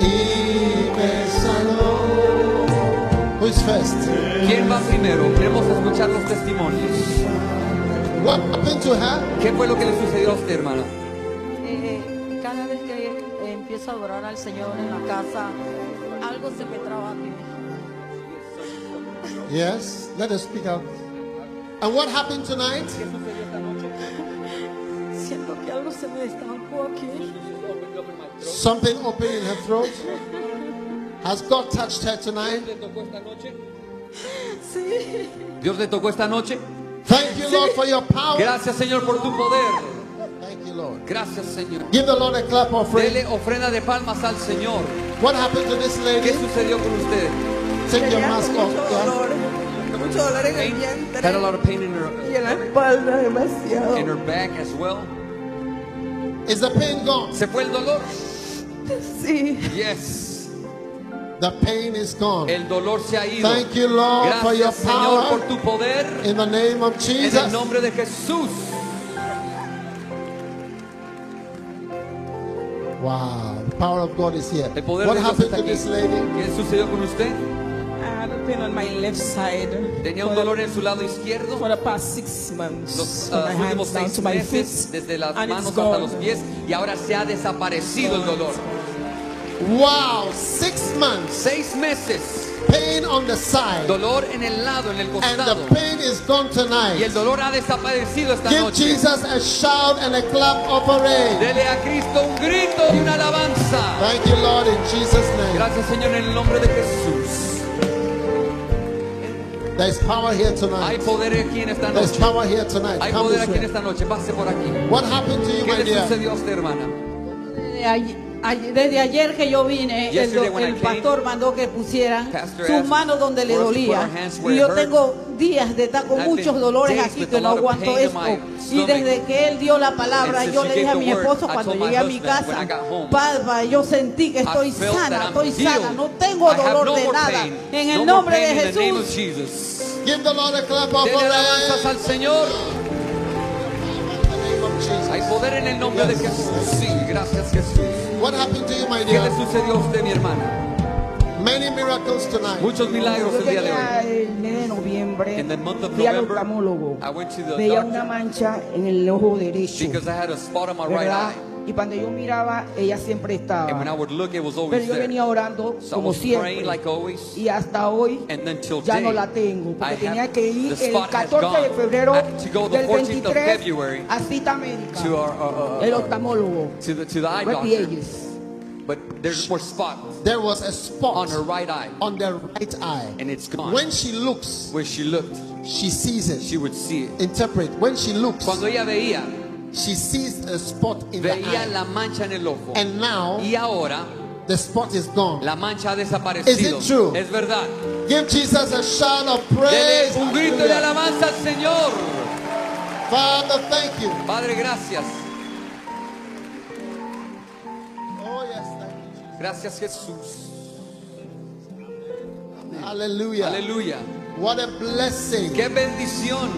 Speaker 1: y me sanó. Who's first?
Speaker 2: ¿Quién va primero? Queremos escuchar los testimonios.
Speaker 1: What happened to her?
Speaker 2: ¿Qué fue lo que le sucedió a usted, hermana?
Speaker 4: Eh, cada vez que empiezo a adorar al Señor en la casa, algo se me traba aquí.
Speaker 1: Yes, let us speak up. And what happened tonight?
Speaker 4: Siento que algo se me estancó aquí.
Speaker 1: Something open in her throat. Has God touched her tonight?
Speaker 4: Sí.
Speaker 2: Dios le tocó esta noche.
Speaker 1: Thank you, Lord, for your power.
Speaker 2: Gracias, Señor, por tu poder.
Speaker 1: Thank you, Lord.
Speaker 2: Gracias, Señor.
Speaker 1: Give the Lord a clap offering.
Speaker 2: Dele ofrenda de palmas al Señor.
Speaker 1: What happened to this
Speaker 2: ¿Qué
Speaker 1: lady?
Speaker 2: sucedió con usted?
Speaker 1: Take your
Speaker 5: Tenía
Speaker 1: mask
Speaker 5: mucho
Speaker 1: off.
Speaker 5: dolor, mucho dolor en el
Speaker 2: Pain?
Speaker 5: vientre
Speaker 2: Had a lot of pain in her,
Speaker 5: y en la espalda demasiado.
Speaker 2: in her back as well.
Speaker 1: God. Is the pain gone?
Speaker 2: ¿Se fue el dolor?
Speaker 5: Sí,
Speaker 2: Yes.
Speaker 1: The pain is gone.
Speaker 2: El dolor se ha ido.
Speaker 1: Thank you, Lord, for your
Speaker 2: Gracias, Señor,
Speaker 1: power.
Speaker 2: por tu poder.
Speaker 1: In the name of
Speaker 2: En el
Speaker 1: Jesus.
Speaker 2: nombre de Jesús.
Speaker 1: Wow, the power of God is here.
Speaker 2: El poder
Speaker 1: What
Speaker 2: de Dios
Speaker 1: happened
Speaker 2: está
Speaker 1: to
Speaker 2: aquí.
Speaker 1: this lady?
Speaker 2: ¿Qué sucedió con usted?
Speaker 5: I had a pain on my left side
Speaker 2: Tenía un
Speaker 5: for the-
Speaker 2: dolor en su lado
Speaker 5: for
Speaker 2: izquierdo.
Speaker 5: the past six months.
Speaker 2: Los
Speaker 5: from
Speaker 2: ah,
Speaker 5: my
Speaker 2: últimos
Speaker 5: hands down
Speaker 2: seis
Speaker 5: to my
Speaker 2: meses,
Speaker 5: feet,
Speaker 2: desde las
Speaker 5: and
Speaker 2: manos
Speaker 5: it's
Speaker 2: hasta
Speaker 5: gone.
Speaker 2: los pies, y ahora se ha desaparecido el dolor.
Speaker 1: Wow, six months.
Speaker 2: Seis meses.
Speaker 1: Pain on the side.
Speaker 2: Dolor en el lado, en el
Speaker 1: And
Speaker 2: costado.
Speaker 1: the pain is gone
Speaker 2: Y el
Speaker 1: tonight.
Speaker 2: dolor ha desaparecido esta
Speaker 1: Give
Speaker 2: noche.
Speaker 1: Jesus a shout and a clap offering.
Speaker 2: Dele a Cristo un grito y una alabanza.
Speaker 1: Thank you, Lord, in Jesus' name.
Speaker 2: Gracias Señor en el nombre de Jesús.
Speaker 1: There's power here
Speaker 2: Hay
Speaker 1: tonight.
Speaker 2: poder aquí en esta
Speaker 1: There's
Speaker 2: noche.
Speaker 1: power here tonight.
Speaker 2: Hay
Speaker 1: Come
Speaker 2: poder
Speaker 1: this
Speaker 2: aquí en
Speaker 1: way.
Speaker 2: esta noche. Pase por aquí.
Speaker 1: What happened to you, my
Speaker 2: ¿Qué le
Speaker 1: dear?
Speaker 2: sucedió a usted, hermana?
Speaker 4: Eh, ay- Ay- Desde ayer que yo vine, el,
Speaker 1: Yesterday
Speaker 4: do-
Speaker 1: when I
Speaker 4: el
Speaker 1: came,
Speaker 4: pastor mandó que pusieran
Speaker 1: Pastor
Speaker 4: sus
Speaker 1: asked
Speaker 4: manos donde
Speaker 1: for
Speaker 4: le
Speaker 1: us to put
Speaker 4: dolía.
Speaker 1: our hands where
Speaker 4: Y
Speaker 1: it
Speaker 4: yo
Speaker 1: hurt.
Speaker 4: tengo días de estar con
Speaker 1: I've been
Speaker 4: muchos dolores
Speaker 1: days
Speaker 4: aquí
Speaker 1: with
Speaker 4: que
Speaker 1: a
Speaker 4: no
Speaker 1: lot of
Speaker 4: aguanto
Speaker 1: pain in
Speaker 4: esto.
Speaker 1: my
Speaker 4: Y
Speaker 1: stomach.
Speaker 4: desde que él dio la palabra,
Speaker 1: And
Speaker 4: yo
Speaker 1: since
Speaker 4: le
Speaker 1: he gave
Speaker 4: dije a
Speaker 1: the
Speaker 4: mi
Speaker 1: word, I
Speaker 4: esposo
Speaker 1: told
Speaker 4: cuando
Speaker 1: my
Speaker 4: llegué a mi
Speaker 1: husband when
Speaker 4: casa,
Speaker 1: I got home,
Speaker 4: Padre, yo sentí que
Speaker 1: I
Speaker 4: estoy
Speaker 1: felt that
Speaker 4: sana,
Speaker 1: I'm
Speaker 4: estoy sana,
Speaker 1: healed.
Speaker 4: no tengo
Speaker 1: I have
Speaker 4: dolor
Speaker 1: no
Speaker 4: de
Speaker 1: more
Speaker 4: nada.
Speaker 1: pain.
Speaker 4: En
Speaker 1: No
Speaker 4: el
Speaker 1: more
Speaker 4: nombre
Speaker 1: pain
Speaker 4: de
Speaker 1: in the name
Speaker 4: Jesús.
Speaker 1: of Jesus.
Speaker 2: Give the Lord a clap of
Speaker 1: Denle alabanzas al
Speaker 2: praise.
Speaker 1: Señor.
Speaker 2: In the name of
Speaker 1: Hay
Speaker 2: Jesus.
Speaker 1: poder en el nombre de Jesús. Sí, gracias Jesús.
Speaker 2: What happened to you, my
Speaker 1: ¿Qué le
Speaker 2: dear?
Speaker 1: sucedió a usted, mi hermana?
Speaker 2: Many miracles tonight.
Speaker 1: Muchos milagros
Speaker 5: Yo
Speaker 1: el día de
Speaker 5: tenía
Speaker 1: hoy.
Speaker 5: el mes de noviembre,
Speaker 1: In the month of
Speaker 5: fui al
Speaker 1: November,
Speaker 5: oftalmólogo.
Speaker 1: I went to the
Speaker 5: Veía
Speaker 1: doctor.
Speaker 5: una mancha en el ojo derecho,
Speaker 1: Because I had a spot on my right
Speaker 5: ¿verdad?
Speaker 1: eye.
Speaker 5: Y cuando yo miraba, ella siempre
Speaker 1: And when I
Speaker 5: estaba.
Speaker 1: would look, it was
Speaker 5: Pero
Speaker 1: always
Speaker 5: yo
Speaker 1: there.
Speaker 5: venía orando
Speaker 1: So I
Speaker 5: como
Speaker 1: was praying
Speaker 5: siempre.
Speaker 1: like always.
Speaker 5: Y hasta hoy
Speaker 1: And then till
Speaker 5: ya
Speaker 1: today,
Speaker 5: no la tengo,
Speaker 1: I
Speaker 5: porque tenía
Speaker 1: have-
Speaker 5: que ir
Speaker 1: the
Speaker 5: el
Speaker 1: spot has
Speaker 5: 14 de
Speaker 1: gone.
Speaker 5: febrero
Speaker 1: I had to go the
Speaker 5: del
Speaker 1: 14th of
Speaker 5: 23
Speaker 1: February
Speaker 5: a cita médica,
Speaker 1: to our, uh, uh,
Speaker 5: el oftalmólogo,
Speaker 1: to the to the eye
Speaker 5: Repi
Speaker 1: doctor.
Speaker 5: Ellis.
Speaker 1: But there's more spots
Speaker 2: There was a
Speaker 1: on
Speaker 2: spot
Speaker 1: her right eye,
Speaker 2: on the right eye.
Speaker 1: and it's gone.
Speaker 2: When she looks,
Speaker 1: Where she looked,
Speaker 2: she sees
Speaker 1: she
Speaker 2: it.
Speaker 1: would see it.
Speaker 2: Interpret. When she looks,
Speaker 1: Cuando ella veía,
Speaker 2: she sees a spot in the
Speaker 1: veía
Speaker 2: eye.
Speaker 1: la mancha en el ojo.
Speaker 2: And now
Speaker 1: Y ahora
Speaker 2: the spot is gone.
Speaker 1: la mancha ha desaparecido.
Speaker 2: Is it true?
Speaker 1: Es verdad.
Speaker 2: Give Jesus a shout of
Speaker 1: Dele
Speaker 2: praise.
Speaker 1: un grito de
Speaker 2: Hallelujah.
Speaker 1: alabanza al Señor.
Speaker 2: Father, thank you.
Speaker 1: Padre, gracias.
Speaker 2: Oh, yes, thank you. Jesus.
Speaker 1: Gracias Jesús.
Speaker 2: Hallelujah.
Speaker 1: Aleluya.
Speaker 2: What a blessing.
Speaker 1: Qué bendición.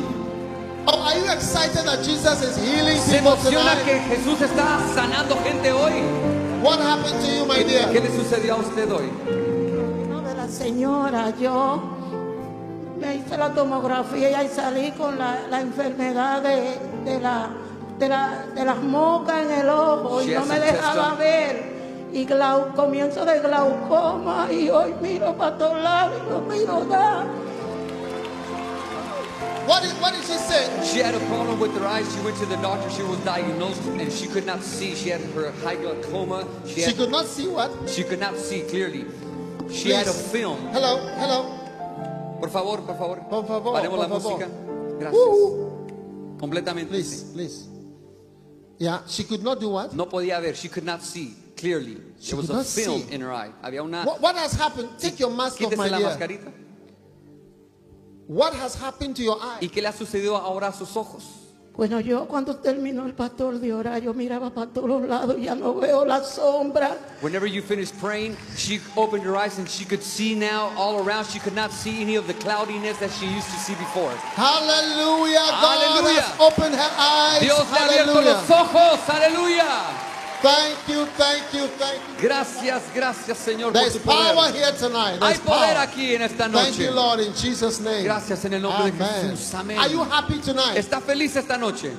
Speaker 2: Oh, are you excited that Jesus is healing
Speaker 1: Se
Speaker 2: people
Speaker 1: emociona
Speaker 2: tonight?
Speaker 1: que Jesús está sanando gente hoy.
Speaker 2: What happened to you, my
Speaker 1: ¿Qué
Speaker 2: dear?
Speaker 1: le sucedió a usted hoy?
Speaker 4: No, de la señora, yo me hice la tomografía y salí con la, la enfermedad de, de la, de, la- de las mocas en el ojo y
Speaker 1: She
Speaker 4: no
Speaker 1: has
Speaker 4: me
Speaker 1: some
Speaker 4: dejaba
Speaker 1: testo-
Speaker 4: ver. Y glau- comienzo de glaucoma y hoy miro para todos lados y no miro nada.
Speaker 2: What did, what did she say?
Speaker 1: She had a problem with her eyes. She went to the doctor. She was diagnosed and she could not see. She had her high glaucoma. She,
Speaker 2: She
Speaker 1: had,
Speaker 2: could not see what?
Speaker 1: she could not see clearly. She had a
Speaker 2: Yes.
Speaker 1: film.
Speaker 2: Hello, hello.
Speaker 1: Por favor, por favor.
Speaker 2: Por favor,
Speaker 1: Paremos la
Speaker 2: por favor.
Speaker 1: música. Gracias.
Speaker 2: Woo.
Speaker 1: Completamente.
Speaker 2: Please, please. Yeah, she could not do what?
Speaker 1: No podía ver. She could not see clearly.
Speaker 2: She
Speaker 1: There was
Speaker 2: could
Speaker 1: a
Speaker 2: not
Speaker 1: film
Speaker 2: see.
Speaker 1: in her eye. Había una.
Speaker 2: What, what has happened? Take your mask off, my
Speaker 1: Quítese la
Speaker 2: dear.
Speaker 1: mascarita.
Speaker 2: What has happened to your eye?
Speaker 1: ¿Y qué le ha sucedido ahora a sus ojos?
Speaker 4: Bueno, yo cuando terminó el pastor de orar, yo miraba para todos lados, ya no veo la sombra.
Speaker 1: Whenever you finished praying, she opened her eyes and she could see now all around. She could not see any of the cloudiness that she used to see before.
Speaker 2: Hallelujah. God
Speaker 1: Hallelujah.
Speaker 2: has opened her eyes.
Speaker 1: Dios le ha abierto los
Speaker 2: Hallelujah.
Speaker 1: ojos. Aleluya.
Speaker 2: Thank you, thank you, thank you.
Speaker 1: Gracias, gracias Señor por
Speaker 2: There's
Speaker 1: tu poder.
Speaker 2: power here tonight.
Speaker 1: Hay
Speaker 2: There's
Speaker 1: poder
Speaker 2: power.
Speaker 1: aquí en esta
Speaker 2: Thank
Speaker 1: noche.
Speaker 2: you, Lord, in Jesus' name.
Speaker 1: Gracias en el nombre de
Speaker 2: Amen.
Speaker 1: Jesús. Amén.
Speaker 2: Are you happy tonight?
Speaker 1: ¿Está feliz esta noche?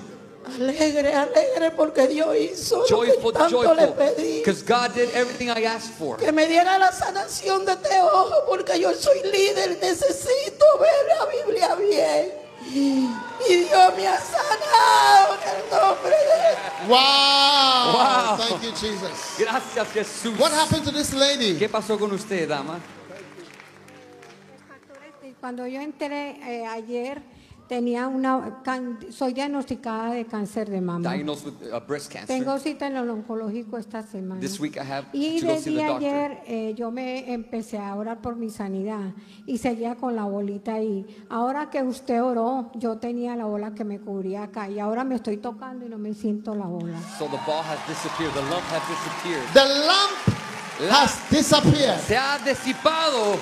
Speaker 4: Alegre, alegre porque Dios hizo lo que
Speaker 1: Joyful,
Speaker 4: tanto le
Speaker 1: joyful.
Speaker 4: pedí.
Speaker 1: Because God did everything I asked for.
Speaker 4: Que me diera la sanación de este ojo porque yo soy líder, necesito ver la Biblia bien. Y Dios me ha sanado en el nombre de
Speaker 2: Wow.
Speaker 1: Wow.
Speaker 2: Thank you, Jesus.
Speaker 1: Gracias Jesús.
Speaker 2: What happened to this lady?
Speaker 1: ¿Qué pasó con usted, dama?
Speaker 6: Pastores, Cuando yo entré eh, ayer, tenía una can- soy diagnosticada de cáncer de mama.
Speaker 1: Diagnosed with uh, breast cancer.
Speaker 6: Tengo cita en el oncológico esta semana.
Speaker 1: This week I have
Speaker 6: y
Speaker 1: to go see
Speaker 6: desde
Speaker 1: the doctor.
Speaker 6: ayer eh, yo me empecé a orar por mi sanidad y seguía con la bolita ahí. Ahora que usted oró, yo tenía la bola que me cubría acá y ahora me estoy tocando y no me siento la bola.
Speaker 1: So the ball has disappeared. The lump has disappeared.
Speaker 2: The lamp has disappeared.
Speaker 1: Se ha disipado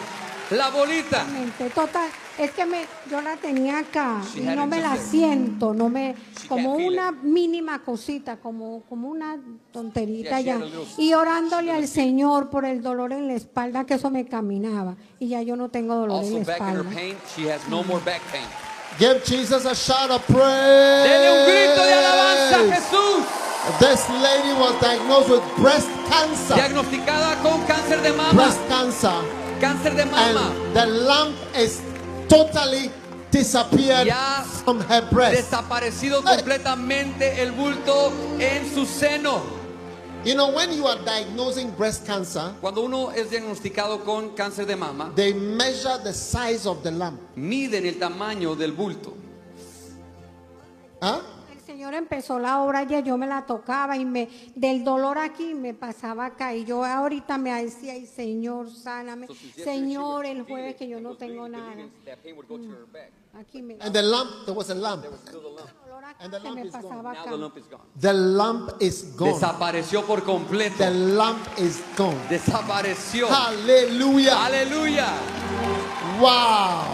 Speaker 1: la bolita.
Speaker 6: Exactamente. Total, es que me, yo la tenía acá
Speaker 1: She
Speaker 6: y
Speaker 1: had
Speaker 6: no
Speaker 1: it
Speaker 6: me
Speaker 1: just
Speaker 6: la
Speaker 1: there.
Speaker 6: siento, no me
Speaker 1: She
Speaker 6: como
Speaker 1: can't feel
Speaker 6: una mínima cosita, como como una
Speaker 1: Yeah,
Speaker 6: tonterita
Speaker 1: she had a
Speaker 6: ya.
Speaker 1: little-
Speaker 6: Y
Speaker 1: she
Speaker 6: orándole
Speaker 1: had a
Speaker 6: al
Speaker 1: little-
Speaker 6: Señor por el dolor en la espalda que eso me caminaba y ya yo no tengo dolor
Speaker 1: Also
Speaker 6: en la
Speaker 1: back in her
Speaker 6: espalda.
Speaker 1: pain, she has no more back pain.
Speaker 2: Give Jesus a shout of
Speaker 1: Dele un grito de alabanza a
Speaker 2: praise.
Speaker 1: Jesús.
Speaker 2: This lady was diagnosed with breast cancer.
Speaker 1: Diagnosticada con cáncer de mama.
Speaker 2: Breast cancer.
Speaker 1: Cáncer de mama.
Speaker 2: And the lamp is totally disappeared
Speaker 1: Ya
Speaker 2: from her breast.
Speaker 1: Desaparecido completamente el bulto en su seno.
Speaker 2: You know, when you are diagnosing breast cancer,
Speaker 1: Cuando uno es diagnosticado con cáncer de mama,
Speaker 2: they measure the size of the lamp.
Speaker 1: miden el tamaño del bulto.
Speaker 2: Huh?
Speaker 6: El Señor empezó la obra ayer, yo me la tocaba y me del dolor aquí me pasaba acá y yo ahorita me decía, "Ay, Señor, sáname. Señor, el jueves que yo no tengo nada." Aquí me
Speaker 7: And the lamp, there was a lamp.
Speaker 6: el dolor aquí
Speaker 7: And the
Speaker 6: que
Speaker 7: lamp
Speaker 6: me
Speaker 7: is gone.
Speaker 6: pasaba acá.
Speaker 7: The lamp is gone.
Speaker 1: Desapareció por completo.
Speaker 7: The lamp is gone.
Speaker 1: Desapareció.
Speaker 7: Hallelujah.
Speaker 1: Aleluya.
Speaker 7: Wow.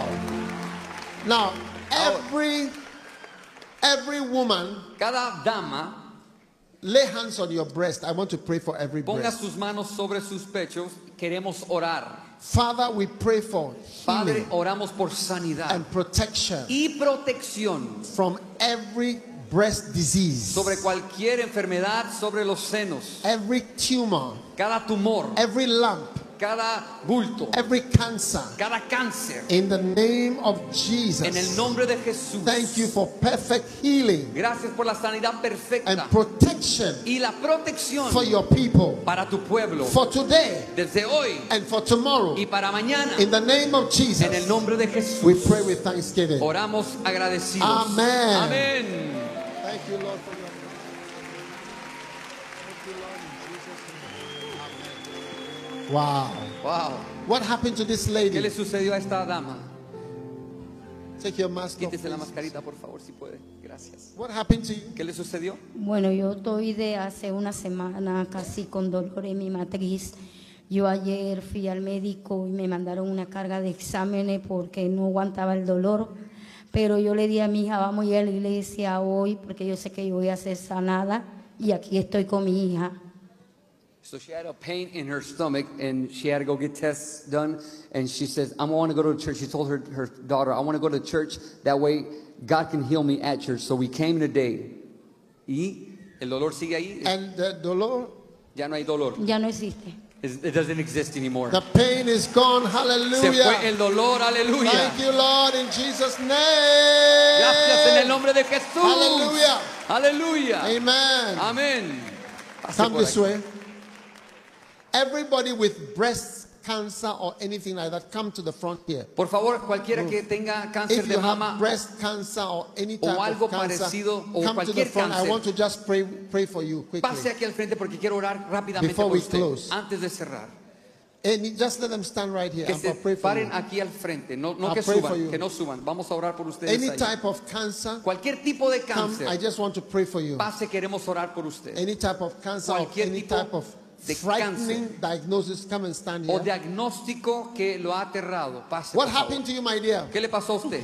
Speaker 7: Now, every every woman,
Speaker 1: Cada dama
Speaker 7: lay hands on your breast. I want to pray for every
Speaker 1: ponga
Speaker 7: breast.
Speaker 1: sus manos sobre sus pechos. Queremos orar.
Speaker 7: Father, we pray for
Speaker 1: Padre,
Speaker 7: healing
Speaker 1: oramos por sanidad
Speaker 7: and protection
Speaker 1: y protección
Speaker 7: from every breast disease,
Speaker 1: sobre cualquier enfermedad, sobre los senos,
Speaker 7: every tumor,
Speaker 1: cada tumor,
Speaker 7: every lump,
Speaker 1: cada bulto,
Speaker 7: every cancer.
Speaker 1: cada cáncer.
Speaker 7: In the name of
Speaker 1: En el
Speaker 7: Jesus,
Speaker 1: nombre de Jesús.
Speaker 7: thank you for perfect healing
Speaker 1: Gracias por la sanidad
Speaker 7: and
Speaker 1: perfecta
Speaker 7: protection
Speaker 1: y la protección
Speaker 7: for your people
Speaker 1: para tu pueblo
Speaker 7: for today
Speaker 1: desde hoy
Speaker 7: and for tomorrow.
Speaker 1: y para mañana.
Speaker 7: In the name of
Speaker 1: En el
Speaker 7: Jesus,
Speaker 1: nombre de
Speaker 7: we
Speaker 1: Jesús.
Speaker 7: pray with thanksgiving.
Speaker 1: Oramos agradecidos.
Speaker 7: Amén.
Speaker 1: Amén.
Speaker 7: Thank you, Lord, for your Wow.
Speaker 1: Wow.
Speaker 7: What happened to this
Speaker 1: ¿Qué le
Speaker 7: lady?
Speaker 1: sucedió a esta dama?
Speaker 7: Take your mask off.
Speaker 1: Quítese la
Speaker 7: please.
Speaker 1: mascarita, por favor, si puede. Gracias.
Speaker 7: What happened to you?
Speaker 1: ¿Qué le sucedió?
Speaker 8: Bueno, yo estoy de hace una semana casi con dolor en mi matriz. Yo ayer fui al médico y me mandaron una carga de exámenes porque no aguantaba el dolor. Pero yo le di a mi hija, vamos a ir a la iglesia hoy porque yo sé que yo voy a ser sanada. Y aquí estoy con mi hija.
Speaker 1: So she had a pain in her stomach and she had to go get tests done. And she says, I want to go to church. She told her, her daughter, I want to go to church. That way God can heal me at church. So we came today. Y el dolor sigue ahí.
Speaker 7: And the dolor,
Speaker 1: Ya no hay dolor.
Speaker 8: Ya no existe.
Speaker 1: It it doesn't exist anymore.
Speaker 7: the pain is gone.
Speaker 1: Se fue
Speaker 7: Hallelujah.
Speaker 1: el dolor. Aleluya.
Speaker 7: Thank you, Lord, in Jesus' name.
Speaker 1: Gracias en el nombre de Jesús.
Speaker 7: Aleluya.
Speaker 1: Aleluya.
Speaker 7: Amen.
Speaker 1: Amén. Pase
Speaker 7: Come
Speaker 1: por
Speaker 7: this
Speaker 1: aquí.
Speaker 7: way. Everybody with breast cancer or anything like that, come to the front here.
Speaker 1: Por favor, cualquiera que tenga cáncer
Speaker 7: e- If
Speaker 1: de
Speaker 7: you have
Speaker 1: mama
Speaker 7: breast cancer or any type
Speaker 1: algo
Speaker 7: of cancer,
Speaker 1: parecido o
Speaker 7: come to the
Speaker 1: cualquier
Speaker 7: front. I
Speaker 1: cáncer.
Speaker 7: want to just pray, pray for you
Speaker 1: Pase
Speaker 7: quickly.
Speaker 1: aquí al frente porque quiero orar rápidamente
Speaker 7: Before
Speaker 1: por
Speaker 7: we
Speaker 1: usted.
Speaker 7: close.
Speaker 1: Antes de cerrar,
Speaker 7: And you just let them stand right here.
Speaker 1: que
Speaker 7: and
Speaker 1: se
Speaker 7: I'll pray for you.
Speaker 1: paren aquí al frente, no, no
Speaker 7: I'll
Speaker 1: que
Speaker 7: pray for
Speaker 1: suban,
Speaker 7: you.
Speaker 1: que no suban. Vamos a orar por ustedes.
Speaker 7: Any
Speaker 1: ahí.
Speaker 7: type of cancer,
Speaker 1: Cualquier tipo de
Speaker 7: come. I
Speaker 1: cáncer,
Speaker 7: just want to pray for you.
Speaker 1: pase queremos orar por usted.
Speaker 7: Any type of cancer, or
Speaker 1: Cualquier
Speaker 7: any
Speaker 1: tipo
Speaker 7: type of
Speaker 1: de
Speaker 7: frightening diagnosis, come and stand
Speaker 1: O
Speaker 7: here.
Speaker 1: diagnóstico que lo ha aterrado, pase.
Speaker 7: What
Speaker 1: por favor.
Speaker 7: happened to you, my dear?
Speaker 1: ¿Qué le pasó a usted?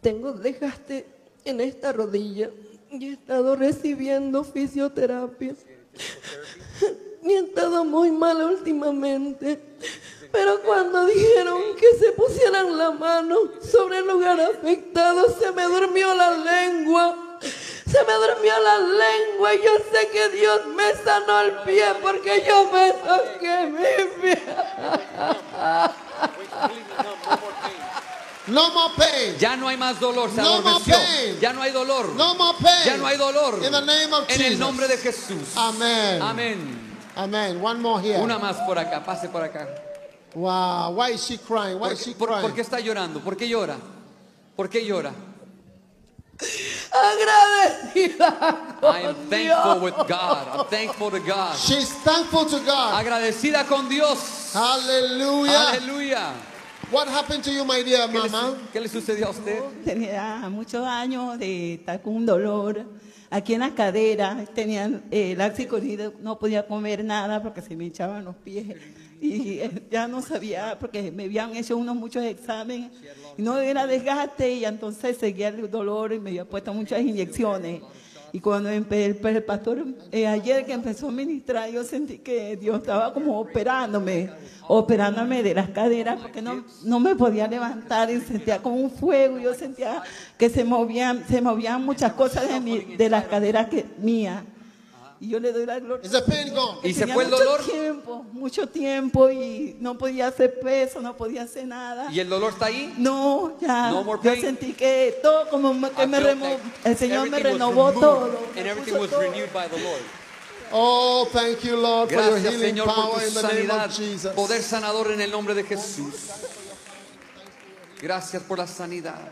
Speaker 2: Tengo desgaste en esta rodilla y he estado recibiendo fisioterapia. [LAUGHS] Y he estado muy mal últimamente. Pero cuando dijeron que se pusieran la mano sobre el lugar afectado, se me durmió la lengua. Se me durmió la lengua y yo sé que Dios me sanó el pie porque yo me toqué mi pie.
Speaker 7: No more pain.
Speaker 1: Ya no hay más dolor, se
Speaker 7: No more
Speaker 1: adormeció.
Speaker 7: pain.
Speaker 1: Ya no hay dolor.
Speaker 7: No more pain.
Speaker 1: Ya no hay dolor.
Speaker 7: In the name of
Speaker 1: en el
Speaker 7: Jesus.
Speaker 1: nombre de Jesús.
Speaker 7: Amen.
Speaker 1: Amén.
Speaker 7: Amen. One more here.
Speaker 1: Una más por acá, pase por acá.
Speaker 7: Wow. Why is she crying? Why
Speaker 1: ¿Por,
Speaker 7: is she
Speaker 1: por-
Speaker 7: crying?
Speaker 1: por qué está llorando? ¿Por qué llora? ¿Por qué llora?
Speaker 2: Agradecida.
Speaker 1: I am
Speaker 2: con
Speaker 1: thankful
Speaker 2: Dios.
Speaker 1: with God. I'm thankful to God.
Speaker 7: She's thankful to God.
Speaker 1: Agradecida con Dios.
Speaker 7: Hallelujah.
Speaker 1: Aleluya.
Speaker 7: What happened to you, my dear
Speaker 1: ¿Qué le,
Speaker 7: mama?
Speaker 1: su- qué le sucedió a usted?
Speaker 9: Tenía muchos años de estar con un dolor aquí en las caderas, tenía eh, laxicorrido, no podía comer nada porque se me hinchaban los pies y [LAUGHS] eh, ya no sabía porque me habían hecho unos muchos exámenes y no era desgaste y entonces seguía el dolor y me había puesto muchas inyecciones. Y cuando empe- el, el pastor, eh, ayer que empezó a ministrar, yo sentí que Dios estaba como operándome, operándome de las caderas, porque no, no me podía levantar y sentía como un fuego, yo sentía que se movían, se movían muchas cosas de, mi- de las caderas que, mías. Y yo le doy la gloria.
Speaker 7: Is the pain gone?
Speaker 1: ¿Y se
Speaker 9: Tenía
Speaker 1: fue el
Speaker 9: mucho
Speaker 1: dolor?
Speaker 9: tiempo, mucho tiempo y no podía hacer peso, no podía hacer nada.
Speaker 1: ¿Y el dolor está ahí?
Speaker 9: No, ya.
Speaker 1: No more
Speaker 9: yo
Speaker 1: pain.
Speaker 9: sentí que todo como me- que
Speaker 1: I
Speaker 9: me
Speaker 1: feel
Speaker 9: remo-
Speaker 1: like
Speaker 9: el Señor me
Speaker 1: everything was
Speaker 9: renovó
Speaker 1: removed
Speaker 9: todo.
Speaker 1: And
Speaker 9: me
Speaker 1: everything
Speaker 9: puso
Speaker 1: was
Speaker 9: todo.
Speaker 1: renewed by the Lord.
Speaker 7: Oh, thank you, Lord, for your
Speaker 1: Gracias,
Speaker 7: healing
Speaker 1: Señor, por
Speaker 7: power
Speaker 1: tu
Speaker 7: in the name
Speaker 1: sanidad,
Speaker 7: of Jesus.
Speaker 1: poder sanador en el nombre de Jesús. Gracias por la sanidad.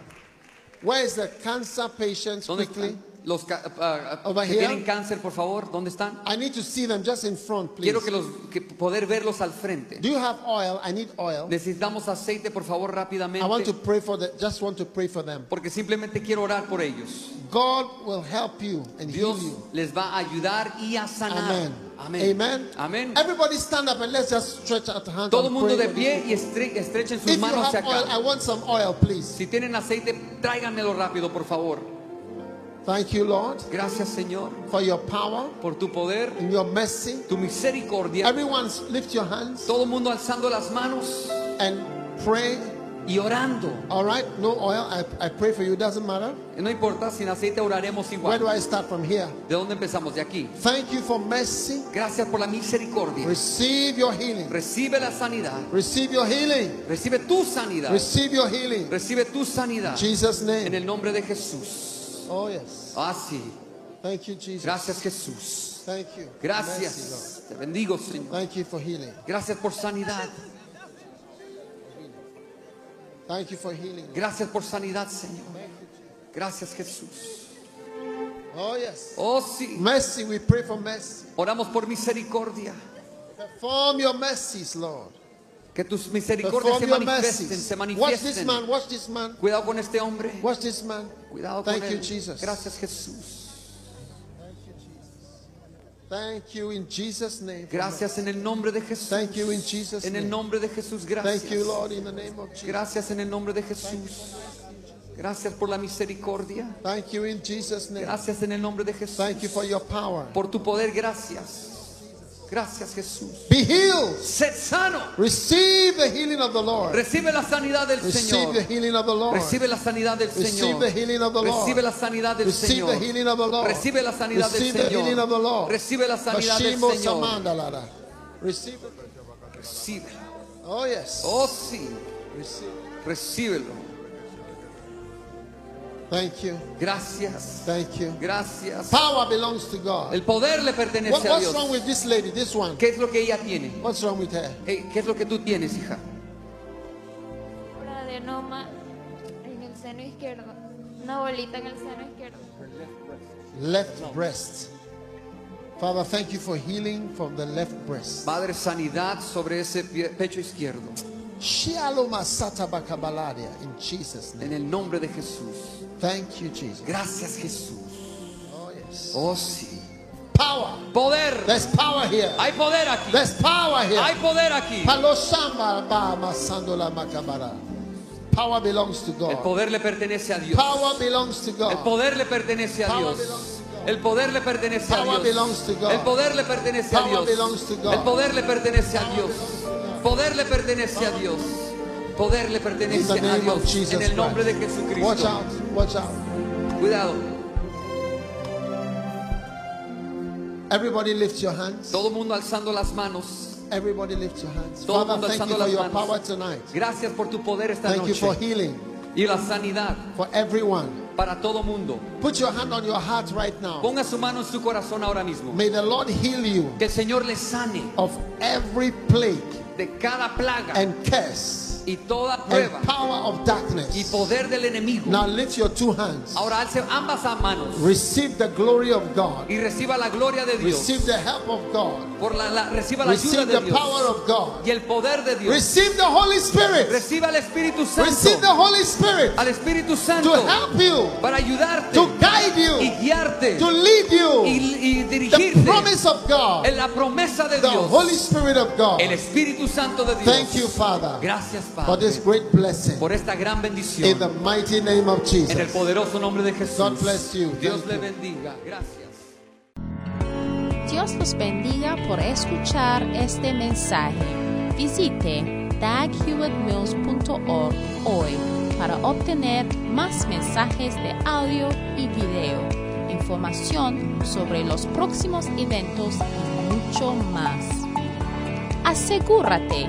Speaker 1: Where is the cancer patients
Speaker 2: ¿Dónde
Speaker 1: quickly?
Speaker 2: están los ca- ah, ah,
Speaker 1: Over
Speaker 2: que
Speaker 1: here.
Speaker 2: tienen cáncer, por favor? ¿Dónde están?
Speaker 1: I need to see them just in front, please.
Speaker 2: Quiero que los que poder verlos al frente.
Speaker 1: Do you have oil? I need oil.
Speaker 2: Necesitamos aceite, por favor,
Speaker 1: I want to
Speaker 2: rápidamente,
Speaker 1: pray for the, just want to pray for them.
Speaker 2: porque simplemente quiero orar por ellos.
Speaker 1: God will help you and heal
Speaker 2: Dios
Speaker 1: you.
Speaker 2: les va a ayudar y a sanar.
Speaker 1: Amen.
Speaker 2: Amén.
Speaker 1: Amen.
Speaker 2: Amén.
Speaker 1: Everybody stand up and let's just stretch out the hands.
Speaker 2: Todo
Speaker 1: and pray
Speaker 2: mundo de
Speaker 1: for
Speaker 2: pie
Speaker 1: these
Speaker 2: y estre-
Speaker 1: people.
Speaker 2: estrechen sus
Speaker 1: If you
Speaker 2: manos
Speaker 1: have
Speaker 2: hacia
Speaker 1: oil,
Speaker 2: acá.
Speaker 1: I want some oil, please.
Speaker 2: Si tienen aceite, tráiganmelo rápido, por favor.
Speaker 1: Thank you, Lord,
Speaker 2: Gracias, Señor,
Speaker 1: for your power
Speaker 2: por tu poder,
Speaker 1: and your mercy.
Speaker 2: tu misericordia.
Speaker 1: Everyone, lift your hands
Speaker 2: Todo mundo alzando las manos
Speaker 1: and pray.
Speaker 2: y orando.
Speaker 1: All right, no oil. I, I pray for you. Doesn't matter.
Speaker 2: No importa, sin aceite oraremos
Speaker 1: Where do
Speaker 2: igual.
Speaker 1: I start from here?
Speaker 2: ¿De dónde empezamos? De aquí.
Speaker 1: Thank you for mercy.
Speaker 2: Gracias por la misericordia.
Speaker 1: Pues, Receive your healing.
Speaker 2: Recibe la sanidad.
Speaker 1: Receive your healing.
Speaker 2: Recibe tu sanidad.
Speaker 1: Receive your healing.
Speaker 2: Recibe tu sanidad.
Speaker 1: In Jesus'
Speaker 2: En
Speaker 1: name.
Speaker 2: el nombre de Jesús.
Speaker 1: Oh yes.
Speaker 2: Así.
Speaker 1: Thank you, Jesus.
Speaker 2: Gracias, Jesús.
Speaker 1: Thank you. Mercy, Lord.
Speaker 2: Gracias. Te bendigo, Señor.
Speaker 1: Thank you for healing.
Speaker 2: Gracias por sanidad.
Speaker 1: Thank you for healing.
Speaker 2: Gracias por sanidad, Señor. Gracias, Jesús.
Speaker 1: Oh yes.
Speaker 2: Oh, sí.
Speaker 1: Mercy, we pray for mercy.
Speaker 2: Oramos por misericordia.
Speaker 1: Perform your mercies, Lord.
Speaker 2: Que tus misericordias
Speaker 1: Perform
Speaker 2: se
Speaker 1: your
Speaker 2: manifiesten, se
Speaker 1: mercies. Watch this
Speaker 2: manifiesten.
Speaker 1: man, watch this man,
Speaker 2: Cuidado con este hombre.
Speaker 1: watch this man.
Speaker 2: Cuidado con
Speaker 1: Thank you,
Speaker 2: él.
Speaker 1: Jesus.
Speaker 2: Gracias, Jesús.
Speaker 1: Thank you in Jesus' name.
Speaker 2: Gracias en el nombre de Jesús.
Speaker 1: Thank you in Jesus'
Speaker 2: En el
Speaker 1: name.
Speaker 2: nombre de Jesús, gracias.
Speaker 1: Thank you, Lord, in the name of Jesus.
Speaker 2: Gracias en el nombre de Jesús. Gracias por la misericordia.
Speaker 1: Thank you in Jesus' name.
Speaker 2: Gracias en el nombre de Jesús.
Speaker 1: Thank you for your power.
Speaker 2: Por tu poder, gracias. Gracias, Jesús.
Speaker 1: Be healed.
Speaker 2: Sed sano.
Speaker 1: Receive the healing of the Lord.
Speaker 2: Recibe la sanidad del
Speaker 1: Receive
Speaker 2: Señor.
Speaker 1: the healing of the Lord.
Speaker 2: Recibe la sanidad del
Speaker 1: Receive
Speaker 2: Señor.
Speaker 1: the healing of the Lord.
Speaker 2: Recibe la sanidad del
Speaker 1: Receive
Speaker 2: Señor.
Speaker 1: the healing of the Lord.
Speaker 2: Recibe la sanidad del
Speaker 1: Receive the healing of the
Speaker 2: Señor.
Speaker 1: Lord.
Speaker 2: Recibe la sanidad del
Speaker 1: Bashimo
Speaker 2: Señor.
Speaker 1: Samandalada. Receive it.
Speaker 2: Recibe.
Speaker 1: Oh yes.
Speaker 2: Oh sí.
Speaker 1: Receive it.
Speaker 2: Recíbelo.
Speaker 1: Thank you.
Speaker 2: Gracias.
Speaker 1: Thank you.
Speaker 2: Gracias.
Speaker 1: Power belongs to God.
Speaker 2: El poder le
Speaker 1: What-
Speaker 2: pertenece a
Speaker 1: what's wrong
Speaker 2: Dios.
Speaker 1: with this lady? This one.
Speaker 2: ¿Qué es lo que ella tiene?
Speaker 1: What's wrong with her?
Speaker 2: Hey, ¿Qué es lo que tú tienes, hija?
Speaker 7: Un adenoma en el seno izquierdo. Una bolita en el seno izquierdo.
Speaker 1: Left breast. Father, thank you for healing from the left breast.
Speaker 2: Padre, sanidad sobre ese pie- pecho izquierdo.
Speaker 1: Shalom Satabakabaladia in Jesus' name.
Speaker 2: En el nombre de Jesús.
Speaker 1: Thank you, Jesus.
Speaker 2: Gracias, Jesús.
Speaker 1: Oh yes.
Speaker 2: Oh sí.
Speaker 1: Power.
Speaker 2: Poder.
Speaker 1: There's power here.
Speaker 2: Hay poder aquí.
Speaker 1: There's power here.
Speaker 2: Hay poder aquí.
Speaker 1: Palosamba ba masando la macabara. Power belongs to
Speaker 2: El
Speaker 1: God.
Speaker 2: poder le pertenece a Dios.
Speaker 1: Power belongs to
Speaker 2: El
Speaker 1: God.
Speaker 2: poder le pertenece a
Speaker 1: Power
Speaker 2: Dios.
Speaker 1: belongs to God.
Speaker 2: El poder le pertenece a
Speaker 1: Power
Speaker 2: Dios.
Speaker 1: belongs to God.
Speaker 2: El poder le pertenece a
Speaker 1: Power
Speaker 2: Dios.
Speaker 1: belongs to God.
Speaker 2: El poder le pertenece a Dios. Poder le pertenece a Dios. Poder le
Speaker 1: In
Speaker 2: pertenece
Speaker 1: the
Speaker 2: a
Speaker 1: name of
Speaker 2: Dios.
Speaker 1: Jesus
Speaker 2: En el nombre de
Speaker 1: Christ. Watch
Speaker 2: Jesucristo.
Speaker 1: out, watch out.
Speaker 2: Cuidado.
Speaker 1: Everybody lift your hands.
Speaker 2: Todo mundo alzando las manos.
Speaker 1: Everybody lift your hands.
Speaker 2: Todo
Speaker 1: Father,
Speaker 2: mundo
Speaker 1: thank
Speaker 2: alzando
Speaker 1: you for
Speaker 2: las
Speaker 1: your power
Speaker 2: manos.
Speaker 1: tonight.
Speaker 2: Gracias por tu poder esta
Speaker 1: Thank you for
Speaker 2: noche.
Speaker 1: healing
Speaker 2: Y la sanidad
Speaker 1: for everyone.
Speaker 2: para todo mundo.
Speaker 1: Put your hand on your heart right now.
Speaker 2: Ponga su mano en su corazón ahora mismo.
Speaker 1: May the Lord heal you
Speaker 2: Que el Señor le sane
Speaker 1: of every plague
Speaker 2: de cada plaga
Speaker 1: and curse
Speaker 2: y toda
Speaker 1: and
Speaker 2: prueba
Speaker 1: power of
Speaker 2: y
Speaker 1: darkness.
Speaker 2: poder del enemigo.
Speaker 1: Now lift your two hands.
Speaker 2: Ahora alce ambas manos
Speaker 1: Receive the glory of God.
Speaker 2: y reciba la gloria de Dios.
Speaker 1: Receive the help of God.
Speaker 2: Por la, la- reciba la ayuda
Speaker 1: Receive the
Speaker 2: de
Speaker 1: power
Speaker 2: Dios
Speaker 1: of God.
Speaker 2: y el poder de Dios.
Speaker 1: Receive the Holy Spirit.
Speaker 2: Reciba al Espíritu
Speaker 1: Receive the
Speaker 2: Santo,
Speaker 1: Holy Spirit
Speaker 2: al Espíritu
Speaker 1: to
Speaker 2: Santo
Speaker 1: help you,
Speaker 2: para ayudarte
Speaker 1: to guide
Speaker 2: y
Speaker 1: you,
Speaker 2: guiarte
Speaker 1: to lead you.
Speaker 2: y, y
Speaker 1: The
Speaker 2: dirigirte
Speaker 1: promise of God,
Speaker 2: en la promesa de
Speaker 1: the Holy
Speaker 2: Dios,
Speaker 1: Spirit of God.
Speaker 2: el Espíritu Santo de
Speaker 1: Thank you,
Speaker 2: Dios.
Speaker 1: Father,
Speaker 2: Gracias,
Speaker 1: for this
Speaker 2: Padre,
Speaker 1: great blessing.
Speaker 2: por esta gran
Speaker 1: In the
Speaker 2: bendición.
Speaker 1: mighty name of
Speaker 2: En el
Speaker 1: Jesus.
Speaker 2: poderoso nombre de
Speaker 1: God bless
Speaker 2: Jesús.
Speaker 1: you.
Speaker 2: Dios
Speaker 1: Thank
Speaker 2: le
Speaker 1: you.
Speaker 2: bendiga. Gracias.
Speaker 10: Dios los bendiga por escuchar este mensaje. Visite daghewittmills.org hoy para obtener más mensajes de audio y video, información sobre los próximos eventos y mucho más. Asegúrate